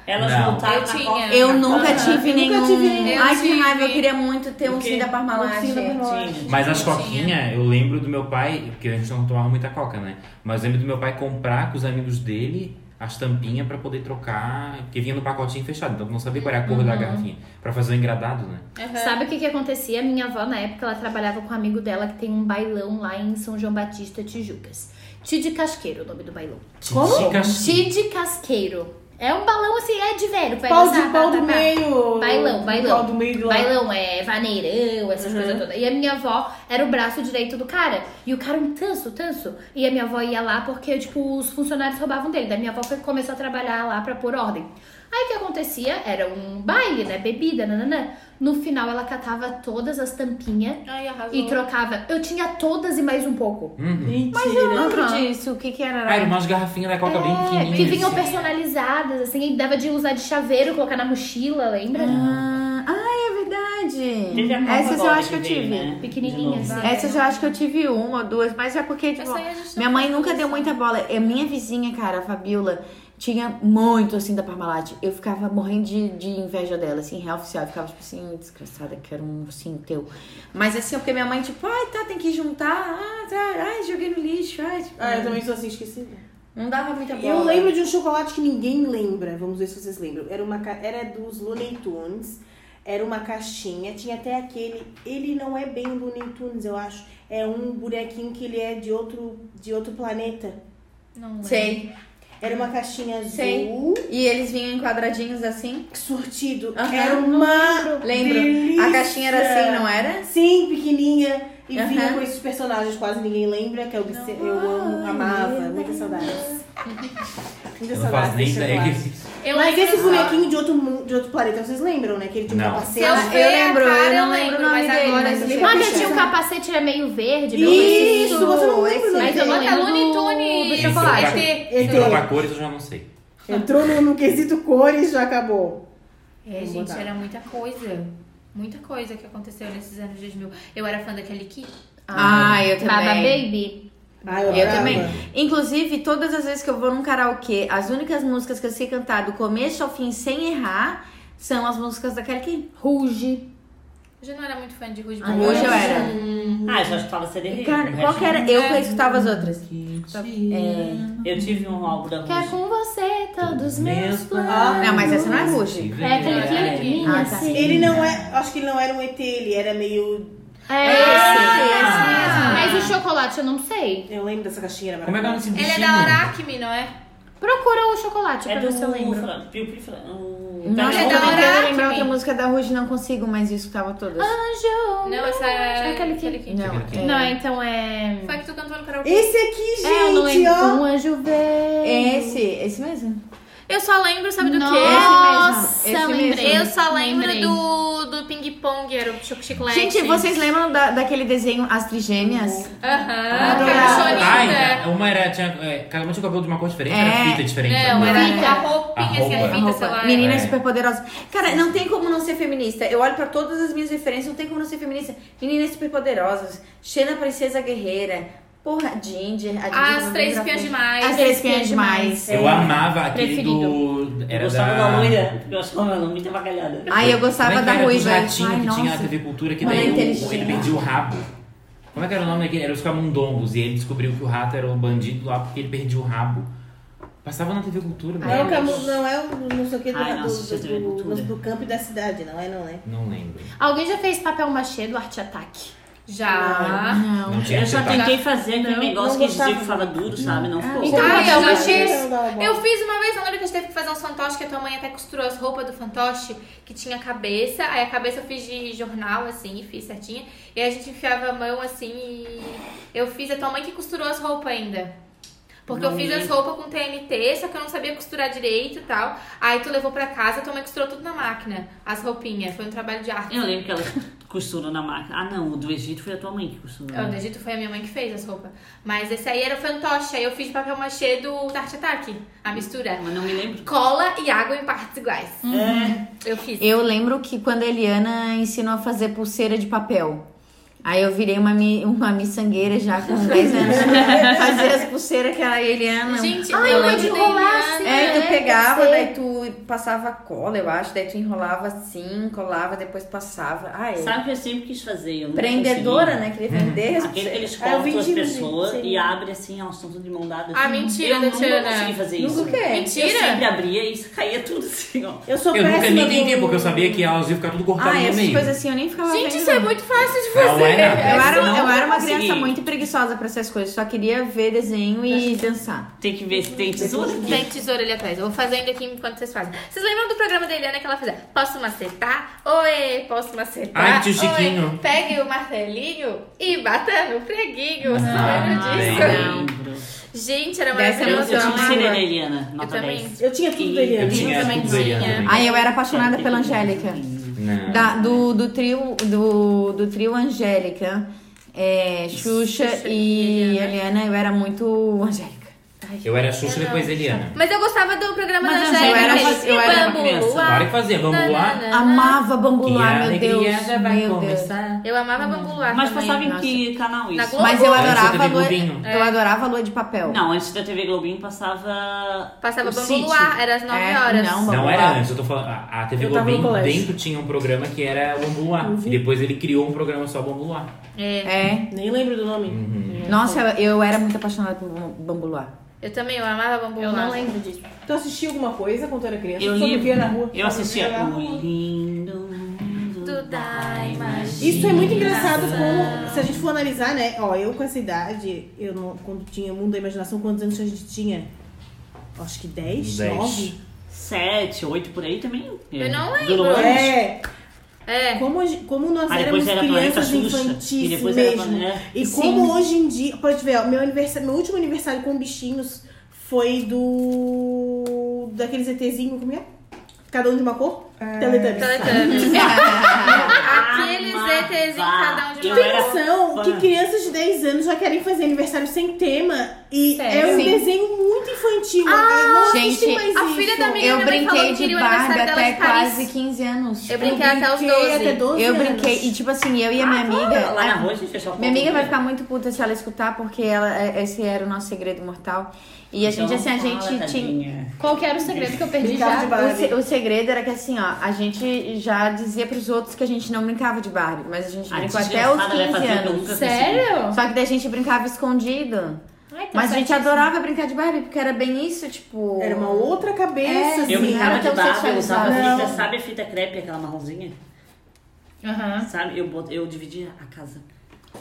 G: Elas
D: Não.
G: montaram
A: Eu
G: na
A: tinha.
G: copa-
E: Eu
G: na
E: nunca
G: copa.
E: tive nenhum.
A: nenhum.
E: Ai,
A: Eu
E: que
A: tive.
E: raiva, eu queria muito ter um
G: O quê?
E: ursinho da Parmalat.
B: Ursinho da Parmalat.
G: Tinha.
D: Mas as coquinhas, eu lembro do meu pai, porque a gente não tomava muita coca, né? Mas eu lembro do meu pai comprar com os amigos dele as tampinhas pra poder trocar, porque vinha no pacotinho fechado, então eu não sabia qual era a cor da garrafinha, Pra fazer o engradado, né?
B: É.
F: Sabe o que que acontecia? Minha avó, na época, ela trabalhava com um amigo dela que tem um bailão lá em São João Batista, Tijucas. Tide Casqueiro, o nome do bailão.
D: Como?
F: Tide Casqueiro. É um balão assim, é de velho. vai
B: Pau
F: dançar,
B: de pau
F: tá,
B: do
F: tá, tá.
B: meio.
F: Bailão, bailão.
B: Pau do meio
G: Uhum.
B: do lado.
F: Bailão, é vaneirão, essas coisas todas. E a minha avó era o braço direito do cara. E o cara um tanso, tanso. E a minha avó ia lá porque, tipo, os funcionários roubavam dele. Daí minha avó foi- começou a trabalhar lá pra pôr ordem. Aí o que acontecia era um baile, né? Bebida, nananã. No final ela catava todas as tampinhas
A: Ai, arrasou.
G: Uhum.
F: e trocava. Eu tinha todas e mais um pouco.
D: Uhum.
E: Eu
B: Mentira.
E: lembro disso. O que que era?
D: Ah, eram umas garrafinhas da coca bem
F: É,
D: pequenininhas.
F: que vinham
D: assim.
F: personalizadas, assim, e dava de usar de chaveiro, colocar na mochila, lembra?
E: Ah, ai, é verdade.
G: Teve a Copa
E: Essas eu
G: agora
E: acho que eu
G: veio,
E: tive.
G: né?
F: Pequenininhas,
G: De novo.
F: né?
E: Essas eu acho que eu tive uma ou duas, mas é porque, tipo,
A: Essa aí a gente não
E: minha mãe
A: faz
E: nunca
A: isso.
E: deu muita
B: um.
E: bola. E minha vizinha, cara, a Fabiola, tinha muito, assim, da Parmalat. Eu ficava morrendo de, de inveja dela, assim, real oficial. Eu ficava, tipo assim, desgraçada, quero um ursinho teu. Mas, assim, porque minha mãe, tipo, ai, tá, tem que juntar. Ah, tá, ai, joguei no lixo. Ai, tipo,
B: Ah, eu também sou assim, esquecida.
E: não dava muita bola.
B: Eu lembro de um chocolate que ninguém lembra. Vamos ver se vocês lembram. Era, uma, ca- era dos Looney Tunes. Era uma caixinha, tinha até aquele. Ele não é bem do Looney Tunes, eu acho. É um bonequinho que ele é de outro, de outro planeta.
A: Não
E: Sei.
B: Era uma caixinha azul.
E: Sei. E eles vinham em quadradinhos assim?
B: Sortido.
E: Aham.
B: Era uma.
E: Lembro.
B: delícia.
E: A caixinha era assim, não era?
B: Sim, pequenininha. E
E: Aham.
B: vinha com esses personagens quase ninguém lembra, que eu, obse- eu amo, amava. Muita saudade. Muita
D: Eu não faço nem
B: desse
D: ideia.
B: chocolate.
A: é. Eu
B: Mas
A: lembro
B: esse
A: só.
B: bonequinho de outro, mu- de outro planeta, vocês lembram, né? Que ele tinha um
D: Não.
A: Se
B: capacete.
A: eu
E: Ela-
A: ver
E: eu lembro,
A: a cara,
E: eu
A: eu
E: não lembro
A: lembro,
E: o nome
A: mas
E: dele,
A: agora
E: mas
A: eu
E: eu
A: lembro.
E: lembro.
F: Quando eu tinha um capacete, era meio verde. meio
B: Isso,
F: preciso.
B: você não lembra o nome
F: Mas eu
B: dele.
F: não
A: Bota
F: lembro
A: Looney
F: do, do
D: é
A: Tunes, É,
F: chocolate.
A: ET.
D: Entrou é pra cores, eu já não sei.
B: Entrou no, no quesito cores, já acabou.
A: É,
B: Vamos
A: gente,
B: botar.
A: era muita coisa. Muita coisa que aconteceu nesses anos 2000. Eu era fã daquele Ki.
E: Ah, eu também.
F: Baba Baby.
B: Ah, eu,
E: Eu
B: adorava.
E: também. Inclusive, todas as vezes que eu vou num karaokê, as únicas músicas que eu sei cantar do começo ao fim sem errar são as músicas da Kelly Key. Ruge.
A: Eu já não era muito fã de Rude
E: Ah, Ruge eu era.
A: é
G: Ah, já estava CD.
E: E, Cara, qual que era? Eu que escutava as outras.
G: Eu tive um álbum
E: é
G: da
F: Quer
G: Ruge.
F: é com você todos meus planos.
E: Não, mas essa não é Ruge.
F: É aquele que Ah, é minha,
E: Ah, tá.
F: assim.
B: Ele não é. Acho que ele não era um ET, ele era meio.
F: É
A: Ah.
F: esse. Mas o chocolate eu não sei.
B: Eu lembro dessa caixinha, era
D: Como é que é o nome desse
A: Ele
D: bichinho?
A: é da Aracme, não é?
F: Procura o chocolate
G: É
F: pra ver se eu
G: do
F: lembro.
G: Fran- Piu Piu Fran- um- o-
E: Não,
A: Mas é
E: eu
A: da
E: tô
A: hora
E: tentando
A: que
E: lembrar
A: vem.
E: outra música da Ruge, não consigo, mas eu escutava todas.
F: Anjo.
A: Não, essa é
F: Aquele que-
A: aquele Ki.
E: Não,
F: Não,
E: é...
F: então é.
A: Foi a que tu cantou no karaokê.
B: Esse aqui,
F: é, eu não
B: gente,
F: lembro.
B: ó.
F: Um anjo veio.
E: Esse, esse mesmo.
A: Eu só lembro, sabe do
F: Nossa,
E: Esse mesmo, esse
A: quê?
F: lembrei.
E: mesmo.
A: Eu só lembro
F: Lembrei.
A: do, do ping-pong, era o chico- chiclete.
E: Gente, vocês lembram da- daquele desenho As Trigêmeas?
A: Aham,
E: Adorava.
D: Ah,
A: capuchoninho, né?
D: ainda. Uma era. Tinha, é, cada uma tinha o cabelo de uma cor diferente,
E: É.
D: era fita diferente.
A: Não,
D: também.
A: era
F: Fita.
A: a roupinha, assim,
D: A
A: a fita,
E: Roupa.
A: sei lá.
E: Menina
D: É.
E: superpoderosa. Cara, não tem como não ser feminista. Eu olho pra todas as minhas referências, não tem como não ser feminista. Meninas superpoderosas, Xena Princesa Guerreira, porra, Ginger. a Ginger
A: As
E: também
A: três
E: já foi.
A: espiãs demais.
E: As três espinhas demais.
D: Eu amava aquele do.
G: Eu
D: Era
G: gostava
D: da.
G: da loira. Eu achava ela muito avacalhada.
E: Ai, eu gostava
D: Como é que
E: da
D: era
E: Ruiva.
D: dos ratinhos
E: Ai,
D: que
E: nossa.
D: tinha na TV Cultura que
E: Uma
D: daí o-
E: inteligente.
D: ele perdia o rabo. Como é que era o nome daquele? Era os camundongos e ele descobriu que o rato era um bandido lá porque ele perdia o rabo. Passava na TV Cultura,
B: Não é o
D: meu Deus.
B: Camus, não é o não sei o que do,
G: Ai, nossa,
B: do,
G: isso é
B: do, do,
G: tudo.
B: do campo e da cidade, não é, não, né?
D: Não lembro.
F: Alguém já fez papel machê do Arte Ataque?
A: Já.
D: Não,
E: Não.
D: tinha
G: Eu já
D: detalhe.
G: tentei fazer aquele
B: Não, não
G: negócio que dizia
B: gostava.
G: que ficava duro, sabe? Não ficou.
F: Então,
A: Ai, já
F: papel machê.
B: um Não,
A: fiz.
B: não,
A: Eu fiz uma vez, na hora que a gente teve que fazer uns fantoches, que a tua mãe até costurou as roupas do fantoche, que tinha cabeça. Aí a cabeça eu fiz de jornal, assim, e fiz certinha. E a gente enfiava a mão, assim, e... Eu fiz a tua mãe que costurou as roupas ainda. Porque eu
G: Não
A: fiz as
G: lembro.
A: roupas com TNT, só que eu não sabia costurar direito e tal. Aí tu levou pra casa, tua mãe costurou tudo na máquina, as roupinhas. Foi um trabalho de arte.
G: Eu lembro que elas costuram na máquina. Ah, não, o do Egito foi a tua mãe que costurou. né?
A: Eu acredito que foi a minha mãe que fez as roupas. Mas esse aí era o fantoche, aí eu fiz de papel machê do Tarte Attack, a mistura.
G: Mas não me lembro.
A: Cola e água em partes iguais.
D: Uhum.
A: É. Eu fiz.
E: Eu lembro que quando a Eliana ensinou a fazer pulseira de papel. Aí eu virei uma, mi- uma miçangueira já com 10 anos. Fazer as pulseiras que a Eliana.
A: Gente,
E: Ai,
A: eu
E: uma
A: lembro
E: de
A: da
E: rolar
A: Eliana.
E: assim. É, tu
F: né?
E: pegava,
F: Pode ser.
E: daí tu passava cola, eu acho, daí tu enrolava assim, colava, depois passava. Ah, é.
G: Sabe o que eu sempre quis fazer? Eu nunca
E: Prendedora,
G: consegui.
E: né? Queria vender.
G: Aquele que eles
B: Ah, eu
G: cortam as
B: vendi,
G: pessoas
B: gente, sim.
G: e abre assim, ó, assunto de mão dada.
A: Ah,
G: assim.
A: mentira,
G: Eu nunca
A: Tatiana.
G: consegui fazer
E: Nunca
G: isso.
E: o quê? Ah,
G: Eu sempre
A: Mentira!
G: abria e isso caía tudo assim, ó.
B: Eu sou
D: Eu
B: péssima
D: nunca nem entendi,
B: com-
D: porque eu sabia que elas iam ficar tudo cortado
E: Ah,
D: no
E: essas
D: meio.
E: coisas assim eu nem ficava
A: Gente,
E: vendo.
A: isso é muito fácil de fazer.
D: Tá Não é nada.
E: Eu era,
G: Não,
E: eu era uma
G: consegui.
E: criança muito preguiçosa pra essas coisas, só queria ver desenho e dançar.
G: Tem que ver se tem tesoura.
A: Tem tesoura ali atrás. Eu vou fazer ainda aqui enquanto vocês fazem. Vocês lembram do programa da Eliana que ela fazia? Posso macetar? Oi, posso macetar?
D: Ai, tio
A: Oi,
D: Chiquinho.
A: pegue o martelinho e bata no preguinho. Vocês
D: Ah,
A: lembram disso?
D: bem.
G: Não. lembro.
A: Gente, era
E: Dessa
G: Eu, eu
A: maravilhoso.
E: emoção.
G: tive
E: Não.
G: CD da Eliana, nota
A: também.
G: 10.
B: Eu tinha tudo da
D: Eu
B: Eliana.
D: tinha
A: também
D: tudo da Eliana
A: tinha.
D: também.
E: Aí eu era apaixonada pela Angélica.
D: Não.
E: Da- do, do trio do, do trio Angélica, é, Xuxa e Eliana, eu era muito Angélica.
D: Eu era Xuxa depois Eliana.
A: Mas eu gostava do programa
G: Mas,
A: da
G: Angela,
A: Angélica.
E: eu era-
A: aqueles
G: eu era uma
A: Bambu
G: criança.
A: Luar.
D: Claro que fazia, vamos lá.
A: Nananana.
E: Amava bambular, meu Deus. Meu Deus.
A: Eu amava Bambu Luar
G: Mas
A: também.
G: passava em
E: nossa.
G: que canal
A: Na
G: isso?
A: Globo?
E: Mas eu
D: Antes da
E: adorava a
D: TV
E: lua,
D: Globinho.
E: eu adorava a lua de papel.
G: Não, antes da TV Globinho passava.
A: Passava
G: o
A: Bambu
G: Sítio.
A: Luar, era às 9
E: É,
A: horas.
E: não, Bambu
D: Não
E: Luar.
D: era antes, eu tô falando. A, a TV
B: Eu tava no
D: Globinho
B: colégio. Uhum.
D: dentro tinha um programa que era Bambu Luar. E depois ele criou um programa só Bambu Luar.
A: É.
E: É.
B: Nem lembro do nome.
E: Nossa, eu, eu era muito apaixonada por um bam- bambular.
A: Eu também, eu amava Bambu
F: Eu
A: Luar.
F: não lembro disso.
B: Tu assistia alguma coisa quando tu era criança?
G: Eu
B: Só
G: li.
B: vivia na rua.
G: Eu
B: Só vivia
G: assistia.
B: na rua.
G: O lindo.
A: fruto da imaginação.
B: Isso é muito engraçado como, se a gente for analisar, né? Ó, eu com essa idade, eu não, quando tinha Mundo da Imaginação, quantos anos a gente tinha? Acho que 10,
D: Dez.
B: 9.
G: Sete, oito por aí também.
A: Eu não lembro.
G: Durou anos.
B: É,
A: É.
B: como, a gente- como nós
G: Aí
B: éramos
G: depois era Planeta
B: crianças
G: Xuxa. E
B: infantis
G: depois era
B: mesmo.
G: Planeta...
B: E
F: Sim.
B: como hoje em dia, pode ver, ó, meu, aniversário, meu último aniversário com bichinhos foi do. daquele ZTzinho, como é? Cada um de uma cor?
G: É.
B: Teletubbies.
A: Então, Teletubbies.
E: Ah,
A: Aquele
G: Amava.
A: ZTzinho cada um de
G: Eu
A: uma
G: Ah, era-
A: cor.
B: Noção
G: fã.
B: que crianças de 10 anos já querem fazer aniversário sem tema e
F: Sério?
B: é um
E: Sim.
B: desenho muito infantil. Ah, não existe
E: gente,
B: mais
A: a
B: isso.
A: filha da minha-
E: Eu
A: minha mãe falou
E: brinquei
A: que
E: de
A: queria o aniversário
E: Barbie
A: dela
E: até
A: de Paris.
E: quase 15 anos.
A: Eu brinquei até os
B: Eu brinquei
A: 12.
B: até 12
E: Eu
B: anos.
E: brinquei, e tipo assim, eu e a minha amiga.
G: Lá na
E: a-
G: rua a gente fechou a porta.
E: Minha amiga vai ficar muito puta se ela escutar, porque ela, é- esse era o nosso segredo mortal. E a gente,
G: Então
E: assim, a gente
G: fala,
E: tinha.
G: tadinha.
F: Qual que era o segredo que eu perdi
B: Brincar
F: já?
B: de
E: O,
B: Barbie.
E: se- o segredo era que assim, ó, a gente já dizia pros outros que a gente não brincava de Barbie, mas a gente
G: Ah, A
E: brincou
G: gente
E: até os
G: desgraçada
E: 15
G: né, vai fazer o que eu
E: anos.
G: nunca consegui.
F: Sério?
E: Só que daí a gente brincava escondido.
F: Ai,
G: É,
F: tá
E: Mas a gente
F: certíssimo.
E: adorava brincar de Barbie, porque era bem isso, tipo.
B: Era uma outra cabeça,
E: É,
B: assim.
G: Eu brincava
E: era
G: de
E: tão
G: barba, eu usava
E: sexualizado.
G: fita, sabe a fita crepe, aquela marronzinha?
F: Aham.
G: Sabe? Eu, bot- eu dividia a casa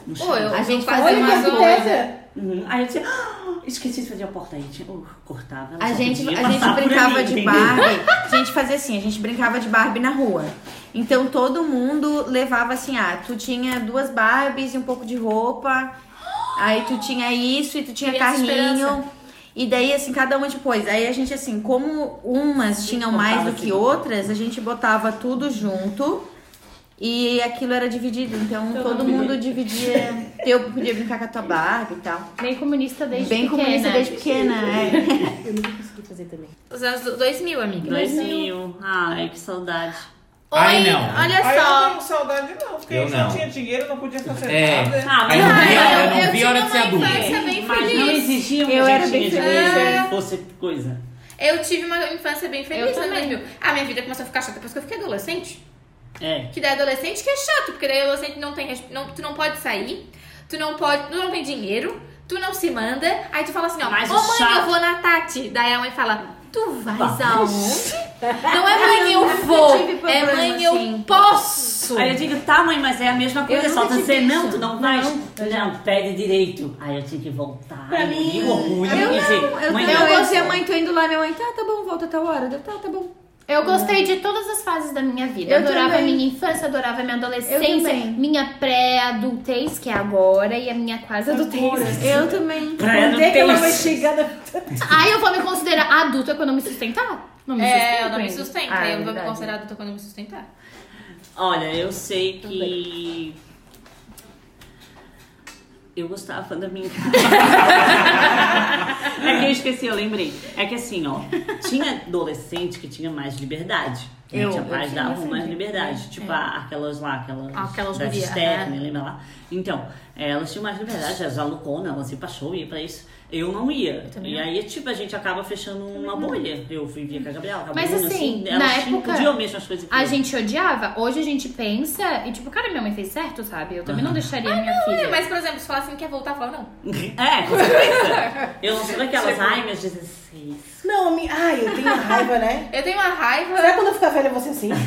G: no chão.
A: Pô, eu,
E: A gente
A: eu
E: fazia
A: fazia
B: Olha que
A: umas
B: arquiteta!
G: Uhum. Aí eu disse, "Ah, esqueci de fazer a porta aí. Tinha- Uh, cortava. ela
E: A
G: só
E: gente,
G: podia
E: a gente
G: passar por
E: brincava
G: ali,
E: de
G: entendeu?
E: Barbie. A gente fazia assim, a gente brincava de Barbie na rua. Então todo mundo levava assim, ah, tu tinha duas Barbies e um pouco de roupa. Aí tu tinha isso e tu tinha
A: Criança
E: carrinho.
A: Esperança.
E: E daí, assim, cada uma de coisa. Aí a gente, assim, como umas tinham mais do
G: Botava
E: que
G: assim.
E: outras, a gente botava tudo junto. E aquilo era dividido. Então todo mundo dividia. Eu podia brincar com a tua Barbie e tal.
F: Bem comunista desde
E: Bem
F: pequena.
E: comunista desde pequena, é.
B: Eu nunca consegui fazer também.
A: Os anos do- 2000, amiga.
G: 2000. Ai, que saudade.
A: Oi,
D: Ai, não.
A: olha
C: Aí eu não
A: só.
C: tenho saudade, não, porque
D: Eu
C: a gente
D: não.
C: não tinha dinheiro, não podia fazer
D: É.
C: nada.
G: Ah,
D: Aí
G: mas-
D: eu não vi,
A: Ah,
D: eu
A: eu
D: não vi a hora de ser
A: tinha uma
D: adulta.
A: infância bem
G: Mas não
A: feliz.
G: exigia um
E: Eu era bem
G: jeitinho de
A: feliz.
G: que ele fosse coisa.
A: Eu tive uma infância bem feliz
F: Eu
A: no
F: também.
A: 2000. A minha vida começou a ficar chata depois que eu fiquei adolescente.
G: É.
A: Que daí adolescente que é chato, porque daí adolescente não tem. res- Não, tu não pode sair, tu não pode. Tu não tem dinheiro, tu não se manda. Aí tu fala assim, ó,
G: Mas
A: ô
G: o
A: mãe,
G: chato-
A: eu vou na Tati. Daí a mãe fala, tu vais aonde? Não é mãe, eu vou.
E: tive
A: É
E: problema
A: mãe, eu
E: assim.
A: posso.
G: Aí eu digo, tá, mãe, mas é a mesma coisa,
E: Eu
G: só
E: nunca
G: você
E: tive
G: dizer, não,
E: isso.
G: tu não vais.
E: Não,
G: Não, pede direito. Aí eu tinha que voltar.
B: Pra mim,
G: eu orgulho,
B: eu
G: e dizer,
E: Eu,
G: mãe,
E: também,
G: não,
E: eu dizia, mãe, tô indo lá, minha mãe, tá, tá bom, volta a tal hora. Eu, Tá, tá bom.
F: Eu gostei de todas as fases da minha vida. Eu
E: Eu
F: adorava
E: também.
F: a minha infância, adorava a minha
E: Eu
F: adolescência,
E: também.
F: minha pré-adultez, que é agora, e a minha quase adultez.
E: Eu também.
G: Tá assim. pra não
B: Onde é que ela vai
G: ter
B: chegar na
F: Aí eu vou me considerar adulta quando eu me sustentar? Não me
A: É,
F: sustento
A: eu não me
F: ainda.
A: sustento.
E: Ah, é
A: eu vou me
E: verdade.
A: considerar adulta quando eu me sustentar.
G: Olha, eu sei que. Eu gostava da minha É que eu esqueci, eu lembrei. É que assim, ó, tinha adolescente que tinha mais liberdade. né?
E: Eu-
G: tinha
E: eu
G: paz
E: tinha
G: da rua,
E: bastante,
G: mais liberdade. tipo, a- aquelas lá, aquelas,
A: Aquelas
G: das
A: guria,
G: Stephanie,
A: aham.
G: lembra lá? Então, é, elas tinham mais liberdade, as alucona, elas se paixou, ia pra isso. Eu não ia.
A: também
G: E aí, tipo, a gente acaba fechando uma bolha. Eu vivia com a Gabriela, com a
F: Mas,
G: Bruna,
F: assim, na
G: elas tinham-
F: época,
G: podiam mesmo as coisas que
F: A
G: eu.
F: gente odiava, hoje a gente pensa e tipo, cara, minha mãe fez certo, sabe? Eu
E: Ah.
F: também não deixaria minha filha.
A: É, mas, por exemplo, se falar assim, quer voltar, fala não.
G: É, com certeza. Eu não sou daquelas, ai, meus 16.
B: Não, me... ai, eu tenho raiva, né?
A: Eu tenho uma
B: Será
A: raiva.
B: que quando eu ficar velha eu vou ser assim?
G: Não,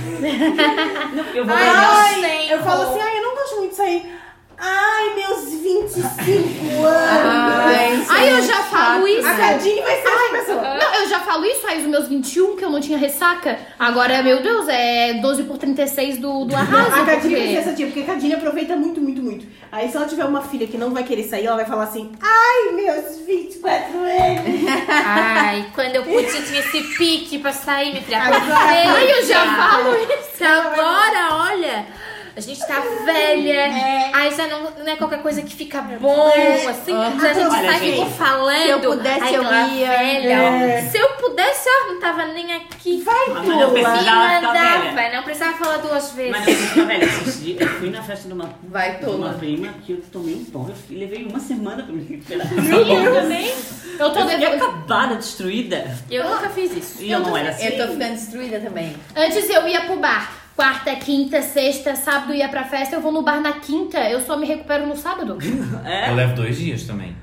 G: eu vou lembrar.
A: Ai,
B: eu falo assim, ai, eu não gosto muito disso aí. Ai, meus 25 Ah, anos.
F: Aí eu já falo isso.
B: a Cadine vai ser essa pessoa.
F: Não, eu já falo isso aí os meus 21, que eu não tinha ressaca. Agora, meu Deus, é 12 por 36 do, do arraso.
B: A Cadine vai ser
F: porque...
B: essa tia, porque a Cadine aproveita muito, muito, muito. Aí se ela tiver uma filha que não vai querer sair, ela vai falar assim, ai, meus 24 anos.
A: Ai, quando eu pude, eu tinha esse pique pra sair, minha filha.
B: Agora-
A: Ai, eu já falo isso. Agora, olha, a gente tá velha. Aí já não, não é qualquer coisa que fica bom, assim. Já a gente
G: Olha,
A: sai
G: gente,
A: ficou falando.
E: se eu pudesse,
A: Ai,
E: eu
A: aquela
E: ia.
A: Velha,
B: É.
A: ó. Se eu pudesse, eu não tava nem aqui. Vai,
G: Mas eu precisava
A: me
G: ficar tá velha.
A: mandava. Não precisava falar duas vezes.
G: Mas eu precisava velha. Esses dias Eu fui na festa de uma,
E: Vai,
G: de uma prima que eu tomei um pão. Eu fiquei- levei uma semana pra me recuperar.
F: Meu Deus. Eu tô
G: Eu fiquei
F: devendo.
G: acabada, destruída.
A: Eu nunca fiz isso.
G: E eu não era assim.
E: Eu tô ficando destruída também.
F: Antes eu ia pro bar. Quarta, quinta, sexta, sábado eu ia pra festa. Eu vou no bar na quinta, eu só me recupero no sábado.
G: É.
D: Eu levo dois dias também.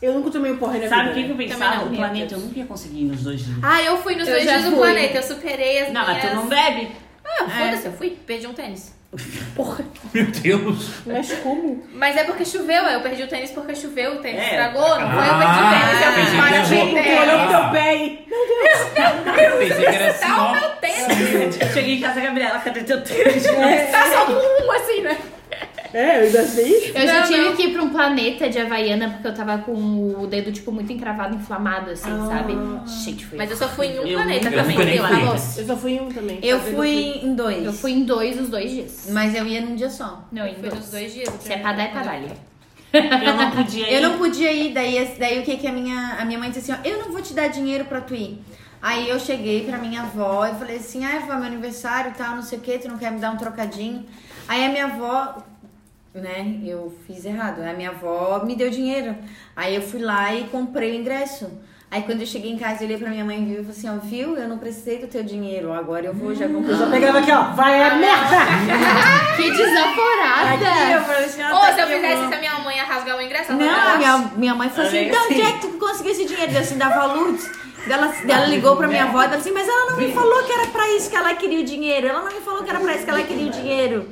B: Eu nunca tomei um porra na
G: Sabe
B: vida.
G: o que, que eu
A: Também
G: pensava?
A: não,
G: o
A: meu
G: planeta
A: Deus.
G: eu nunca ia conseguir ir nos dois dias.
A: Ah, eu fui nos
F: Eu
A: dois
F: já
A: dias do
F: fui.
A: planeta. Eu superei as
G: Não, mas
A: minhas...
G: tu não bebe.
A: é. Ah, foda-se, eu fui. Perdi um tênis.
D: Meu Deus.
B: Mas como?
A: Mas é porque choveu, eu perdi o tênis porque choveu, o tênis
G: É.
A: estragou, não foi eu perdi o tênis,
D: Ah,
A: eu
D: pensei
A: fui
D: que
A: para de
D: era-
A: tênis.
B: Olhou pro teu pé aí.
D: Pensei que era assim,
A: Tá o
D: ó.
A: meu tênis,
G: Eu cheguei em casa, Gabriela, cadê teu tênis?
A: tá só um assim, né?
B: É, eu ainda sei.
F: Eu já
A: Não,
F: tive
A: não.
F: que ir pra um planeta de Havaiana porque eu tava com o dedo, tipo, muito encravado, inflamado, assim, sabe? Gente, foi.
A: Mas eu só fui em um
G: Eu
B: tá
A: planeta
D: nunca- eu
A: também,
D: nunca nem
A: deu,
D: fui.
A: acabou.
B: Eu só fui em um também.
E: Eu
B: Talvez
E: fui em dois.
F: Eu fui em dois os dois dias.
E: Mas eu ia num dia só.
F: Não, em
A: Foi
F: dois.
A: nos dois dias.
F: Se é pra dar, é pra dar.
G: Eu não podia ir.
E: Eu não podia ir, daí, daí o que que a minha, a minha mãe disse assim, ó, eu não vou te dar dinheiro pra tu ir. Aí eu cheguei pra minha avó e falei assim, ah, foi meu aniversário e tal, não sei o que, tu não quer me dar um trocadinho? Aí a minha avó, né, eu fiz errado, a minha avó me deu dinheiro. Aí eu fui lá e comprei o ingresso. Aí quando eu cheguei em casa, eu olhei pra minha mãe e viu, e falei assim, ó, viu, eu não precisei do teu dinheiro, agora eu vou, já comprei.
B: Eu pegava aqui, ó. Vai a merda!
F: Que desaforada!
E: Aqui, eu falei assim, ó,
A: Ô,
E: tá
A: se eu
E: aqui,
A: fizesse
E: vó.
A: isso, a minha mãe ia rasgar o ingresso. ela
E: Não,
A: falava,
E: a minha, minha mãe falou assim,
G: Olha
E: então,
G: aí,
E: onde
G: assim.
E: é que tu conseguiu esse dinheiro? Deu assim, da Valurdes. Ela, ela ligou pra minha avó e disse assim, mas ela não me falou que era pra isso que ela queria o dinheiro. Ela não me falou que era pra isso que ela queria o dinheiro.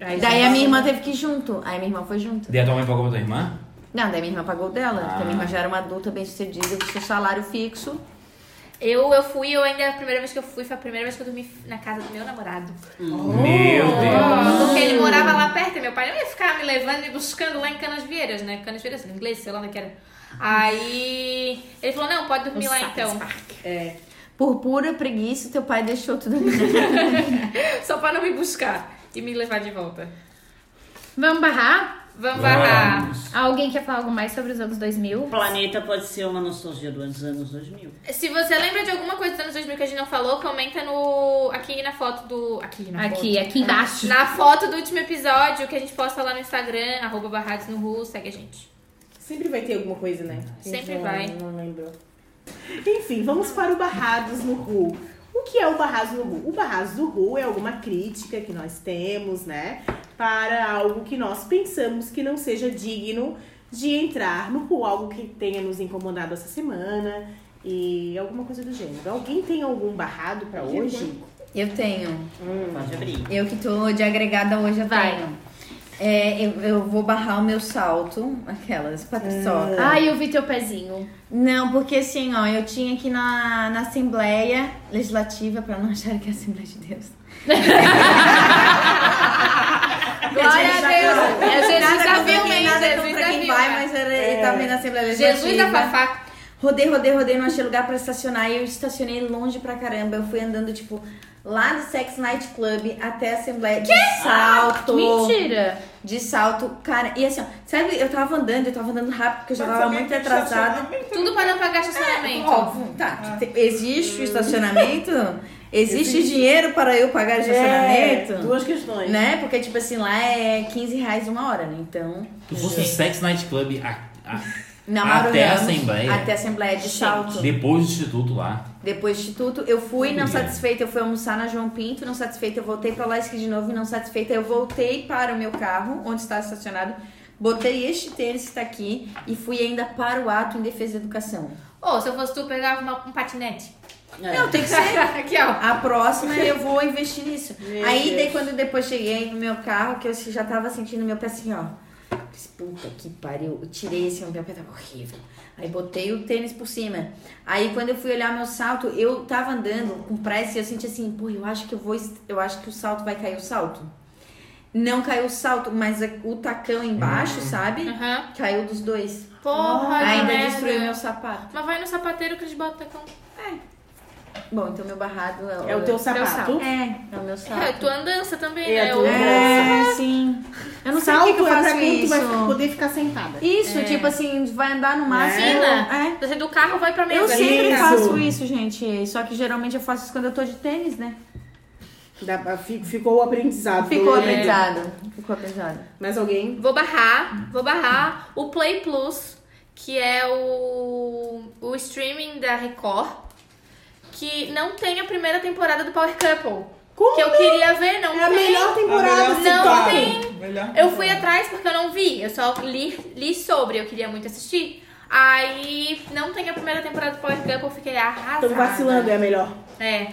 E: Daí a minha irmã teve que ir junto. Aí minha irmã foi junto.
D: Dei a tua mãe pra alguma tua irmã?
E: Não, daí minha irmã pagou o dela. Porque
D: Ah.
E: minha irmã já era uma adulta bem sucedida, com seu salário fixo.
A: Eu, eu fui, eu ainda, a primeira vez que eu fui, foi a primeira vez que eu dormi na casa do meu namorado.
D: Meu Deus.
A: Porque ele morava lá perto, e meu pai não ia ficar me levando e buscando lá em Canasvieiras, né? Canasvieiras, em inglês, sei lá onde é que era. Aí ele falou, não, pode dormir lá então.
E: Por pura preguiça, teu pai deixou tudo ali.
A: Só pra não me buscar e me levar de volta.
F: Vamos barrar?
A: Vamos barrar.
D: Vamos.
F: Alguém quer falar algo mais sobre os anos 2000?
G: O planeta pode ser uma nostalgia dos anos 2000.
A: Se você lembra de alguma coisa dos anos 2000 que a gente não falou, comenta no aqui na foto do... Aqui, na foto.
F: Aqui, aqui embaixo.
A: Na foto do último episódio que a gente posta lá no Instagram, arroba barrados no Ru, segue a gente.
B: Sempre vai ter alguma coisa, né? Que a gente
A: Sempre
B: não-
A: vai.
B: Não lembro. Enfim, vamos para o Barrados no Ru. O que é o Barrados no Ru? O Barrados no Ru é alguma crítica que nós temos, né? Para algo que nós pensamos que não seja digno de entrar no Ru, algo que tenha nos incomodado essa semana e alguma coisa do gênero. Alguém tem algum barrado para hoje?
E: Eu tenho.
G: Pode abrir.
E: Eu que tô de agregada hoje, eu
F: Vai.
E: tenho. É, eu, eu vou barrar o meu salto. Aquelas, patriçoca.
F: Ai, eu vi teu pezinho.
E: Não, porque assim, ó, eu tinha aqui na, na Assembleia Legislativa, pra não achar que é a Assembleia de Deus.
A: Glória a Deus. É Jesus
E: nada
A: da
E: contra
A: Vilma,
E: quem,
A: hein?
E: nada
A: Jesus
E: contra
A: da
E: quem
A: Vilma.
E: vai, mas era, ele tava na Assembleia Legislativa.
A: Jesus da Fafá.
E: Rodei, rodei, rodei, não achei lugar pra estacionar. E eu estacionei longe pra caramba. Eu fui andando, tipo, lá do Sex Night Club até a Assembleia de salto.
F: Mentira!
E: De salto, cara. E assim, ó, sabe, eu tava andando, eu tava andando rápido, porque eu já tava muito
C: tá
E: atrasada.
A: Tudo para não pagar estacionamento.
E: Óbvio, tá. Te- Existe o estacionamento? Existe dinheiro para eu pagar o estacionamento?
B: É, duas questões.
E: Né? Porque, tipo assim, lá é 15 reais uma hora, né? Então.
D: Tu fosse no Sex Night Club a- a-
E: Na Mauro
D: Até a
E: Ramos,
D: Assembleia.
E: Até a Assembleia de Salto.
D: depois do instituto lá.
E: Depois do Instituto, eu fui, não
D: Olha.
E: satisfeita, eu fui almoçar na João Pinto, não satisfeita, eu voltei pra Lasque de novo, não satisfeita, eu voltei para o meu carro, onde está estacionado, botei este tênis que está aqui e fui ainda para o ato em defesa da educação.
A: Ô, se eu fosse tu, pegava uma- um patinete.
B: É.
E: Não, tem que ser.
A: Aqui, ó.
E: A próxima eu vou investir nisso.
B: Meu
E: aí, daí,
B: Deus.
E: quando depois cheguei no meu carro, que eu já tava sentindo meu pé assim, ó. Disse, Puta que pariu. Eu tirei esse meu pé, tava horrível. Aí botei o tênis por cima. Aí quando eu fui olhar meu salto, eu tava andando com pressa e eu senti assim, pô, eu acho que eu vou. est- Eu acho que o salto vai cair o salto. Não caiu o salto, mas a- o tacão embaixo, sabe?
A: Aham.
E: Caiu dos dois.
A: Porra, que
E: Ainda
A: merda.
B: né?
E: destruiu meu sapato.
A: Mas vai no sapateiro que eles botam com...
E: Bom, então meu barrado é,
B: É o teu sapato.
E: É, é o meu salto.
A: É, tua andança também,
B: Tá. É,
A: né?
B: a
A: O-
B: tua
E: É, sim. Eu não sei por
B: Salto
E: que que eu
B: é
E: faço
B: pra quando tu
E: isso.
B: vai fi- poder ficar sentada.
E: Isso, tipo assim, vai andar no máximo.
A: Fina.
E: É.
A: Você do carro vai pra mesa.
E: Eu sempre
B: Isso.
E: faço isso, gente. Só que geralmente eu faço isso quando eu tô de tênis, né?
B: Dá- fi- Ficou o aprendizado.
E: Ficou
B: Dolorido.
E: aprendizado. Ficou aprendizado.
B: Mais alguém?
A: Vou barrar, vou barrar o Play Plus, que é o, o streaming da Record, que não tem a primeira temporada do Power Couple.
B: Como
A: Que eu queria ver, não
B: É a
A: tem.
B: melhor temporada, se
A: Não
B: toca.
A: tem. assim, Eu fui atrás porque eu não vi, eu só li, li sobre, eu queria muito assistir. Tá Aí não tem a primeira temporada do Power Couple, eu fiquei arrasada.
B: Tô vacilando, é a melhor.
A: É.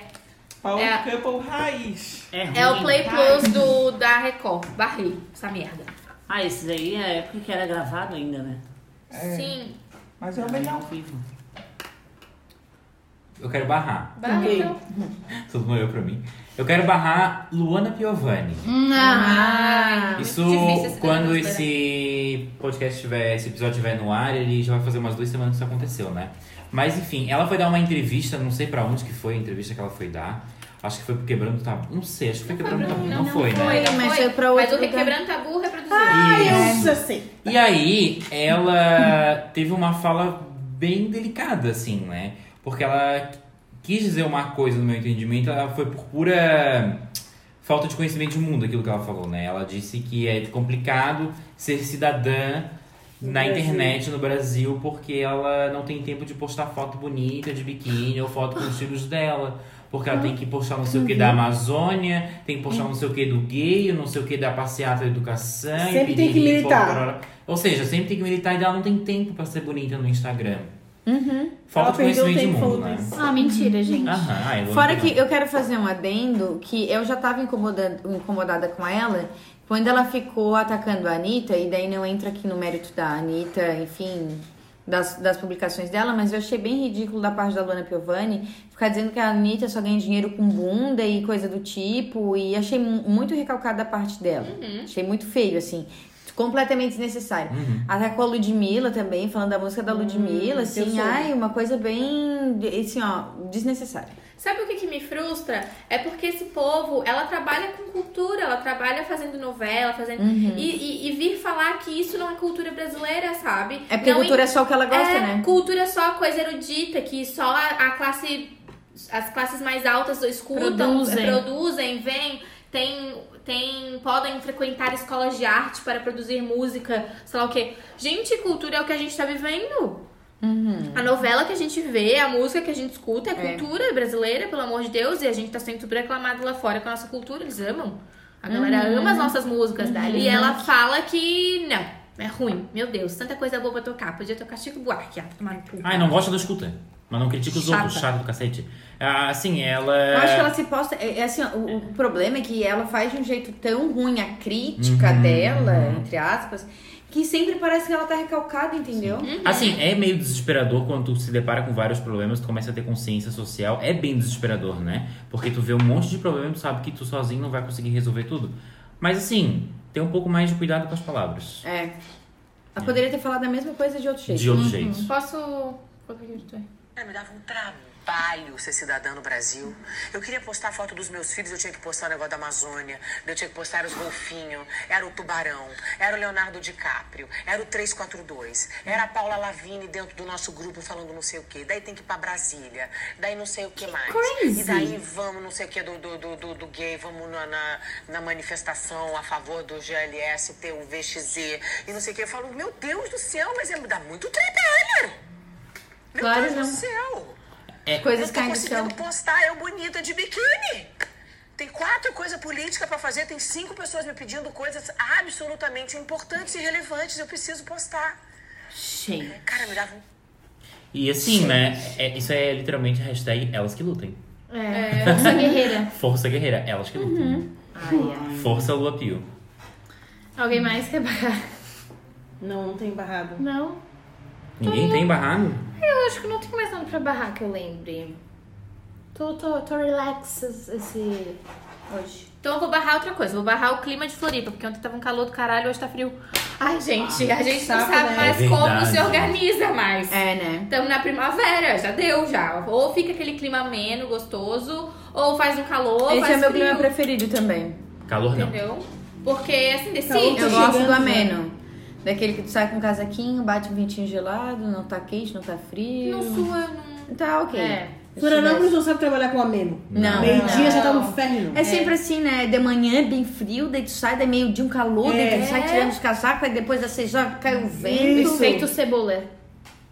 C: Power
A: É.
C: Couple raiz.
A: É o
G: ruim.
A: Play Plus do, da Record. Barrei essa merda.
G: Ah, esse daí é a época que era gravado ainda, né?
C: É,
A: Sim.
C: Mas é o
G: Era
C: melhor.
G: ao vivo.
D: Eu quero barrar.
A: Barrei. então.
D: Todo mundo olhou pra mim. Eu quero barrar Luana Piovani.
A: Ah,
D: Isso
A: muito difícil esse
D: quando
A: negócio, né?
D: esse podcast tiver, esse episódio tiver no ar, ele já vai fazer umas duas semanas que isso aconteceu, né? Mas enfim, ela foi dar uma entrevista, não sei pra onde que foi a entrevista que ela foi dar. Acho que foi pro Quebrando Tabu. Não sei, acho que foi Quebrando Tabu. Não, foi, né?
E: Foi, mas foi pra outro
A: Mas o
E: lugar. Ah.
A: Quebrando Tabu reproduziu.
B: Eu assim.
D: Isso.
B: já sei.
D: E aí, ela teve uma fala bem delicada, assim, né? Porque ela quis dizer uma coisa, no meu entendimento, ela foi por pura falta de conhecimento de mundo, aquilo que ela falou, né? Ela disse que é complicado ser cidadã na
B: Brasil.
D: internet no Brasil porque ela não tem tempo de postar foto bonita de biquíni ou foto com os filhos dela. Porque ela tem que postar não sei o que
B: Uhum.
D: da Amazônia, tem que postar não sei o que do gay, não sei o que da passeata da educação. e
B: Sempre tem que
D: piriri,
B: militar.
D: pororó. Ou seja, sempre tem que militar e ela não tem tempo pra ser bonita no Instagram. Falta
B: Ela
D: de
B: perdeu o
D: conhecimento de
B: tempo
D: mundo,
B: falando
D: né?
B: isso.
F: Ah, mentira, gente.
D: Aham, ah, eu vou
E: Fora
D: entender.
E: que eu quero fazer um adendo que eu já tava incomodando- incomodada com ela quando ela ficou atacando a Anitta, e daí não entra aqui no mérito da Anitta, enfim, das, das publicações dela, mas eu achei bem ridículo da parte da Luana Piovani ficar dizendo que a Anitta só ganha dinheiro com bunda e coisa do tipo, e achei mu- muito recalcada a parte dela. Achei muito feio, assim. Completamente desnecessário.
D: Uhum.
E: Atacou a Ludmilla também, falando da música da Ludmilla, assim, ai, uma coisa bem, assim, ó, desnecessária.
A: Sabe o que, que me frustra? É porque esse povo, ela trabalha com cultura, ela trabalha fazendo novela, fazendo. E, e- e vir falar que isso não é cultura brasileira, sabe?
E: É porque
A: não
E: cultura é só o que ela gosta,
A: é,
E: né?
A: cultura é só coisa erudita, que só a, a classe. As classes mais altas escutam,
F: Produzem.
A: eh, produzem vêm, tem, tem, podem frequentar escolas de arte para produzir música, sei lá o quê. Gente, cultura é o que a gente tá vivendo. A novela que a gente vê, a música que a gente escuta, é
E: É.
A: cultura brasileira, pelo amor de Deus, e a gente tá sendo super aclamado lá fora com a nossa cultura, eles amam. A galera ama as nossas músicas dali e ela fala que não. É ruim, meu Deus, tanta coisa boa pra tocar. Podia tocar Chico Buarque, ah, vai tomar no cu.
D: Ai, não gosta da escuta. Mas não critica os
A: Chata.
D: outros, chato do cacete. Ah, assim,
E: Eu acho que
D: ela.
E: ela se posta. É, é assim, ó, o, o problema é que ela faz de um jeito tão ruim a crítica
D: Uhum.
E: dela, entre aspas, que sempre parece que ela tá recalcada, entendeu?
D: Assim, é meio desesperador quando tu se depara com vários problemas, tu começa a ter consciência social. É bem desesperador, né? Porque tu vê um monte de problema e tu sabe que tu sozinho não vai conseguir resolver tudo. Mas assim, tem um pouco mais de cuidado com as palavras.
E: É. Ela poderia ter falado a mesma coisa de outro jeito.
D: De outro jeito.
A: Posso.
H: Ah, Me dava um trabalho ser cidadã no Brasil. Eu queria postar foto dos meus filhos, eu tinha que postar o negócio da Amazônia, eu tinha que postar os golfinhos, era o tubarão, era o Leonardo DiCaprio, era o 342, era a Paula Lavigne dentro do nosso grupo falando não sei o quê. Daí tem que ir pra Brasília, daí não sei o que, mais.
E: crazy.
H: E daí vamos não sei o que do, do, do, do- do gay, vamos na, na, na manifestação a favor do GLS, TUVXZ e não sei o que. Eu falo, meu Deus do céu, mas é, dá muito trabalho. Meu
E: Claro,
H: Deus
E: não.
H: do céu!
E: Coisas
H: não tô
E: caem do céu.
H: conseguindo postar eu bonita de biquíni. Tem quatro coisas políticas pra fazer, tem cinco pessoas me pedindo coisas absolutamente importantes e relevantes. Eu preciso postar.
F: Cheio.
H: Cara, me dava um
D: E assim, né? é- isso é literalmente a hashtag elas que lutem.
F: Força É. guerreira.
D: Força guerreira, elas que lutem. Força é Lua Pio.
F: Alguém mais quer barrar?
B: Não, não tem barrado.
F: Não.
D: Ninguém tem barrado?
F: Eu acho que não tem mais nada pra barrar que eu lembre. Tô, tô, tô relax esse... Hoje.
A: Então eu vou barrar outra coisa, vou barrar o clima de Floripa, porque ontem tava um calor do caralho, hoje tá frio. Ai, gente, a gente não
B: saco,
A: sabe
B: né?
A: mais
D: É
A: como
D: verdade.
A: se organiza mais.
E: É, né?
A: Estamos na primavera, já deu já. Ou fica aquele clima ameno, gostoso, ou faz um calor,
E: Esse
A: faz
E: é meu
A: frio,
E: clima preferido também.
D: Calor não.
A: Entendeu? Porque assim,
B: Calor
A: decide.
E: Eu
B: Tô
E: gosto
B: chegando,
E: do
B: né?
E: ameno. Daquele que tu sai com um casaquinho, bate um ventinho gelado, não tá quente, não tá frio.
A: Não sua, não.
E: Tá ok.
F: É.
E: Eu
B: Florianópolis não sabe trabalhar com ameno.
E: Não.
B: Meio-dia já tá no ferro.
E: É sempre assim, né? De manhã é bem frio, daí tu sai, daí meio de um calor, daí tu sai tirando os casacos, aí depois das seis horas cai o vento.
B: Isso.
F: Efeito cebola.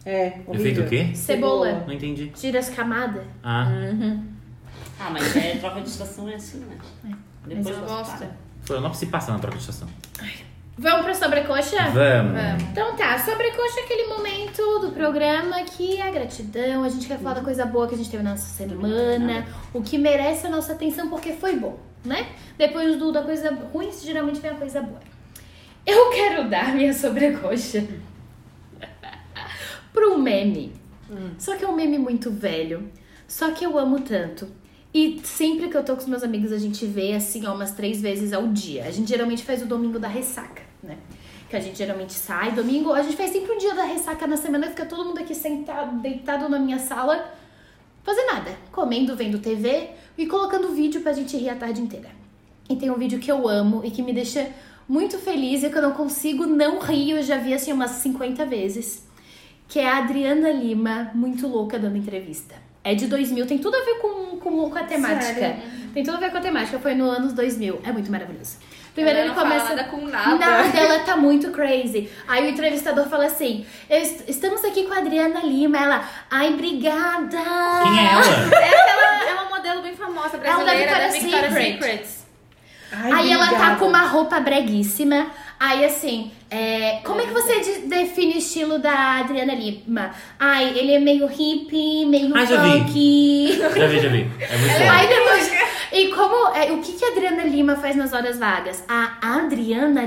B: É,
D: Efeito
B: horrível.
D: o quê?
F: Cebola.
D: Não entendi.
F: Tira as camadas.
D: Ah.
G: Ah, mas é troca de estação é assim, né? Depois
A: eu
G: você
A: gosto.
G: para.
D: Florianópolis se passa na troca de estação.
F: Vamos pra sobrecoxa?
D: Vamos.
A: Vamos.
F: Então tá, sobrecoxa é aquele momento do programa que é a gratidão, a gente quer falar da coisa boa que a gente teve na nossa semana, o que merece a nossa atenção porque foi bom, né? Depois do da coisa ruim, geralmente vem a coisa boa. Eu quero dar minha sobrecoxa pra um meme. Só que é um meme muito velho, só que eu amo tanto. E sempre que eu tô com os meus amigos, a gente vê assim, ó, umas três vezes ao dia. A gente geralmente faz o domingo da ressaca, né? Que a gente geralmente sai. Domingo, a gente faz sempre um dia da ressaca na semana, fica todo mundo aqui sentado, deitado na minha sala, fazer nada. Comendo, vendo TV e colocando vídeo pra gente rir a tarde inteira. E tem um vídeo que eu amo e que me deixa muito feliz e que eu não consigo não rir. Eu já vi assim umas 50 vezes. Que é a Adriana Lima, muito louca, dando entrevista. É de 2000, tem tudo a ver com, com, com a temática.
B: Sério?
F: Tem tudo a ver com a temática, foi no anos 2000. É muito maravilhoso. Primeiro
A: Ela
F: ele
A: não fala
F: começa.
A: nada com nada.
F: Nada, ela tá muito crazy. Aí o entrevistador fala assim: "Eu est- estamos aqui com a Adriana Lima. Ela, ai, obrigada!
D: Quem é ela?
A: É, aquela, é uma modelo bem famosa brasileira né?
F: Ela é da
A: da
F: Victoria's
A: Victoria's
F: Secret.
A: Secrets.
F: Aí ela tá
B: obrigada.
F: com uma roupa breguíssima. Aí assim, é, como é que você de- define o estilo da Adriana Lima? Ai, ele é meio hippie, meio
D: Ah, já vi.
F: funky.
D: já vi, já vi. É muito bom.
F: Aí depois. E como. é, o que, que a Adriana Lima faz nas horas vagas? A Adriana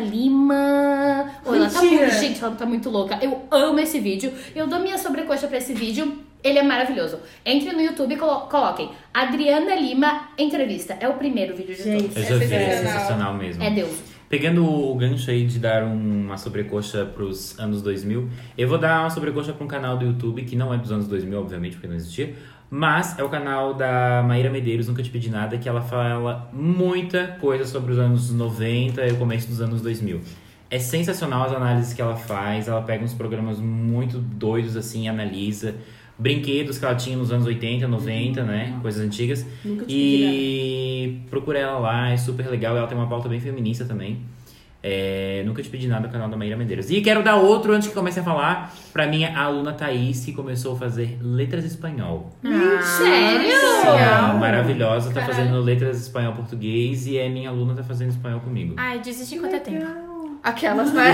F: Lima. Ô, ela tá
B: Mentira.
F: muito, gente, ela tá muito louca. Eu amo esse vídeo. Eu dou minha sobrecoxa pra esse vídeo. Ele é maravilhoso. Entre no YouTube e colo- coloquem. Adriana Lima entrevista. É o primeiro vídeo de
B: Gente,
F: todos.
D: Eu já vi, é
B: sensacional.
D: sensacional mesmo.
F: É Deus.
D: Pegando o gancho aí de dar um, uma sobrecoxa pros anos 2000, eu vou dar uma sobrecoxa pra um canal do YouTube que não é dos anos 2000, obviamente, porque não existia, mas é o canal da Maíra Medeiros, Nunca Te Pedi Nada, que ela fala muita coisa sobre os anos 90 e o começo dos anos 2000. É sensacional as análises que ela faz, ela pega uns programas muito doidos assim, e analisa brinquedos que ela tinha nos anos 80, 90, né, coisas antigas.
B: Nunca te pedi nada.
D: E procura ela lá, é super legal. Ela tem uma pauta bem feminista também. É, nunca te pedi nada no canal da Maíra Medeiros. E quero dar outro antes que comece a falar pra minha aluna Thaís, que começou a fazer letras espanhol.
B: Ah.
A: Sério?
D: maravilhosa, tá
A: Caralho.
D: fazendo letras espanhol-português e é minha aluna tá fazendo espanhol comigo.
A: Ai, desisti quanto é tempo. Aquelas, né?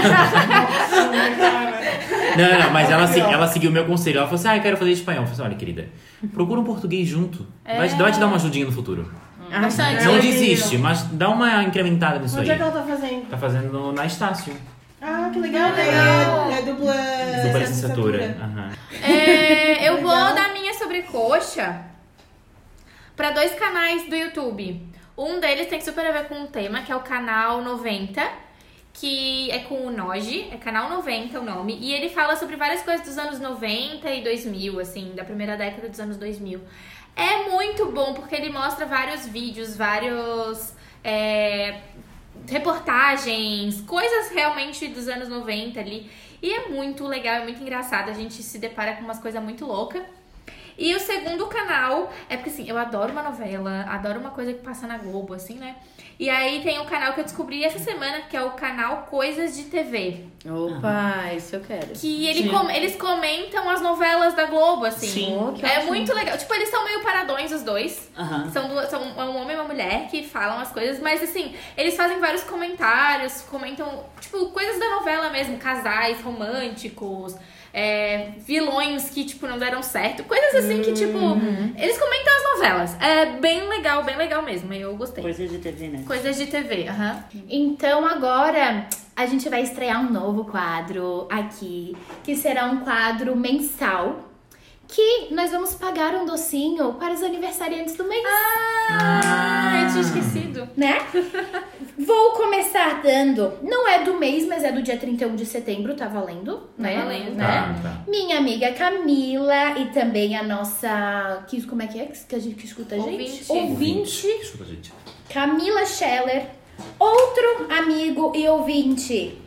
D: Não, não, não, mas ela, se- ela seguiu o meu conselho. Ela falou assim: ah, eu quero fazer espanhol. Eu falei assim: olha, querida, procura um português junto.
A: É.
D: Vai, te- vai te dar uma ajudinha no futuro.
A: Bastante.
D: Não desiste, mas dá uma incrementada nisso
B: Onde é
D: aí.
B: que ela tá fazendo?
D: Tá fazendo na Estácio.
B: Ah, que legal. É, é dupla...
D: Dupla licenciatura. Aham.
A: É, eu vou
B: Legal.
A: dar minha sobrecoxa pra dois canais do YouTube. Um deles tem super a ver com o tema, que é o canal 90, que é com o Noji, é canal 90 o nome, e ele fala sobre várias coisas dos anos 90 e 2000, assim, da primeira década dos anos 2000. É muito bom porque ele mostra vários vídeos, vários é, reportagens, coisas realmente dos anos 90 ali. E é muito legal, é muito engraçado. A gente se depara com umas coisas muito loucas. E o segundo canal é porque assim, eu adoro uma novela, adoro uma coisa que passa na Globo, assim, né? E aí tem um canal que eu descobri essa semana, que é o canal Coisas de TV.
E: Opa, isso eu quero.
A: Que ele com- eles comentam as novelas da Globo, assim.
G: Sim.
E: Oh, que
A: É
E: ótimo.
A: muito legal. Tipo, eles são meio paradões os dois.
G: Aham.
A: São, duas, são um homem e uma mulher que falam as coisas, mas assim, eles fazem vários comentários, comentam, tipo, coisas da novela mesmo, casais românticos, é, vilões que, tipo, não deram certo, coisas assim que, tipo, eles comentam as novelas. É bem legal, bem legal mesmo, eu gostei.
G: Coisa de TV, né?
A: Coisas de TV, aham.
F: Então agora a gente vai estrear um novo quadro aqui, que será um quadro mensal, que nós vamos pagar um docinho para os aniversariantes do mês,
A: Ah, eu tinha esquecido.
F: né? Vou começar dando, não é do mês, mas é do dia 31 de setembro, tá valendo, né?
A: valendo.
F: né?
D: Tá, tá.
F: Minha amiga Camila e também a nossa, que, como é que é que a gente que escuta a gente?
A: Ouvinte.
F: Ouvinte.
D: Desculpa, gente.
F: Camila Scheller, outro amigo e ouvinte,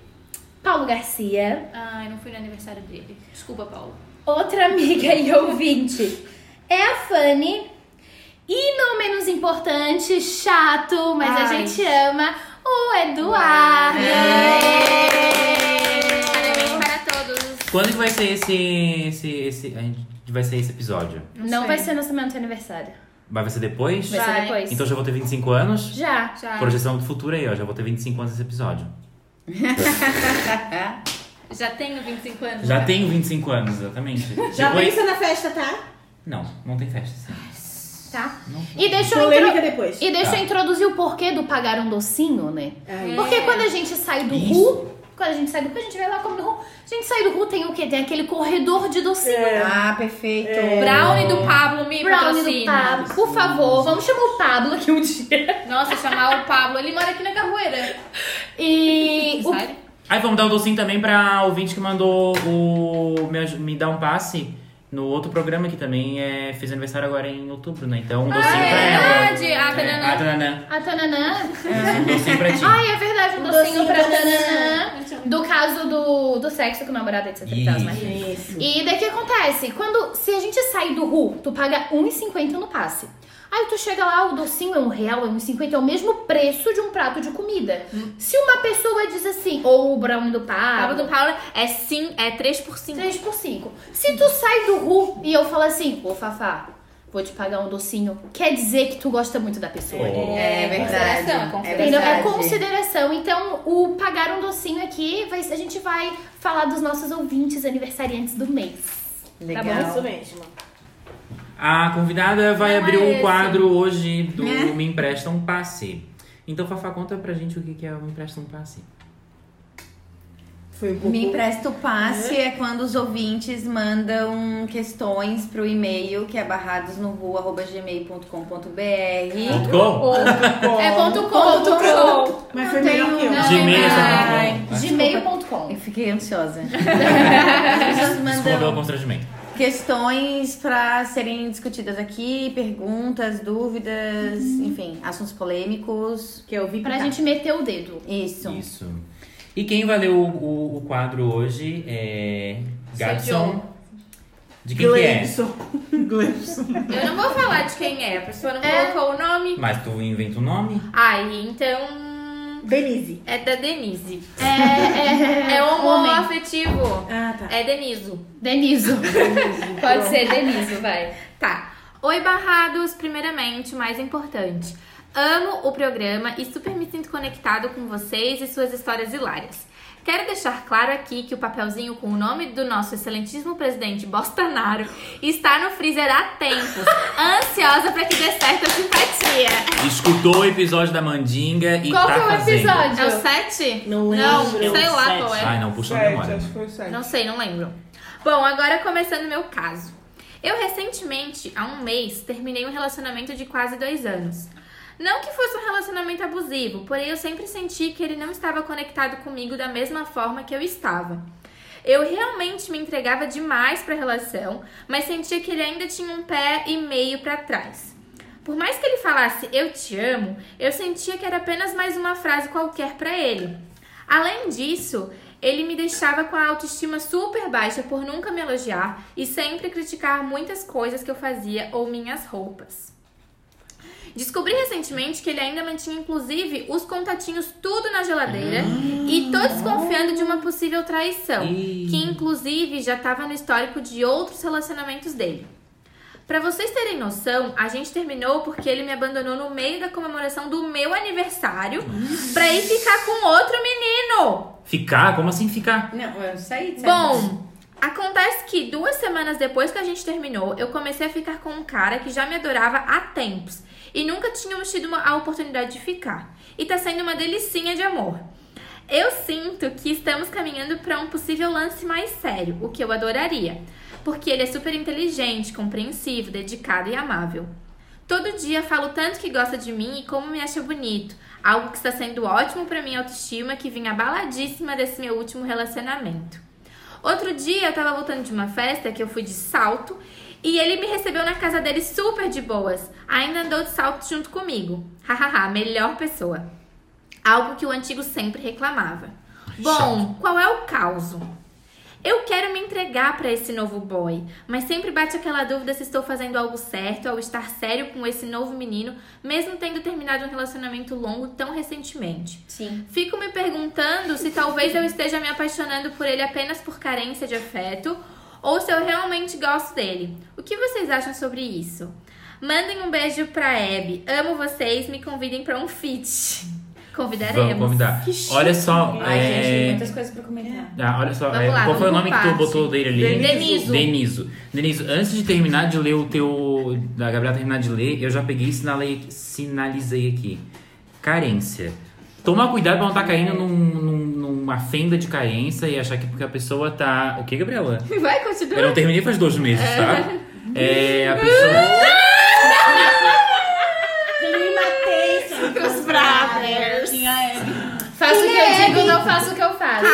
F: Paulo Garcia,
A: Ai, não fui no aniversário dele. Desculpa, Paulo.
F: outra amiga e ouvinte, é a Fanny, e não menos importante, chato, mas a
A: Ai.
F: gente ama, o Eduardo.
A: Parabéns para todos.
D: Quando que vai ser esse. esse, esse a gente vai ser esse episódio?
F: Não
A: sei.
F: vai ser na semana do aniversário,
D: Vai vai Então- ser depois?
F: vai, ser
A: Vai.
F: depois. Ah.
D: Então já vou ter 25 anos.
F: Já.
A: Já.
D: Projeção do futuro aí, ó. Já vou ter 25 anos esse episódio.
A: Já tá. tenho 25 anos. né?
D: Já tenho 25 anos, exatamente.
B: Já
D: Depois-
B: pensa na festa, tá?
D: Não, não tem festa. sim.
F: Tá? E deixa eu,
B: Polêmica
F: intro...
B: depois.
F: e deixa
D: Tá.
F: eu introduzir o porquê do pagar um docinho, né?
B: Aí.
F: Porque quando a gente sai do
D: Isso.
F: RU, quando a gente sai do RU, a gente vai lá come no RU. A gente sai do RU, tem o quê? Tem aquele corredor de docinho.
E: Ah, perfeito.
A: Brownie do Pablo me
F: Brownie do
A: patrocina.
F: Pablo. Por favor, vamos chamar o Pablo aqui um dia.
A: Nossa, chamar o Pablo. Ele mora aqui na Carroeira.
F: E o
A: Sabe?
D: Aí vamos dar um docinho também pra ouvinte que mandou o me, aj- me dar um passe no outro programa que também é, fez aniversário agora em outubro, né? Então um docinho
A: é
D: pra ela.
A: verdade. A Tananã.
D: a Tananã.
F: Ah, A Tananã.
D: Um docinho pra ti.
F: Ai, é verdade, um
B: Um
F: docinho,
B: docinho
F: pra
B: pra
F: Tananã. Do caso do, do sexo com o namorado, etc. e tal, né?
B: Isso.
F: E daí o que acontece? Quando, se a gente sai do RU, tu paga 1,50 no passe. Aí tu chega lá, o docinho é um real, é 1,50, é o mesmo preço de um prato de comida. Se uma pessoa diz assim, ou o brownie do
A: Pablo
F: Pablo,
A: Hum. do Pablo é sim, é 3 por 5.
F: 3 por 5. Se tu sai do RU e eu falo assim, ô Fafá, vou te pagar um docinho, quer dizer que tu gosta muito da pessoa.
E: É
A: Consideração,
E: verdade.
A: consideração.
E: É
F: Entendeu? É
E: verdade.
F: consideração. Então, o pagar um docinho aqui, vai- a gente vai falar dos nossos ouvintes aniversariantes do mês.
E: Legal.
B: Tá bom, isso mesmo.
D: A convidada vai
A: Não
D: abrir
A: é
D: um
A: esse.
D: quadro hoje do Me Empresta um Passe. Então, Fafá, conta pra gente o que que é o Me Empresta um Passe.
B: Foi um o Gugu.
E: Me empresta o passe é quando os ouvintes mandam questões pro e-mail que é barradosnorua.gmail.com.br.
D: Bom,
B: um
A: É ponto com,
F: Ponto
A: ponto com.
B: Mas
E: Não
B: foi melhor
E: tenho-
B: que eu.
E: não.
D: Gmail é só
E: Ai,
D: pra bom.
E: Eu
F: Gmail.com.
E: fiquei ansiosa. As pessoas
D: Desculpa pelo
E: mandam
D: constrangimento.
E: questões pra serem discutidas aqui, perguntas, dúvidas, enfim, assuntos polêmicos.
B: Que eu vi
F: Pra gente meter o dedo.
E: Isso.
D: Isso. E quem valeu o, o, o quadro hoje é. Gadson. De quem que é?
B: Glebson. Glebson.
A: Eu não vou falar de quem é. A pessoa não
F: É.
A: colocou o nome.
D: Mas tu inventa o nome?
A: Aí, então...
B: Denise.
A: É da Denise.
F: É,
A: É
F: homem.
A: homoafetivo.
B: Ah, tá.
A: É Deniso.
F: Deniso.
A: Pode ser Deniso, vai. Tá. Oi, barrados. Primeiramente, mais importante. Amo o programa e super me sinto conectado com vocês e suas histórias hilárias. Quero deixar claro aqui que o papelzinho com o nome do nosso excelentíssimo presidente Bolsonaro está no freezer há tempos, ansiosa para que dê certo a simpatia.
D: Escutou o episódio da Mandinga e
F: Qual
D: tá
F: que é o
D: fazendo.
F: episódio?
A: É o 7?
B: Não
A: Não,
B: lembro.
A: sei lá
G: Sete.
A: qual é.
D: Ai, não, puxa a
C: Sete,
D: memória.
C: acho que foi sete.
A: Não sei, não lembro. Bom, agora começando meu caso. Eu recentemente, há um mês, terminei um relacionamento de quase dois anos. Não que fosse um relacionamento abusivo, porém eu sempre senti que ele não estava conectado comigo da mesma forma que eu estava. Eu realmente me entregava demais para a relação, mas sentia que ele ainda tinha um pé e meio para trás. Por mais que ele falasse eu te amo, eu sentia que era apenas mais uma frase qualquer para ele. Além disso, ele me deixava com a autoestima super baixa por nunca me elogiar e sempre criticar muitas coisas que eu fazia ou minhas roupas. Descobri recentemente que ele ainda mantinha, inclusive, os contatinhos tudo na geladeira e tô desconfiando de uma possível traição,
D: Ih.
A: que inclusive já estava no histórico de outros relacionamentos dele. Pra vocês terem noção, a gente terminou porque ele me abandonou no meio da comemoração do meu aniversário pra ir ficar com outro menino.
D: Ficar? Como assim ficar?
E: Não, eu saí. saí.
A: Bom, acontece que duas semanas depois que a gente terminou, eu comecei a ficar com um cara que já me adorava há tempos. E nunca tínhamos tido uma, a oportunidade de ficar. E tá sendo uma delicinha de amor. Eu sinto que estamos caminhando pra um possível lance mais sério, o que eu adoraria. Porque ele é super inteligente, compreensivo, dedicado e amável. Todo dia falo tanto que gosta de mim e como me acha bonito, algo que está sendo ótimo pra minha autoestima que vinha abaladíssima desse meu último relacionamento. Outro dia eu tava voltando de uma festa que eu fui de salto e ele me recebeu na casa dele super de boas. Ainda andou de salto junto comigo. Hahaha, melhor pessoa. Algo que o antigo sempre reclamava. Bom, qual é o causo? Eu quero me entregar pra esse novo boy, mas sempre bate aquela dúvida se estou fazendo algo certo ao estar sério com esse novo menino, mesmo tendo terminado um relacionamento longo tão recentemente.
E: Sim.
A: Fico me perguntando se talvez eu esteja me apaixonando por ele apenas por carência de afeto ou se eu realmente gosto dele. O que vocês acham sobre isso? Mandem um beijo pra Abby. Amo vocês, me convidem pra um fit. Convidaremos.
D: Vamos convidar. Olha só,
E: Ai,
D: é...
E: gente, tem muitas coisas pra comentar.
D: Ah, olha só,
A: Vamos
D: é,
A: lá,
D: qual foi o
A: vamos
D: nome
A: por
D: que tu
A: partes.
D: botou dele ali?
A: Deniso.
D: Deniso. Deniso, antes de terminar de ler o teu. Da Gabriela terminar de ler, eu já peguei e sinalei, sinalizei aqui. Carência. Toma cuidado pra não estar tá caindo num- num- numa fenda de carência e achar que porque a pessoa tá. O que, Gabriela?
A: Vai,
D: Eu
A: continuar.
D: não terminei faz dois meses, tá? É, a pessoa.
A: Os brothers.
F: Faço o que eu digo, não faço o que eu faço.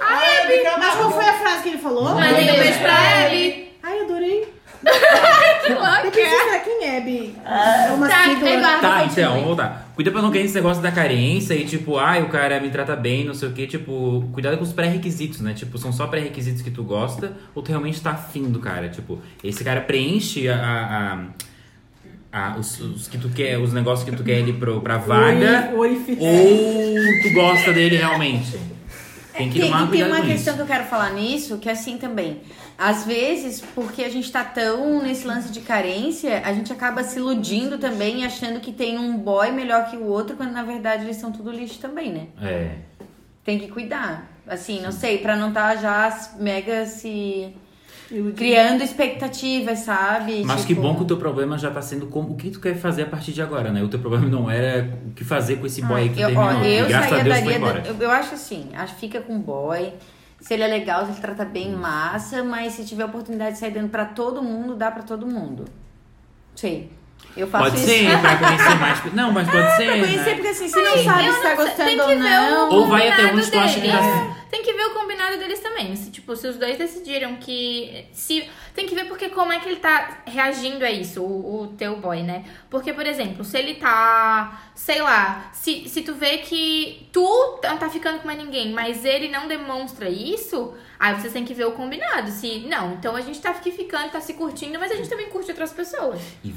B: Ai, Gabi, Mas qual foi a frase que ele falou?
A: Mandei um beijo
F: Tá,
A: pra Abby.
B: Ai, adorei.
A: Que
B: Eu
A: louca.
B: pensei, será quem é, Bi? É uma
A: Tá,
B: sigla.
A: Eduardo,
D: Tá,
A: continue.
D: então, vamos voltar. Cuida pra não cair nesse negócio da carência e tipo, ai, o cara me trata bem, não sei o quê. Tipo, cuidado com os pré-requisitos, né? Tipo, são só pré-requisitos que tu gosta ou tu realmente tá afim do cara. Tipo, esse cara preenche a. a- a- a- os, os que tu quer, os negócios que tu quer ali pro, pra vaga.
B: Oi, oi, filho.
D: Ou tu gosta dele realmente. Tem que
E: Tem,
D: tomar
E: e tem
D: cuidado
E: uma
D: com isso.
E: questão que eu quero falar nisso, que é assim também. Às vezes, porque a gente tá tão nesse lance de carência, a gente acaba se iludindo também, achando que tem um boy melhor que o outro, quando na verdade eles são tudo lixo também, né?
D: É.
E: Tem que cuidar. Assim, não sei, pra não tá já mega se criando expectativas, sabe?
D: Mas que
E: Tipo,
D: bom que o teu problema já tá sendo como, o que tu quer fazer a partir de agora, né? O teu problema não era o que fazer com esse boy aí que
E: eu,
D: terminou.
E: ó,
D: que
E: eu
D: graças a
E: saía
D: Deus
E: daria
D: foi
E: da-
D: embora.
E: eu, eu acho assim, acho que fica com o boy. Se ele é legal, se ele trata bem,
D: Hum.
E: massa, mas se tiver oportunidade de sair dando pra todo mundo, dá pra todo mundo. Sei. Eu faço
D: Pode
E: isso.
D: ser, pra conhecer mais. Não, mas pode ser.
E: Pra conhecer,
D: né?
E: porque assim, você não sabe se tá gostando
A: Tem
E: ou
A: que ver
E: não.
A: o
D: Ou vai até
A: combinado
D: onde tu acha que
A: deles.
D: tá-
A: Tem que ver o combinado deles também. Se, tipo, se os dois decidiram que. se Tem que ver porque como é que ele tá reagindo a isso, o, o teu boy, né? Porque, por exemplo, se ele tá. Sei lá, se, se tu vê que tu não tá ficando com mais ninguém, mas ele não demonstra isso, aí vocês têm que ver o combinado. Se. Não, então a gente tá aqui ficando, tá se curtindo, mas a gente também curte outras pessoas.
D: E,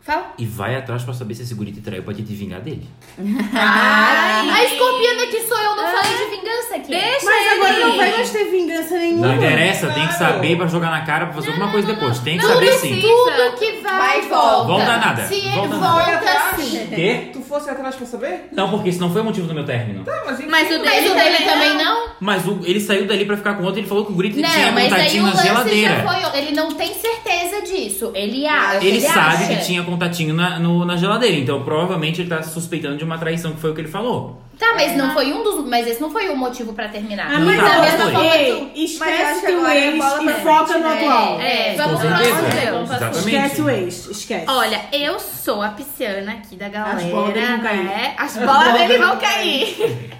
A: Fala.
D: e vai atrás pra saber se esse guri te traiu pra te te vingar dele.
E: Ai,
F: A escorpiana é que sou eu, não falei de vingança aqui.
A: Deixa
B: Mas agora
A: ele.
B: não vai mais ter vingança nenhuma.
D: Não interessa, tem que
C: claro.
D: saber pra jogar na cara, pra fazer alguma coisa depois. Tem que
A: Não
D: saber
A: precisa.
D: sim.
F: Tudo que vai,
E: Vai,
F: volta.
E: volta.
D: Volta nada.
F: Se ele
D: Volta nada.
F: volta,
C: Atrás.
F: sim.
D: Quê?
C: Tu fosse atrás pra saber?
D: Não, porque isso não foi o motivo do meu término.
C: Ah, mas, gente,
A: Mas o
F: Mas
A: dele
F: o dele também não?
D: Mas o- ele saiu dali pra ficar com outro, ele falou que o guri que tinha
F: Não, mas aí
D: contatinho
F: o
D: na
F: lance
D: geladeira.
F: já foi. outro. Ele não tem certeza disso. Ele acha.
D: Ele, sabe
F: acha.
D: que tinha contatinho na, no- na geladeira, então provavelmente ele tá suspeitando de uma traição, que foi o que ele falou.
F: Tá, mas não foi um dos. Mas esse não foi o motivo pra terminar.
B: Ah,
D: Não
B: mas
D: tá,
B: da
D: mas
B: mesma
D: foi.
B: forma
E: Ei,
B: que-
E: mas
B: Esquece
E: acho que
B: o
E: agora é
B: ex
E: bola pra
B: e foca no
E: frente, né?
B: atual.
A: É, vamos
D: Com
A: pro
D: certeza.
A: próximo Deus.
D: Exatamente.
B: Esquece o ex, esquece.
A: Olha, eu sou a pisciana aqui da galera,
B: As bolas dele vão cair.
A: né? As bolas dele vão cair.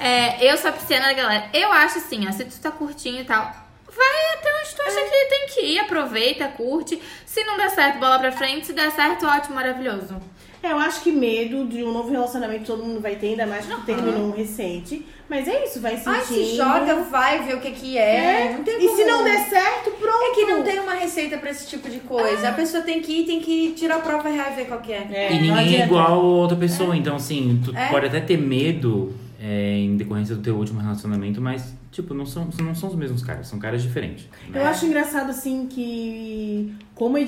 A: É, eu sou a pisciana da galera. Eu acho assim, ó, se tu tá curtindo e tal, vai até onde tu acha que tem que ir. Aproveita, curte. Se não der certo, bola pra frente. Se der certo, ótimo, maravilhoso.
B: É, eu acho que medo de um novo relacionamento todo mundo vai ter, ainda mais que terminou um recente. Mas é isso, vai sentindo.
E: Ai, se joga, vai ver o que que é. Não tem
B: E se
E: como-
B: não der certo, pronto.
E: É que não tem uma receita pra esse tipo de
B: Ah.
E: coisa. A pessoa tem que ir, tem que tirar a prova real e ver qual que é.
D: E
E: Não
D: ninguém é
E: adianta.
D: igual a outra pessoa, então assim, tu
E: É.
D: pode até ter medo é, em decorrência do teu último relacionamento, mas tipo, não são, não são os mesmos caras, são caras diferentes. né?
B: Eu acho engraçado, assim, que como é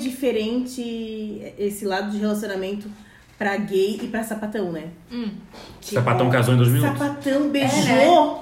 B: diferente esse lado de relacionamento pra gay e pra sapatão, né? Tipo,
D: Sapatão é um casou em dois minutos.
B: Sapatão
E: É,
B: beijou.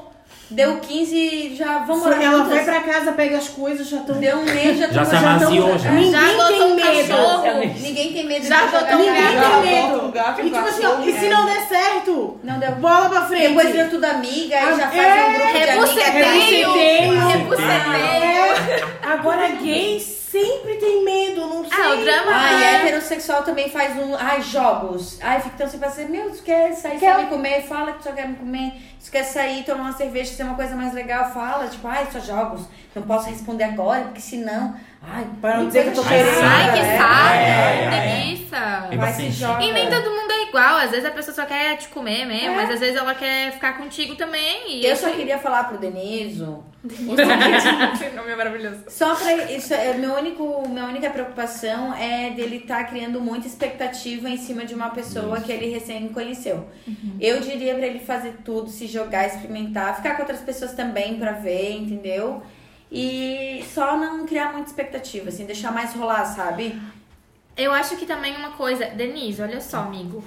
E: Deu 15, já vamos morar
B: Ela vai
E: juntas.
B: pra casa, pega as coisas, já estão
E: Deu um mês, já,
D: Já
E: tamo-
D: se amaciou,
E: tamo-
D: já.
E: É.
B: Ninguém
A: Já adotou
B: tem
A: um
B: medo.
A: cachorro.
E: Ninguém tem medo
A: Já
E: de jogar
A: adotou um
E: nada.
B: Ninguém
C: gato.
B: tem
C: Bota um
B: medo.
C: gato,
B: e tipo assim, ó,
C: cachorro, né?
B: e se não der certo,
E: Não deu.
B: bola pra frente.
E: Depois vira tudo amiga, aí já
B: Ah,
E: faz um
B: é.
E: grupo de
A: Rebuceteio.
E: amiga. tá?
A: Rebuceteio.
B: É. Agora gay sempre tem medo, não sei.
A: Ah, o drama
E: Ai,
A: é.
E: heterossexual também faz um. Ai, jogos. Ai, fica tão sem paciência. Meu, tu quer sair só me comer? Fala que só quer me comer. Se tu quer sair, tomar uma cerveja, ser uma coisa mais legal, fala. Tipo, ai, só jogos. Não posso responder agora, porque senão. Ai,
B: Pra não
E: que
B: dizer que eu tô
E: coisa
B: querendo.
E: chata,
A: Ai, que
E: né?
D: Ai, ai, ai.
A: saco. Preguiça.
D: Tem
E: Vai se
D: paciência.
E: joga.
A: E nem todo mundo é igual. Às vezes a pessoa só quer te comer mesmo, mas às vezes ela quer ficar contigo também. E é
E: Eu só queria falar pro Deniso.
A: Esse nome é maravilhoso.
E: Só pra isso, é, meu único, minha única preocupação é dele estar criando muita expectativa em cima de uma pessoa que ele recém conheceu. Eu diria pra ele fazer tudo, se jogar, experimentar, ficar com outras pessoas também pra ver, entendeu? E só não criar muita expectativa, assim, deixar mais rolar, sabe?
A: Eu acho que também uma coisa, Denise, olha só, amigo.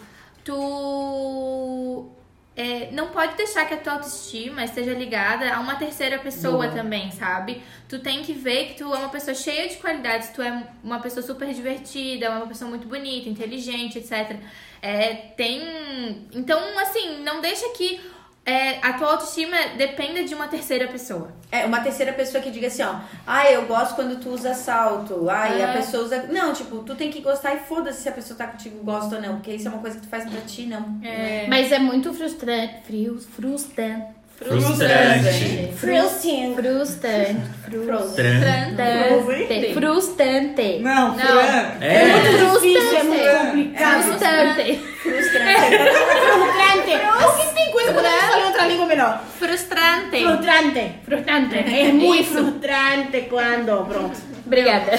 A: tu é, não pode deixar que a tua autoestima esteja ligada a uma terceira pessoa também, sabe? Tu tem que ver que tu é uma pessoa cheia de qualidades, tu é uma pessoa super divertida, uma pessoa muito bonita, inteligente, etc. É, tem. Então, assim, não deixa que é, a tua autoestima dependa de uma terceira pessoa.
E: É, uma terceira pessoa que diga assim, ó. Ah, eu gosto quando tu usa salto. Ah, e a pessoa usa. Não, tipo, tu tem que gostar e foda-se se a pessoa tá contigo gosta ou não. Porque isso é uma coisa que tu faz pra ti, não.
A: É,
F: Mas é muito frustrante. Frio, frustrante.
D: Frustrante.
F: Frustrante. Frustrante. Frustrante.
D: Tran.
F: Frustrante. Frustrante.
C: Não,
A: Não.
C: Fran.
D: É.
B: Difícil, é muito complicado.
F: Frustrante.
E: Frustrante.
B: Por É. que tem coisa quando eu falo em outra língua melhor?
A: frustrante.
B: Frustrante.
F: Frustrante.
B: É muito frustrante quando. Pronto.
F: Obrigada.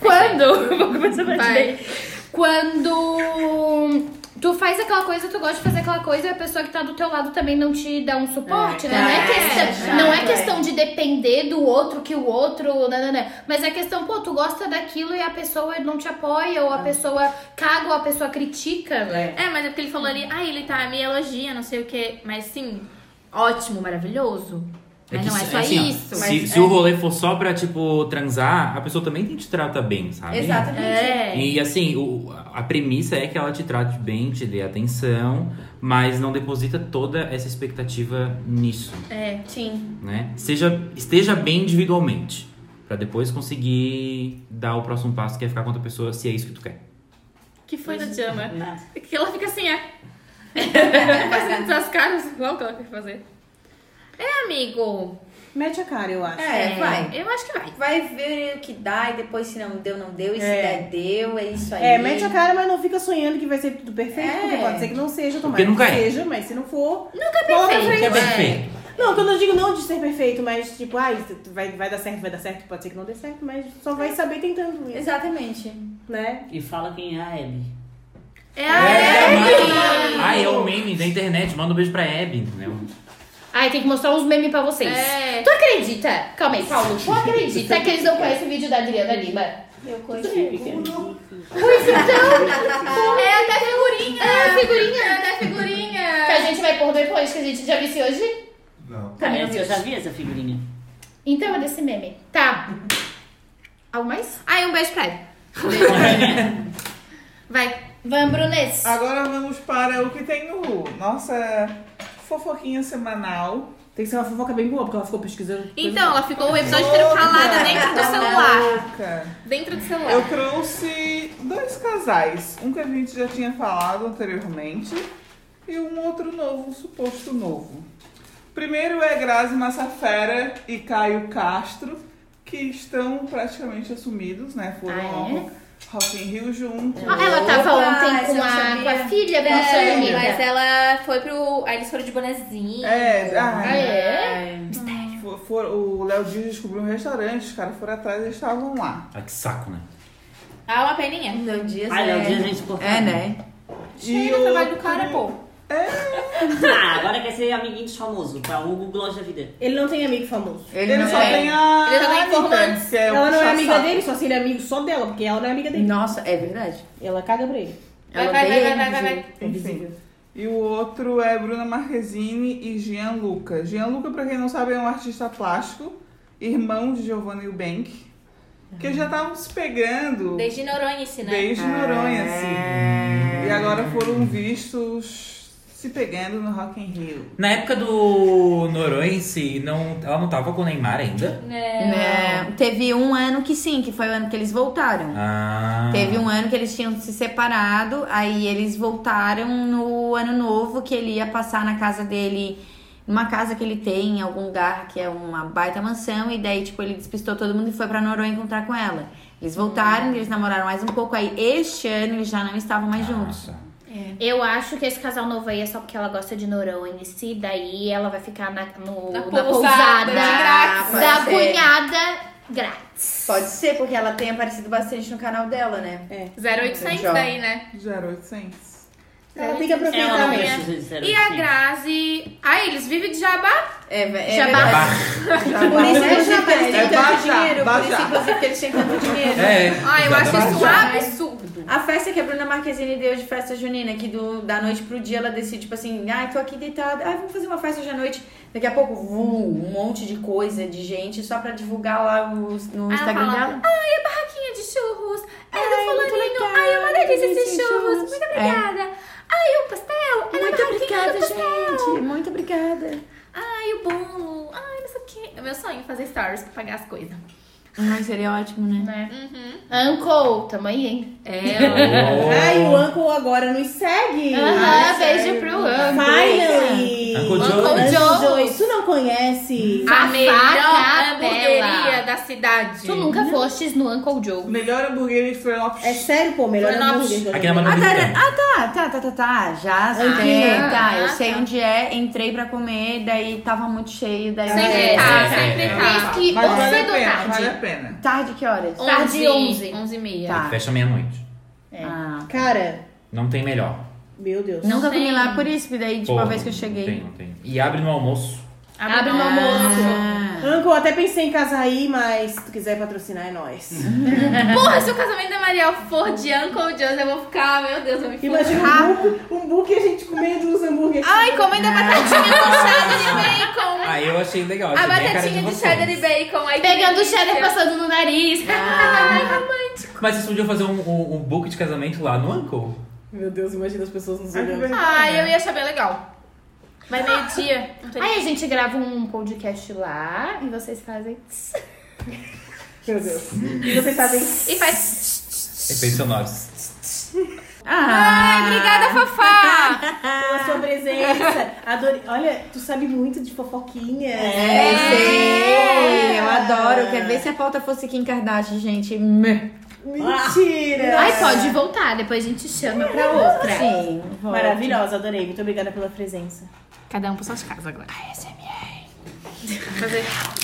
F: Quando. Vou começar a partir
A: Vai.
F: daí. Quando. Tu faz aquela coisa, tu gosta de fazer aquela coisa e a pessoa que tá do teu lado também não te dá um suporte, né? Não é,
E: é,
F: questão,
E: é,
F: não é
E: é.
F: questão de depender do outro que o outro, né, né, né. Mas é questão, pô, tu gosta daquilo e a pessoa não te apoia, ou a pessoa caga, ou a pessoa critica, né?
A: É, mas é porque ele falou ali, ah, ele tá me elogia, não sei o quê. Mas sim, ótimo, maravilhoso. Mas
D: que
A: não é
D: se-
A: só
D: assim, ó,
A: isso. é.
D: se se o rolê for só pra, tipo, transar, a pessoa também tem que te tratar bem, sabe?
E: Exatamente.
A: É.
D: E assim, o- a premissa é que ela te trate bem, te dê atenção, mas não deposita toda essa expectativa nisso,
A: é.
E: Sim.
D: né? Seja, esteja bem individualmente, pra depois conseguir dar o próximo passo que é ficar com outra pessoa, se é isso que tu quer.
A: Que foi da Jama?
G: Nada.
A: Que ela fica assim, é. Fazendo as caras igual que ela quer fazer. É, amigo.
B: Mete a cara, eu acho.
E: É, vai.
A: Eu acho que vai.
E: Vai ver o que dá e depois se não deu, não deu. E se
B: É.
E: der, deu. É isso aí.
B: É, mete a cara, mas não fica sonhando que vai ser tudo perfeito,
E: É.
B: porque pode ser que não seja,
D: Porque
B: tomara
D: nunca
B: que
D: é.
B: seja, mas se não for. Nunca é
D: Que é
A: perfeito.
D: perfeito.
B: Não, quando eu digo não de ser perfeito, mas tipo, ai, tu vai, vai dar certo, vai dar certo, pode ser que não dê certo, mas só vai saber tentando isso,
E: Exatamente.
B: né?
G: E fala quem é a Abby.
A: É a
D: Ah, é o meme da internet, manda um beijo pra Abby, entendeu?
F: Ai, tem que mostrar uns memes pra vocês.
A: É.
F: Tu acredita? Calma aí, Paulo. Tu acredita que eles não conhecem o vídeo da Adriana Lima?
B: Eu consigo.
F: Pois então.
A: É até figurinha.
F: É a figurinha.
A: É até figurinha.
F: Que a gente vai pôr depois, que a gente já viu se hoje.
I: Não.
G: Parece que Tá, eu já vi essa figurinha.
F: Então é desse meme. Tá. Algo mais?
A: Aí um beijo pra ele. Vai.
F: Van Brunes.
C: Agora vamos para o que tem no Ru. Nossa fofoquinha semanal.
B: Tem que ser uma fofoca bem boa, porque ela ficou pesquisando. coisa
A: Então,
B: boa.
A: ela ficou o episódio inteiro calada dentro né?
C: Tá
A: do celular.
C: Louca.
A: Dentro do
C: Eu
A: celular.
C: trouxe dois casais. Um que a gente já tinha falado anteriormente e um outro novo, um suposto novo. Primeiro é Grazi Massafera e Caio Castro, que estão praticamente assumidos, né? Foram
F: Ah, é?
C: ao Rock in Rio juntos.
F: Ah, ela
A: tá
F: tava
E: Opa,
F: ontem
E: essa eu
F: com
E: não
F: a,
E: sabia.
F: com a filha da sua
A: É,
F: amiga.
A: mas ela foi pro. Aí eles foram de bonezinho.
C: É,
F: Ah,
C: ai,
F: é?
C: for- for- o Léo Dias descobriu um restaurante, os caras foram atrás e eles estavam lá.
D: Ah, que saco, né?
A: Ah, uma peninha.
E: Não dias.
G: Ah,
E: é...
G: Léo Dias é insuportável.
E: É, né?
A: Cheio o trabalho do cara, pô.
G: Ah, agora quer ser amiguinho de famoso, pra o Google Gloss da vida.
B: Ele não tem amigo famoso. Ah, então.
E: Ele,
C: Ele
E: não
C: só
E: é.
C: tem a.
A: Ele só tem
C: Anitta,
A: informantes.
C: que é um
B: tá ela não é amiga
C: puxa-saco.
B: dele, só se ele é amigo só dela, porque ela não é amiga dele.
E: Nossa, é verdade.
B: Ela caga pra ele.
A: Vai,
E: Ela
A: vai, vai,
E: odeia
A: vai,
E: ele
A: vai, vai,
E: de
A: vai.
E: jeito.
C: Enfim. E o outro é Bruna Marquezine e Jean Luca. Jean Luca, pra quem não sabe, é um artista plástico, irmão de Giovanni Eubank, que já estavam se pegando desde,
A: Desde Noronha, esse, né?
C: Noronha, assim. E agora foram vistos se pegando no Rock in Rio.
D: Na época do Noronense, não, ela não tava com o Neymar ainda?
E: Né? Teve um ano que sim, que foi o ano que eles voltaram.
D: Ah.
E: Teve um ano que eles tinham se separado, aí eles voltaram no ano novo que ele ia passar na casa dele, numa casa que ele tem em algum lugar que é uma baita mansão, e daí, tipo, ele despistou todo mundo e foi pra Noronha encontrar com ela. Eles voltaram, eles namoraram mais um pouco, aí este ano eles já não estavam mais juntos.
D: Ah, Nossa.
F: Eu acho que esse casal novo aí é só porque ela gosta de Noronha. Se daí ela vai ficar na, no,
A: Na
F: na,
A: pousada,
F: pousada
A: de grátis.
F: da
E: Pode ser.
F: cunhada grátis.
E: Pode ser, porque ela tem aparecido bastante no canal dela, né?
F: Ah,
A: 0800
E: Jovem.
A: daí, né?
C: Gera 800.
B: Ela tem que aproveitar
G: Ela não
B: mesmo.
G: precisa de assim. zero
A: é. E a
G: oitocentos.
A: Grazi. Ah, eles vivem de jabá?
E: É, é
A: Jabá.
E: verdade. Por isso, inclusive, que eles têm
C: É
E: tanto
C: baixar,
E: dinheiro. Por isso,
C: baixar.
E: inclusive, que eles têm tanto dinheiro.
D: É.
A: Ah, eu acho isso um
D: exatamente.
A: absurdo.
E: A festa que a Bruna Marquezine deu de festa junina, que do, da noite pro dia ela decide, tipo assim, ai, tô aqui deitada, ai, vamos fazer uma festa hoje à noite. Daqui a pouco, vu, um monte de coisa, de gente, só pra divulgar lá o- no
A: Ela
E: Instagram
A: fala,
E: dela.
A: Ai, a barraquinha de churros. Ai,
E: Ai,
A: do
E: muito
A: fulaninho.
E: legal,
A: Ai, é uma delícia esses
E: delícia,
A: churros.
E: churros.
A: Muito
E: É.
A: obrigada. Ai, o pastel. Ai,
E: Muito
A: a barraquinha
E: obrigada,
A: do pastel.
E: gente. Muito obrigada.
A: Ai, o bolo. Ai, não sei o quê. É meu sonho fazer stories pra pagar as coisas.
E: Ai, seria ótimo, né?
F: Né? Uncle, tamo aí, hein?
A: É,
B: Ai, o Uncle agora nos segue.
F: Aham, beijo pro Uncle.
B: Finally!
D: Uncle Joe.
B: Uncle
A: Uncle Joe. Ah.
B: Joe. Se tu não conhece,
A: a
F: Fafá
A: melhor
F: Capela.
A: hamburgueria da cidade.
F: é Tu nunca fostes no Uncle Joe.
C: Melhor hambúrguer de Florianópolis.
B: é sério, pô, melhor
A: Foi na-
B: hambúrguer.
D: Aqui na
E: Ah,
D: Maravilha.
E: tá, ah, tá, tá, tá, tá, tá. Já sei.
B: Ah,
E: tá, eu
A: tá.
E: sei onde é, entrei pra comer, daí tava muito cheio, daí.
A: Sempre
E: É.
A: tá,
D: é,
A: sempre
D: é.
A: tá.
F: Eis que
C: Mas vale
F: ou
C: a
F: cedo ou
C: pena, vale
F: tarde.
C: a pena.
E: Tarde que horas?
F: Onze. Tarde, 11.
A: 11 e meia.
E: Tá.
D: Fecha meia-noite.
E: Ah.
B: Cara,
D: Não tem melhor.
B: meu Deus.
E: Nunca
A: Sim.
E: comi lá por isso, porque daí, tipo,
D: Pô,
E: a vez que eu
D: Não tem,
E: cheguei.
D: não tem. E abre no almoço.
A: Abre
F: Abre
A: no
F: no
A: almoço.
E: Ah.
B: Uncle, até pensei em casar aí, mas se tu quiser patrocinar, é nóis.
D: Uhum.
A: Porra, se o casamento da Mariel for de Uncle Joe's, eu vou ficar, meu Deus, eu me fui.
B: Imagina um book, um book e a gente comendo os hambúrgueres.
A: Ai, é comendo
F: Ah.
A: a batatinha com cheddar e bacon.
D: Ah, eu achei legal.
A: A
D: achei bem cara
A: batatinha de
D: vocês.
A: cheddar e bacon. Aí
F: Pegando o
A: delícia.
F: cheddar passando no nariz.
D: Mas vocês podiam fazer um, um, um book de casamento lá no Uncle?
B: Meu Deus, imagina as pessoas nos
C: Ai, que
B: olhando.
C: vergonha.
F: Ah,
A: Ai, eu ia achar bem legal. Mas meio-dia. não tem-
F: Aí a gente grava um podcast lá e vocês fazem.
B: Meu Deus. E vocês sabem.
A: E faz.
D: Efeitos sonoros.
A: Ai, obrigada, Fafá!
B: pela sua presença. Adorei. Olha, tu sabe muito de fofoquinha.
E: É, sei. Eu adoro. Quer ver se a pauta fosse Kim Kardashian, gente? Meh.
B: Mentira.
F: Ai, pode voltar, depois a gente chama pra outra.
E: Sim. vou.
B: Maravilhosa, adorei. Muito obrigada pela presença.
A: Cada um por suas casas agora. ASMR. Fazer.